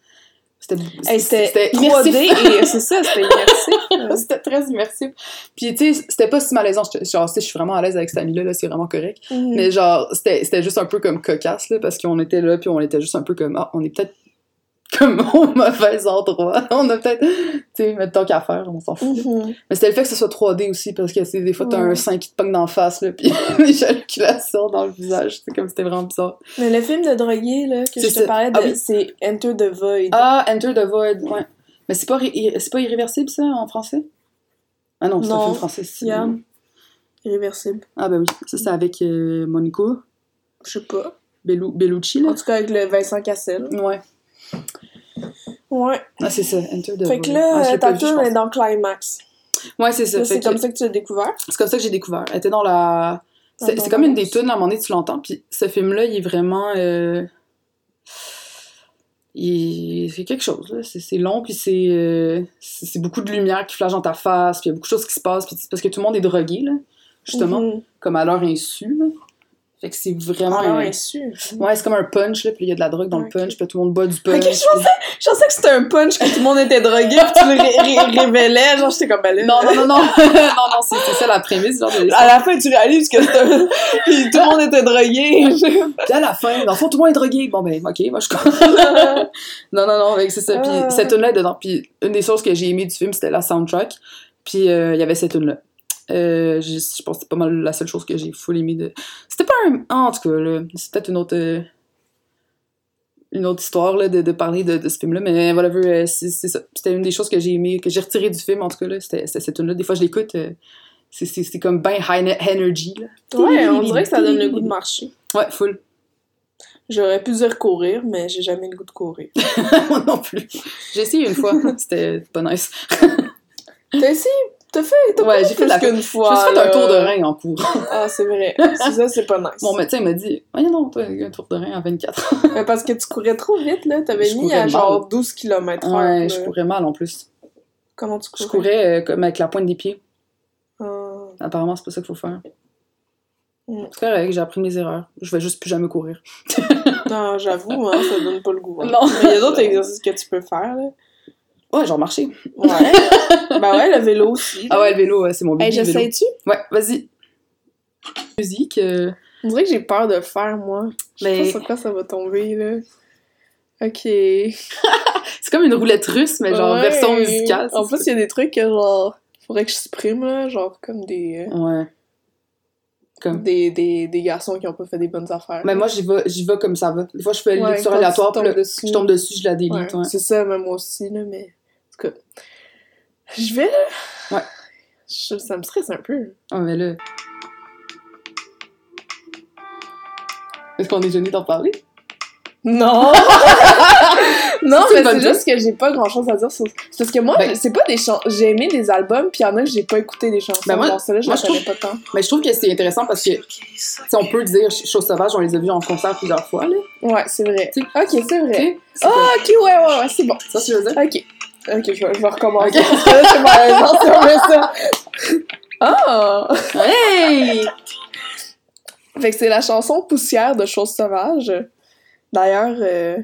Speaker 2: C'était
Speaker 1: Hey, C'était
Speaker 2: immersif.
Speaker 1: 3D et c'est ça, c'était immersif.
Speaker 2: C'était très immersif. Puis, tu sais, c'était pas si malaisant. J'étais- Genre, tu sais, je suis vraiment à l'aise avec cet ami-là, là, c'est vraiment correct.
Speaker 1: Mm.
Speaker 2: Mais genre, c'était c'était juste un peu comme cocasse, là, parce qu'on était là, puis on était juste un peu comme, ah, on est peut-être comme au mauvais endroit. on a peut-être, tu sais, mais tant qu'à faire, on s'en fout.
Speaker 1: Mhm.
Speaker 2: Mais c'était le fait que ce soit 3D aussi, parce que, tu sais, des fois, t'as
Speaker 1: Ouais.
Speaker 2: un sein qui te pogne d'en face, là, puis des jaculations dans le visage. C'est comme, c'était vraiment bizarre.
Speaker 1: Mais le film de drogué, là, que
Speaker 2: C'est
Speaker 1: je te
Speaker 2: ça.
Speaker 1: parlais, de,
Speaker 2: Ah oui.
Speaker 1: c'est Enter the Void.
Speaker 2: Ah, Enter the Void, ouais. Mais c'est pas, ré- ir- c'est pas irréversible, ça, en français? Ah non, c'est un
Speaker 1: Non.
Speaker 2: film français. c'est-
Speaker 1: Yeah. Irréversible.
Speaker 2: Ah ben oui, ça, c'est avec euh, Monaco,
Speaker 1: Je sais pas.
Speaker 2: Bellu- Bellucci, là.
Speaker 1: En tout cas, avec le Vincent Cassel.
Speaker 2: Ouais,
Speaker 1: Ouais.
Speaker 2: ah, c'est ça, Enter the
Speaker 1: Fait que
Speaker 2: Void. Ah, je
Speaker 1: là, euh,
Speaker 2: l'ai
Speaker 1: ta
Speaker 2: pas vu, je
Speaker 1: tour
Speaker 2: pense.
Speaker 1: est dans Climax.
Speaker 2: Ouais, c'est ça.
Speaker 1: Là,
Speaker 2: Fait
Speaker 1: C'est
Speaker 2: que-
Speaker 1: comme ça que tu l'as découvert.
Speaker 2: C'est comme ça que j'ai découvert. Elle était dans la. C'est
Speaker 1: Dans
Speaker 2: c'est comme une des
Speaker 1: l'annonce.
Speaker 2: tunes, à un moment donné, tu l'entends. Puis ce film-là, il est vraiment. euh, Il fait quelque chose. là. C'est c'est long, puis c'est euh, c'est c'est beaucoup de lumière qui flash dans ta face, puis il y a beaucoup de choses qui se passent. Puis c'est parce que tout le monde est drogué, là, justement,
Speaker 1: Mhm.
Speaker 2: comme à leur insu. là. Fait que c'est vraiment.
Speaker 1: Ah,
Speaker 2: un-
Speaker 1: ouais, sûr.
Speaker 2: Ouais, c'est comme un punch, là, puis il y a de la drogue dans le
Speaker 1: Ok.
Speaker 2: punch, puis tout le monde boit du punch.
Speaker 1: Ok, je pensais- Je pensais que c'était un punch que tout le monde était drogué, puis tu le ré- ré- révélais, genre j'étais comme ben là.
Speaker 2: Non, non, non, non, non, non, c'est c'est ça la prémisse. Genre, de-
Speaker 1: À la fin, tu réalises que c'était un- puis tout le monde était drogué.
Speaker 2: Puis à la fin, dans le fond, tout le monde est drogué. Bon, ben, ok, moi, je Non, non, non, fait que c'est ça. Puis
Speaker 1: Ah.
Speaker 2: cette tune-là est dedans. Puis une des choses que j'ai aimé du film, c'était la soundtrack. Puis euh, il y avait cette tune-là. Euh, j'ai- je pense que c'est pas mal la seule chose que j'ai full aimé de. C'était pas un. ah, en tout cas, là, c'est peut-être une autre. euh, Une autre histoire là, de, de parler de, de ce film-là, mais voilà, euh, c'est c'est ça. C'était une des choses que j'ai aimé, que j'ai retiré du film, en tout cas, là, c'était c'était cette tune-là. Des fois, je l'écoute, euh, c'est- c'est c'est comme ben high ne- energy. Là.
Speaker 1: Ouais, on dirait que ça donne le goût de marcher.
Speaker 2: Ouais, full.
Speaker 1: J'aurais pu dire courir, mais j'ai jamais le goût de courir.
Speaker 2: Moi non plus. J'ai essayé une fois, c'était pas nice.
Speaker 1: T'as essayé? T'as fait? T'as
Speaker 2: Ouais,
Speaker 1: fait
Speaker 2: j'ai fait la-
Speaker 1: qu'une
Speaker 2: Je
Speaker 1: fois.
Speaker 2: me suis fait un
Speaker 1: là.
Speaker 2: tour de rein en cours.
Speaker 1: Ah, c'est vrai. C'est ça, c'est pas nice.
Speaker 2: Mon médecin m'a dit Voyons non, toi, un tour de rein à 24.
Speaker 1: Mais parce que tu courais trop vite, là. T'avais
Speaker 2: Je
Speaker 1: mis
Speaker 2: courais
Speaker 1: à
Speaker 2: mal.
Speaker 1: genre 12 km heure.
Speaker 2: Ouais, je courais mal en plus.
Speaker 1: Comment tu courais?
Speaker 2: Je courais euh, comme avec la pointe des pieds.
Speaker 1: Ah.
Speaker 2: Apparemment, c'est pas ça qu'il faut faire.
Speaker 1: Mm.
Speaker 2: C'est correct, j'ai appris mes erreurs. Je vais juste plus jamais courir.
Speaker 1: Non, j'avoue, hein, ça donne pas le goût. hein.
Speaker 2: Non.
Speaker 1: Mais il y a d'autres exercices que tu peux faire, là.
Speaker 2: Ouais, genre marcher.
Speaker 1: Ouais. ben ouais, le vélo aussi.
Speaker 2: Ah ouais, le vélo, ouais, c'est mon
Speaker 1: Hey,
Speaker 2: bébé. le vélo.
Speaker 1: j'essaie-tu?
Speaker 2: Ouais, vas-y. Musique. euh,
Speaker 1: On dirait que j'ai peur de le faire, moi. Je sais
Speaker 2: Mais-
Speaker 1: pas sur quoi ça va tomber, là. Ok. Mais
Speaker 2: C'est comme une roulette russe, mais genre version musicale.
Speaker 1: En
Speaker 2: c'est
Speaker 1: plus, il y a des trucs que, genre, faudrait que je supprime, là. Genre, comme des,
Speaker 2: ça. Ouais.
Speaker 1: euh,
Speaker 2: Comme.
Speaker 1: des, des, des garçons qui ont pas fait des bonnes affaires.
Speaker 2: Mais moi, j'y vais, j'y vais comme ça va. Des fois, je fais
Speaker 1: Ouais,
Speaker 2: une lecture
Speaker 1: quand tu
Speaker 2: aléatoire, puis
Speaker 1: tombes
Speaker 2: là,
Speaker 1: dessus.
Speaker 2: je tombe dessus, je la délite.
Speaker 1: Ouais,
Speaker 2: ouais.
Speaker 1: C'est ça, même moi aussi, là, mais. En tout cas. Je vais, là.
Speaker 2: Ouais.
Speaker 1: Je- ça me stresse un peu.
Speaker 2: Ah, mais là. Est-ce qu'on est gêné d'en parler?
Speaker 1: Non! non,
Speaker 2: C'est
Speaker 1: mais
Speaker 2: une bonne
Speaker 1: c'est juste que j'ai pas grand chose à dire sur. c'est Parce que moi,
Speaker 2: Ben-
Speaker 1: c'est pas des chansons. J'ai aimé des albums, puis il y en a que j'ai pas écouté des chansons.
Speaker 2: Ben moi-
Speaker 1: bon, celle-là, je
Speaker 2: moi,
Speaker 1: la
Speaker 2: je
Speaker 1: connais pas tant.
Speaker 2: Mais je trouve que c'est intéressant parce que, tu sais, on peut dire Ch- Chose Sauvage, on les a vus en concert plusieurs fois, là.
Speaker 1: Ouais, c'est vrai.
Speaker 2: Tu-
Speaker 1: Ok, c'est
Speaker 2: Tu
Speaker 1: vrai.
Speaker 2: sais? C'est
Speaker 1: Ah,
Speaker 2: comme-
Speaker 1: ok, ouais, ouais, ouais, c'est bon.
Speaker 2: Ça, tu veux dire?
Speaker 1: Ok. Ok, je vais, je vais recommencer.
Speaker 2: Ok.
Speaker 1: Parce que là, c'est malaisant si on fait ça. Ah!
Speaker 2: Oh! Hey!
Speaker 1: Fait que c'est la chanson Poussière de Choses Sauvages. D'ailleurs, euh,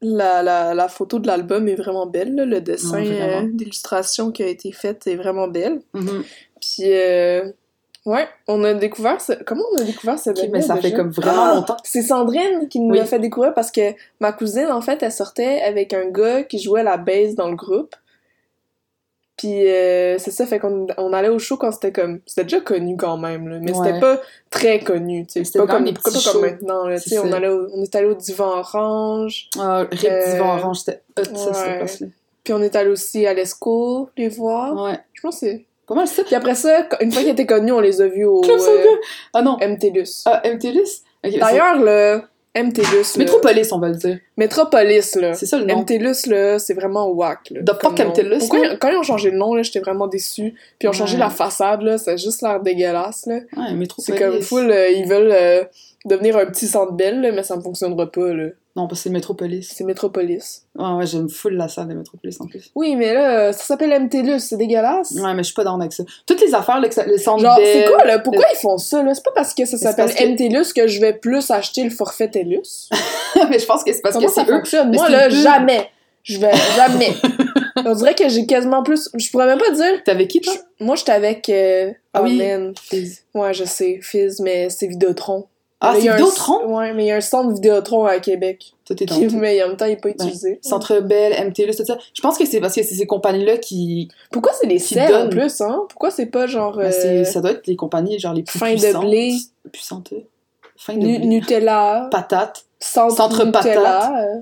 Speaker 1: la, la, la photo de l'album est vraiment belle. là. Le dessin
Speaker 2: Ouais,
Speaker 1: euh,
Speaker 2: vraiment.
Speaker 1: d'illustration qui a été fait est vraiment belle.
Speaker 2: Mhm.
Speaker 1: Puis, euh, ouais, on a découvert... ce- Comment on a découvert ce
Speaker 2: Ok, mais ça fait comme vraiment
Speaker 1: Ah!
Speaker 2: longtemps.
Speaker 1: C'est Sandrine qui nous
Speaker 2: Oui.
Speaker 1: l'a fait découvrir parce que ma cousine, en fait, elle sortait avec un gars qui jouait la bass dans le groupe. Puis euh, c'est ça, fait qu'on on allait au show quand c'était comme. C'était déjà connu quand même, là, mais
Speaker 2: Ouais.
Speaker 1: c'était pas très connu. tu sais,
Speaker 2: C'était
Speaker 1: C'était pas
Speaker 2: quand
Speaker 1: comme,
Speaker 2: même des
Speaker 1: pas
Speaker 2: petits
Speaker 1: comme
Speaker 2: shows.
Speaker 1: maintenant. Là, tu
Speaker 2: C'est
Speaker 1: sais, on,
Speaker 2: ça.
Speaker 1: allait au- on est allé au Divan Orange,
Speaker 2: Ah, Rip
Speaker 1: Euh,
Speaker 2: Divan Orange, c'était hot, ça,
Speaker 1: ouais. Ah.
Speaker 2: cette place-là.
Speaker 1: puis on est allé aussi à l'Esco les voir.
Speaker 2: Ouais.
Speaker 1: Je pense que c'est.
Speaker 2: Pas mal, ça.
Speaker 1: Puis après ça, quand- une fois qu'ils étaient connus, on les a vus au
Speaker 2: Club Soda.
Speaker 1: euh,
Speaker 2: Ah non.
Speaker 1: MTLUS.
Speaker 2: Ah, MTLUS? Ok, c'est-
Speaker 1: D'ailleurs, le MTLUS. là,
Speaker 2: Métropolis, on va le dire.
Speaker 1: Métropolis, là.
Speaker 2: C'est ça le nom.
Speaker 1: MTLUS, là, c'est vraiment whack. Là,
Speaker 2: The fuck
Speaker 1: Comme nom.
Speaker 2: MTLUS,
Speaker 1: Pourquoi
Speaker 2: là?
Speaker 1: ils- quand ils ont changé le nom, là, j'étais vraiment déçue. Puis ils ont changé
Speaker 2: Ouais.
Speaker 1: la façade, là, ça a juste l'air dégueulasse, là.
Speaker 2: Ouais, Métropolis.
Speaker 1: C'est comme full, euh, ils veulent euh, devenir un petit centre belle, là, mais ça ne fonctionnera pas, là.
Speaker 2: Non, parce que c'est Metropolis.
Speaker 1: C'est Metropolis.
Speaker 2: Ouais, ouais, j'aime full la salle de Metropolis en plus.
Speaker 1: Oui, mais là, euh, ça s'appelle MTLUS, c'est dégueulasse.
Speaker 2: Ouais, mais je suis pas dans avec ça. Toutes les affaires, là, que ça- le centre
Speaker 1: Genre,
Speaker 2: Bell-
Speaker 1: c'est quoi, là? Pourquoi ils font ça, là? C'est pas parce que ça
Speaker 2: c'est
Speaker 1: s'appelle
Speaker 2: parce que-
Speaker 1: MTLUS que je vais plus acheter le forfait TELUS.
Speaker 2: mais je pense que c'est parce
Speaker 1: Comment
Speaker 2: que
Speaker 1: ça
Speaker 2: c'est eux.
Speaker 1: fonctionne?
Speaker 2: Mais
Speaker 1: Moi,
Speaker 2: c'est
Speaker 1: là,
Speaker 2: une pub.
Speaker 1: jamais. Je vais jamais. On dirait que j'ai quasiment plus... Je pourrais même pas dire...
Speaker 2: T'avais qui, toi?
Speaker 1: Je- Moi, j'étais avec... euh,
Speaker 2: Ah
Speaker 1: oh,
Speaker 2: oui.
Speaker 1: man. Ouais, je sais. Fizz, mais c'est Vidéotron.
Speaker 2: Ah,
Speaker 1: Mais il y
Speaker 2: c'est
Speaker 1: a un-
Speaker 2: Vidéotron?
Speaker 1: Ouais, mais il y a un centre Vidéotron à Québec.
Speaker 2: Toi, t'es dans
Speaker 1: Qui,
Speaker 2: tout.
Speaker 1: mais en même temps, il est pas utilisé.
Speaker 2: Ben, Centre Bell, MTLUS, tout ça. Je pense que c'est parce que c'est ces compagnies-là qui.
Speaker 1: Pourquoi c'est les
Speaker 2: Qui
Speaker 1: selles, en
Speaker 2: donnent.
Speaker 1: plus, hein? Pourquoi c'est pas, genre...
Speaker 2: Ben, c'est-
Speaker 1: euh,
Speaker 2: ça doit être les compagnies, genre, les plus
Speaker 1: Fin de
Speaker 2: puissantes.
Speaker 1: blé.
Speaker 2: Puissantes. euh, Fin de
Speaker 1: Nu-
Speaker 2: blé.
Speaker 1: Nutella,
Speaker 2: Patate.
Speaker 1: centre,
Speaker 2: Centre
Speaker 1: Nutella.
Speaker 2: patate.
Speaker 1: euh,
Speaker 2: Même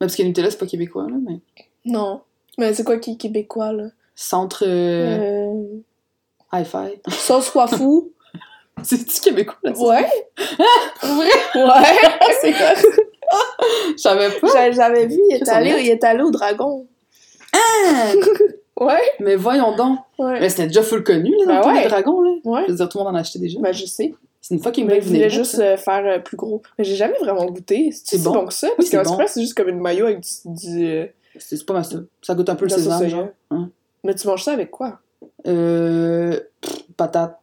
Speaker 2: parce que Nutella, c'est pas québécois, là, mais.
Speaker 1: non. Mais c'est quoi qui est québécois, là?
Speaker 2: Centre euh,
Speaker 1: Euh,
Speaker 2: Hi-Fi.
Speaker 1: Sauce Wafou.
Speaker 2: C'est-tu québécois, là? ça?
Speaker 1: ouais. Vrai? Ouais. c'est quoi?
Speaker 2: Je savais pas.
Speaker 1: J'avais jamais vu. Il est,
Speaker 2: Ça
Speaker 1: allé,
Speaker 2: vient.
Speaker 1: il est allé au dragon. Ouais.
Speaker 2: mais voyons donc.
Speaker 1: Ouais.
Speaker 2: Mais c'était déjà full connu, là, dans
Speaker 1: Ben
Speaker 2: le temps
Speaker 1: ouais.
Speaker 2: des dragons, là.
Speaker 1: Ouais.
Speaker 2: Je veux dire, tout le monde en achetait déjà.
Speaker 1: Ben, je sais.
Speaker 2: C'est une fucking
Speaker 1: Mais
Speaker 2: blague
Speaker 1: je voulais
Speaker 2: venait
Speaker 1: juste euh, faire euh, plus gros. Mais j'ai jamais vraiment goûté. C'est
Speaker 2: C'est
Speaker 1: si bon.
Speaker 2: bon.
Speaker 1: que ça? Parce
Speaker 2: c'est
Speaker 1: qu'en
Speaker 2: bon.
Speaker 1: vrai, c'est juste comme une maillot avec du. du euh,
Speaker 2: C'est c'est pas mal ça. Ça goûte un peu
Speaker 1: de
Speaker 2: le
Speaker 1: la sauce
Speaker 2: sésame,
Speaker 1: soya.
Speaker 2: genre. Hein.
Speaker 1: Mais tu manges ça avec quoi?
Speaker 2: Euh. pff, patate.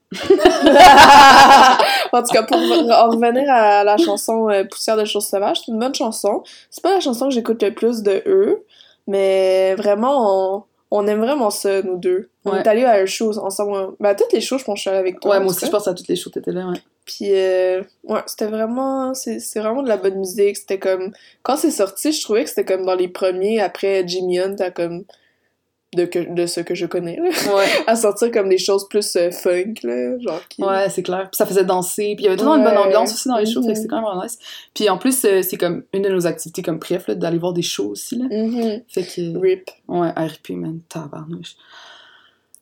Speaker 1: en tout cas, pour re- en revenir à la chanson euh, Poussière de choses sauvages, c'est une bonne chanson. C'est pas la chanson que j'écoute le plus de eux, mais vraiment, on, on aime vraiment ça, nous deux. On
Speaker 2: Ouais.
Speaker 1: est allés à un show ensemble. hein. Ben, à toutes les shows, je pense que je suis allée avec toi.
Speaker 2: Ouais,
Speaker 1: en
Speaker 2: moi
Speaker 1: tout
Speaker 2: aussi,
Speaker 1: cas.
Speaker 2: je pense à toutes les shows, t'étais là, ouais.
Speaker 1: Puis, euh, ouais, c'était vraiment. C'est c'est vraiment de la bonne musique. C'était comme. Quand c'est sorti, je trouvais que c'était comme dans les premiers après Jimmy Hunt, à comme. De, que, de ce que je connais, là.
Speaker 2: Ouais,
Speaker 1: à sortir comme des choses plus euh, funk, là, genre qui...
Speaker 2: ouais c'est clair. Puis ça faisait danser. Puis il y avait toujours une bonne
Speaker 1: Ouais.
Speaker 2: ambiance aussi dans les shows,
Speaker 1: Mhm.
Speaker 2: fait que c'était quand même vraiment nice. Puis en plus, euh, c'est comme une de nos activités comme préf, là, d'aller voir des shows aussi, là.
Speaker 1: Mhm.
Speaker 2: Fait que.
Speaker 1: Rip.
Speaker 2: Ouais, RIP, man. Tabarnouche.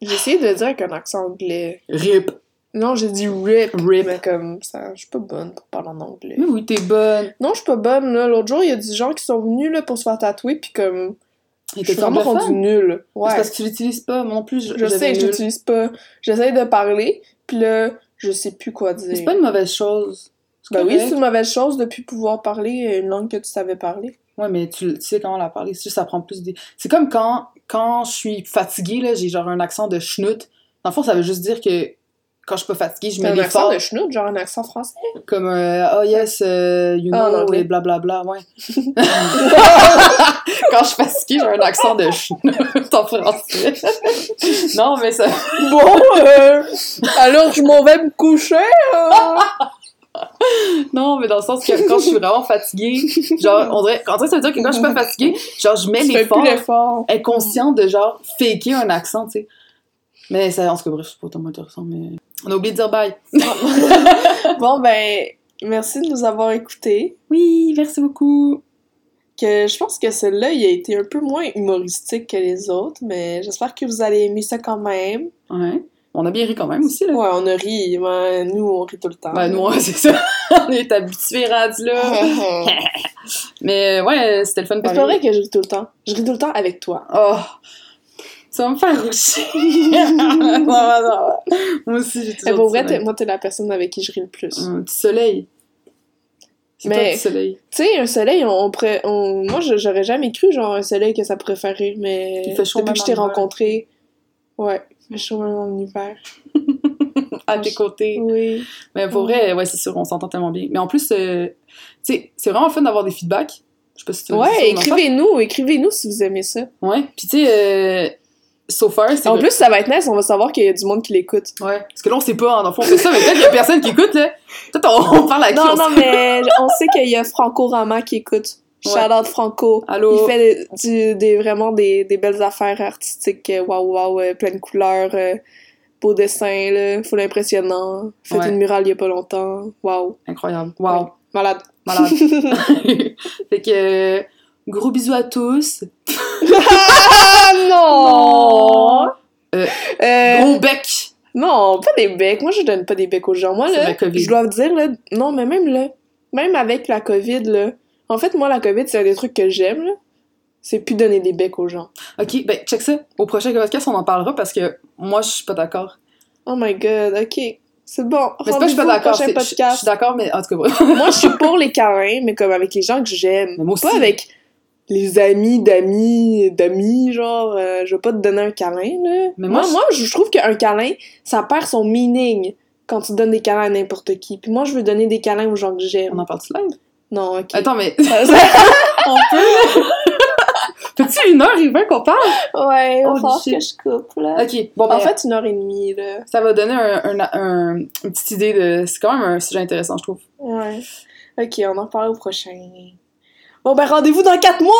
Speaker 1: J'ai essayé de le dire avec un accent anglais.
Speaker 2: RIP.
Speaker 1: Non, j'ai dit rip.
Speaker 2: Rip.
Speaker 1: Mais comme ça, je suis pas bonne pour parler en anglais.
Speaker 2: Mais oui, t'es bonne.
Speaker 1: Non, je suis pas bonne, là. L'autre jour, il y a des gens qui sont venus, là, pour se faire tatouer, puis comme.
Speaker 2: Et
Speaker 1: Je
Speaker 2: t'es
Speaker 1: suis vraiment
Speaker 2: anglophone?
Speaker 1: rendue nulle.
Speaker 2: C'est
Speaker 1: Ouais.
Speaker 2: parce que tu l'utilises pas, moi non plus. Je,
Speaker 1: Je sais,
Speaker 2: j'avais
Speaker 1: je
Speaker 2: nul.
Speaker 1: l'utilise pas. J'essaye de parler, puis là, je sais plus quoi dire.
Speaker 2: Mais C'est pas une mauvaise chose. C'est
Speaker 1: Ben oui,
Speaker 2: correct.
Speaker 1: c'est une mauvaise chose de plus pouvoir parler une langue que tu savais parler.
Speaker 2: Ouais, mais tu, tu sais comment la parler. C'est juste, ça prend plus des. C'est comme quand, quand je suis fatiguée, là, j'ai genre un accent de schnout. Dans le fond, ça veut juste dire que quand je suis pas fatiguée, je
Speaker 1: T'as
Speaker 2: mets
Speaker 1: un accent
Speaker 2: l'effort
Speaker 1: de schnout, genre un accent français.
Speaker 2: comme euh, oh yes, euh, you
Speaker 1: Ah, en
Speaker 2: know,
Speaker 1: anglais.
Speaker 2: et blablabla, ouais. quand je suis fatiguée, j'ai un accent de schnout en français. non, mais ça.
Speaker 1: Bon, euh, alors je m'en vais me coucher. hein.
Speaker 2: Non, mais dans le sens que quand je suis vraiment fatiguée, genre, on dirait, en vrai, ça veut dire que quand je suis pas fatiguée, genre, je mets
Speaker 1: Tu fais plus
Speaker 2: l'effort.
Speaker 1: l'effort.
Speaker 2: être conscient de genre faker un accent, tu sais. Mais ça, en tout cas, bref, c'est pas tellement intéressant, mais. On a oublié de dire bye.
Speaker 1: Bon, ben, merci de nous avoir écoutés.
Speaker 2: Oui, merci beaucoup.
Speaker 1: Que je pense que celui-là, il a été un peu moins humoristique que les autres, mais j'espère que vous allez aimer ça quand même.
Speaker 2: Ouais. On a bien ri quand même aussi,
Speaker 1: Ouais,
Speaker 2: là.
Speaker 1: on a ri. ouais, nous, on rit tout le temps.
Speaker 2: Bah, nous, on- c'est ça. on est habitués rendu là. Mais euh, ouais, c'était le fun de
Speaker 1: Euh, C'est
Speaker 2: parler.
Speaker 1: pas vrai que je ris tout le temps. Je ris tout le temps avec toi.
Speaker 2: Oh. Ça va me faire rougir. non, non, non. Moi aussi, j'ai toujours.
Speaker 1: Mais Eh, pour
Speaker 2: du
Speaker 1: vrai, t'es-
Speaker 2: soleil.
Speaker 1: moi, t'es la personne avec qui je ris le plus.
Speaker 2: Un petit soleil. C'est
Speaker 1: Mais-
Speaker 2: toi, le petit soleil.
Speaker 1: Tu sais, un soleil, on, on pourrait- on- moi, je- j'aurais jamais cru, genre, un soleil que ça pourrait faire rire, mais
Speaker 2: Il fait chaud
Speaker 1: depuis que
Speaker 2: même
Speaker 1: je t'ai
Speaker 2: en hiver.
Speaker 1: rencontré, ouais, il fait chaud même en hiver.
Speaker 2: À tes côtés.
Speaker 1: Oui.
Speaker 2: Mais pour
Speaker 1: Mm.
Speaker 2: vrai, ouais, c'est sûr, on s'entend tellement bien. Mais en plus, euh, tu sais, c'est vraiment fun d'avoir des feedbacks. Je sais pas si tu veux dire ça,
Speaker 1: Ouais,
Speaker 2: on en parle.
Speaker 1: écrivez-nous, écrivez-nous si vous aimez ça.
Speaker 2: Ouais, puis tu sais, euh, so far, c'est.
Speaker 1: En plus, ça va être nice, on va savoir qu'il y a du monde qui l'écoute.
Speaker 2: Ouais, parce que là, on sait pas, hein, dans le fond, c'est ça, mais peut-être qu'il y a personne qui écoute, là. Peut-être on, on parle à qui
Speaker 1: Non,
Speaker 2: on
Speaker 1: non,
Speaker 2: sait-
Speaker 1: mais on sait qu'il y a Franco Rama qui écoute.
Speaker 2: Ouais.
Speaker 1: Shout out Franco.
Speaker 2: Allô?
Speaker 1: Il fait des- du- des, vraiment des, des belles affaires artistiques. euh, Waouh, waouh, euh, plein de couleurs, euh, beau dessin, là, full impressionnant. Fait
Speaker 2: Ouais.
Speaker 1: une murale il y a pas longtemps. Waouh.
Speaker 2: Incroyable. Wow.
Speaker 1: Ouais. Malade.
Speaker 2: Malade. fait que. euh, Gros bisous à tous.
Speaker 1: Ah non!
Speaker 2: Euh,
Speaker 1: Euh,
Speaker 2: Gros bec.
Speaker 1: Non, pas des becs. Moi, je donne pas des becs aux gens. Moi,
Speaker 2: C'est
Speaker 1: là,
Speaker 2: la COVID.
Speaker 1: je dois dire, là, non, mais même là, même avec la COVID, là, en fait, moi, la COVID, c'est un des trucs que j'aime, là. C'est plus donner des becs aux gens.
Speaker 2: Ok, ben, check ça. Au prochain podcast, on en parlera parce que moi, je suis pas d'accord.
Speaker 1: Oh my god, ok. C'est bon.
Speaker 2: Mais c'est pas que je suis
Speaker 1: rendez-vous
Speaker 2: pas
Speaker 1: au
Speaker 2: d'accord.
Speaker 1: prochain
Speaker 2: c'est- Je je
Speaker 1: podcast.
Speaker 2: suis d'accord, mais en tout cas, bref.
Speaker 1: Moi, je suis pour les câlins, mais comme avec les gens que j'aime.
Speaker 2: Mais moi aussi.
Speaker 1: Pas avec les amis d'amis, d'amis, genre, euh, je vais pas te donner un câlin, là.
Speaker 2: Mais
Speaker 1: moi,
Speaker 2: moi,
Speaker 1: moi,
Speaker 2: je-
Speaker 1: je trouve qu'un câlin, ça perd son meaning quand tu donnes des câlins à n'importe qui. Puis moi, je veux donner des câlins aux gens que
Speaker 2: On
Speaker 1: j'aime.
Speaker 2: en parle-tu live?
Speaker 1: Non, ok.
Speaker 2: Attends, mais
Speaker 1: ouais,
Speaker 2: fait-tu une heure et vingt qu'on parle?
Speaker 1: on
Speaker 2: Oh,
Speaker 1: va
Speaker 2: shit.
Speaker 1: que je coupe, là.
Speaker 2: Ok, bon, ben,
Speaker 1: En fait, une heure et demie, là.
Speaker 2: ça va donner un, un- un- une petite idée de. C'est quand même un sujet intéressant, je trouve.
Speaker 1: Ouais. Ok, on en parle au prochain. Bon, ben, rendez-vous dans quatre mois!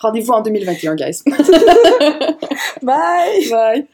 Speaker 2: Rendez-vous en 2021, guys.
Speaker 1: Bye!
Speaker 2: Bye.